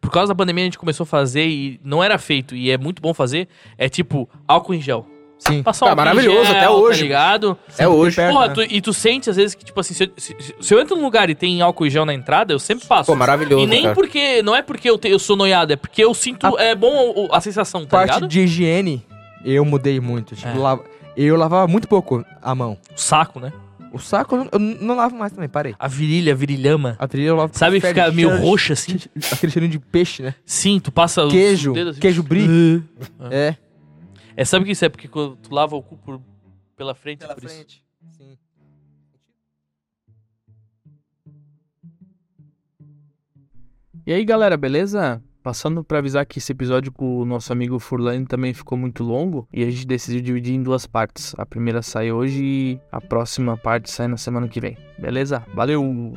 S3: por causa da pandemia, a gente começou a fazer e não era feito, e é muito bom fazer, é tipo álcool em gel.
S4: Sim.
S3: Passar
S2: Tá
S3: álcool em
S2: maravilhoso
S3: gel,
S2: até hoje.
S3: Tá ligado?
S2: É hoje.
S4: Perto,
S3: Porra,
S4: né?
S3: tu- e tu sente às vezes que, tipo assim, se eu, se- se- se eu entro num lugar e tem álcool em gel na entrada, eu sempre passo.
S2: Pô, maravilhoso.
S3: e nem
S2: cara.
S3: porque. Não é porque eu, te- eu sou noiado, é porque eu sinto. É bom o- a sensação, tá
S4: Parte
S3: ligado?
S4: de higiene, eu mudei muito. Tipo,
S3: É.
S4: lava- eu lavava muito pouco a mão.
S3: O saco, né?
S4: O saco eu não, eu não lavo mais também, parei.
S3: A virilha, a virilhama.
S4: A trilha eu lavo
S3: Sabe que
S4: Fede,
S3: fica meio
S4: cheiro-
S3: roxa assim?
S4: Aquele cheirinho de peixe, né?
S3: Sim, tu passa os
S4: Queijo,
S3: dedos assim.
S4: queijo brie. É.
S3: É, sabe o que isso é? Porque quando tu lava o cu por, pela frente, por isso.
S4: Sim.
S7: E aí, galera, beleza? Passando pra avisar que esse episódio com o nosso amigo Furlane também ficou muito longo e a gente decidiu dividir em duas partes. A primeira sai hoje e a próxima parte sai na semana que vem. Beleza? Valeu!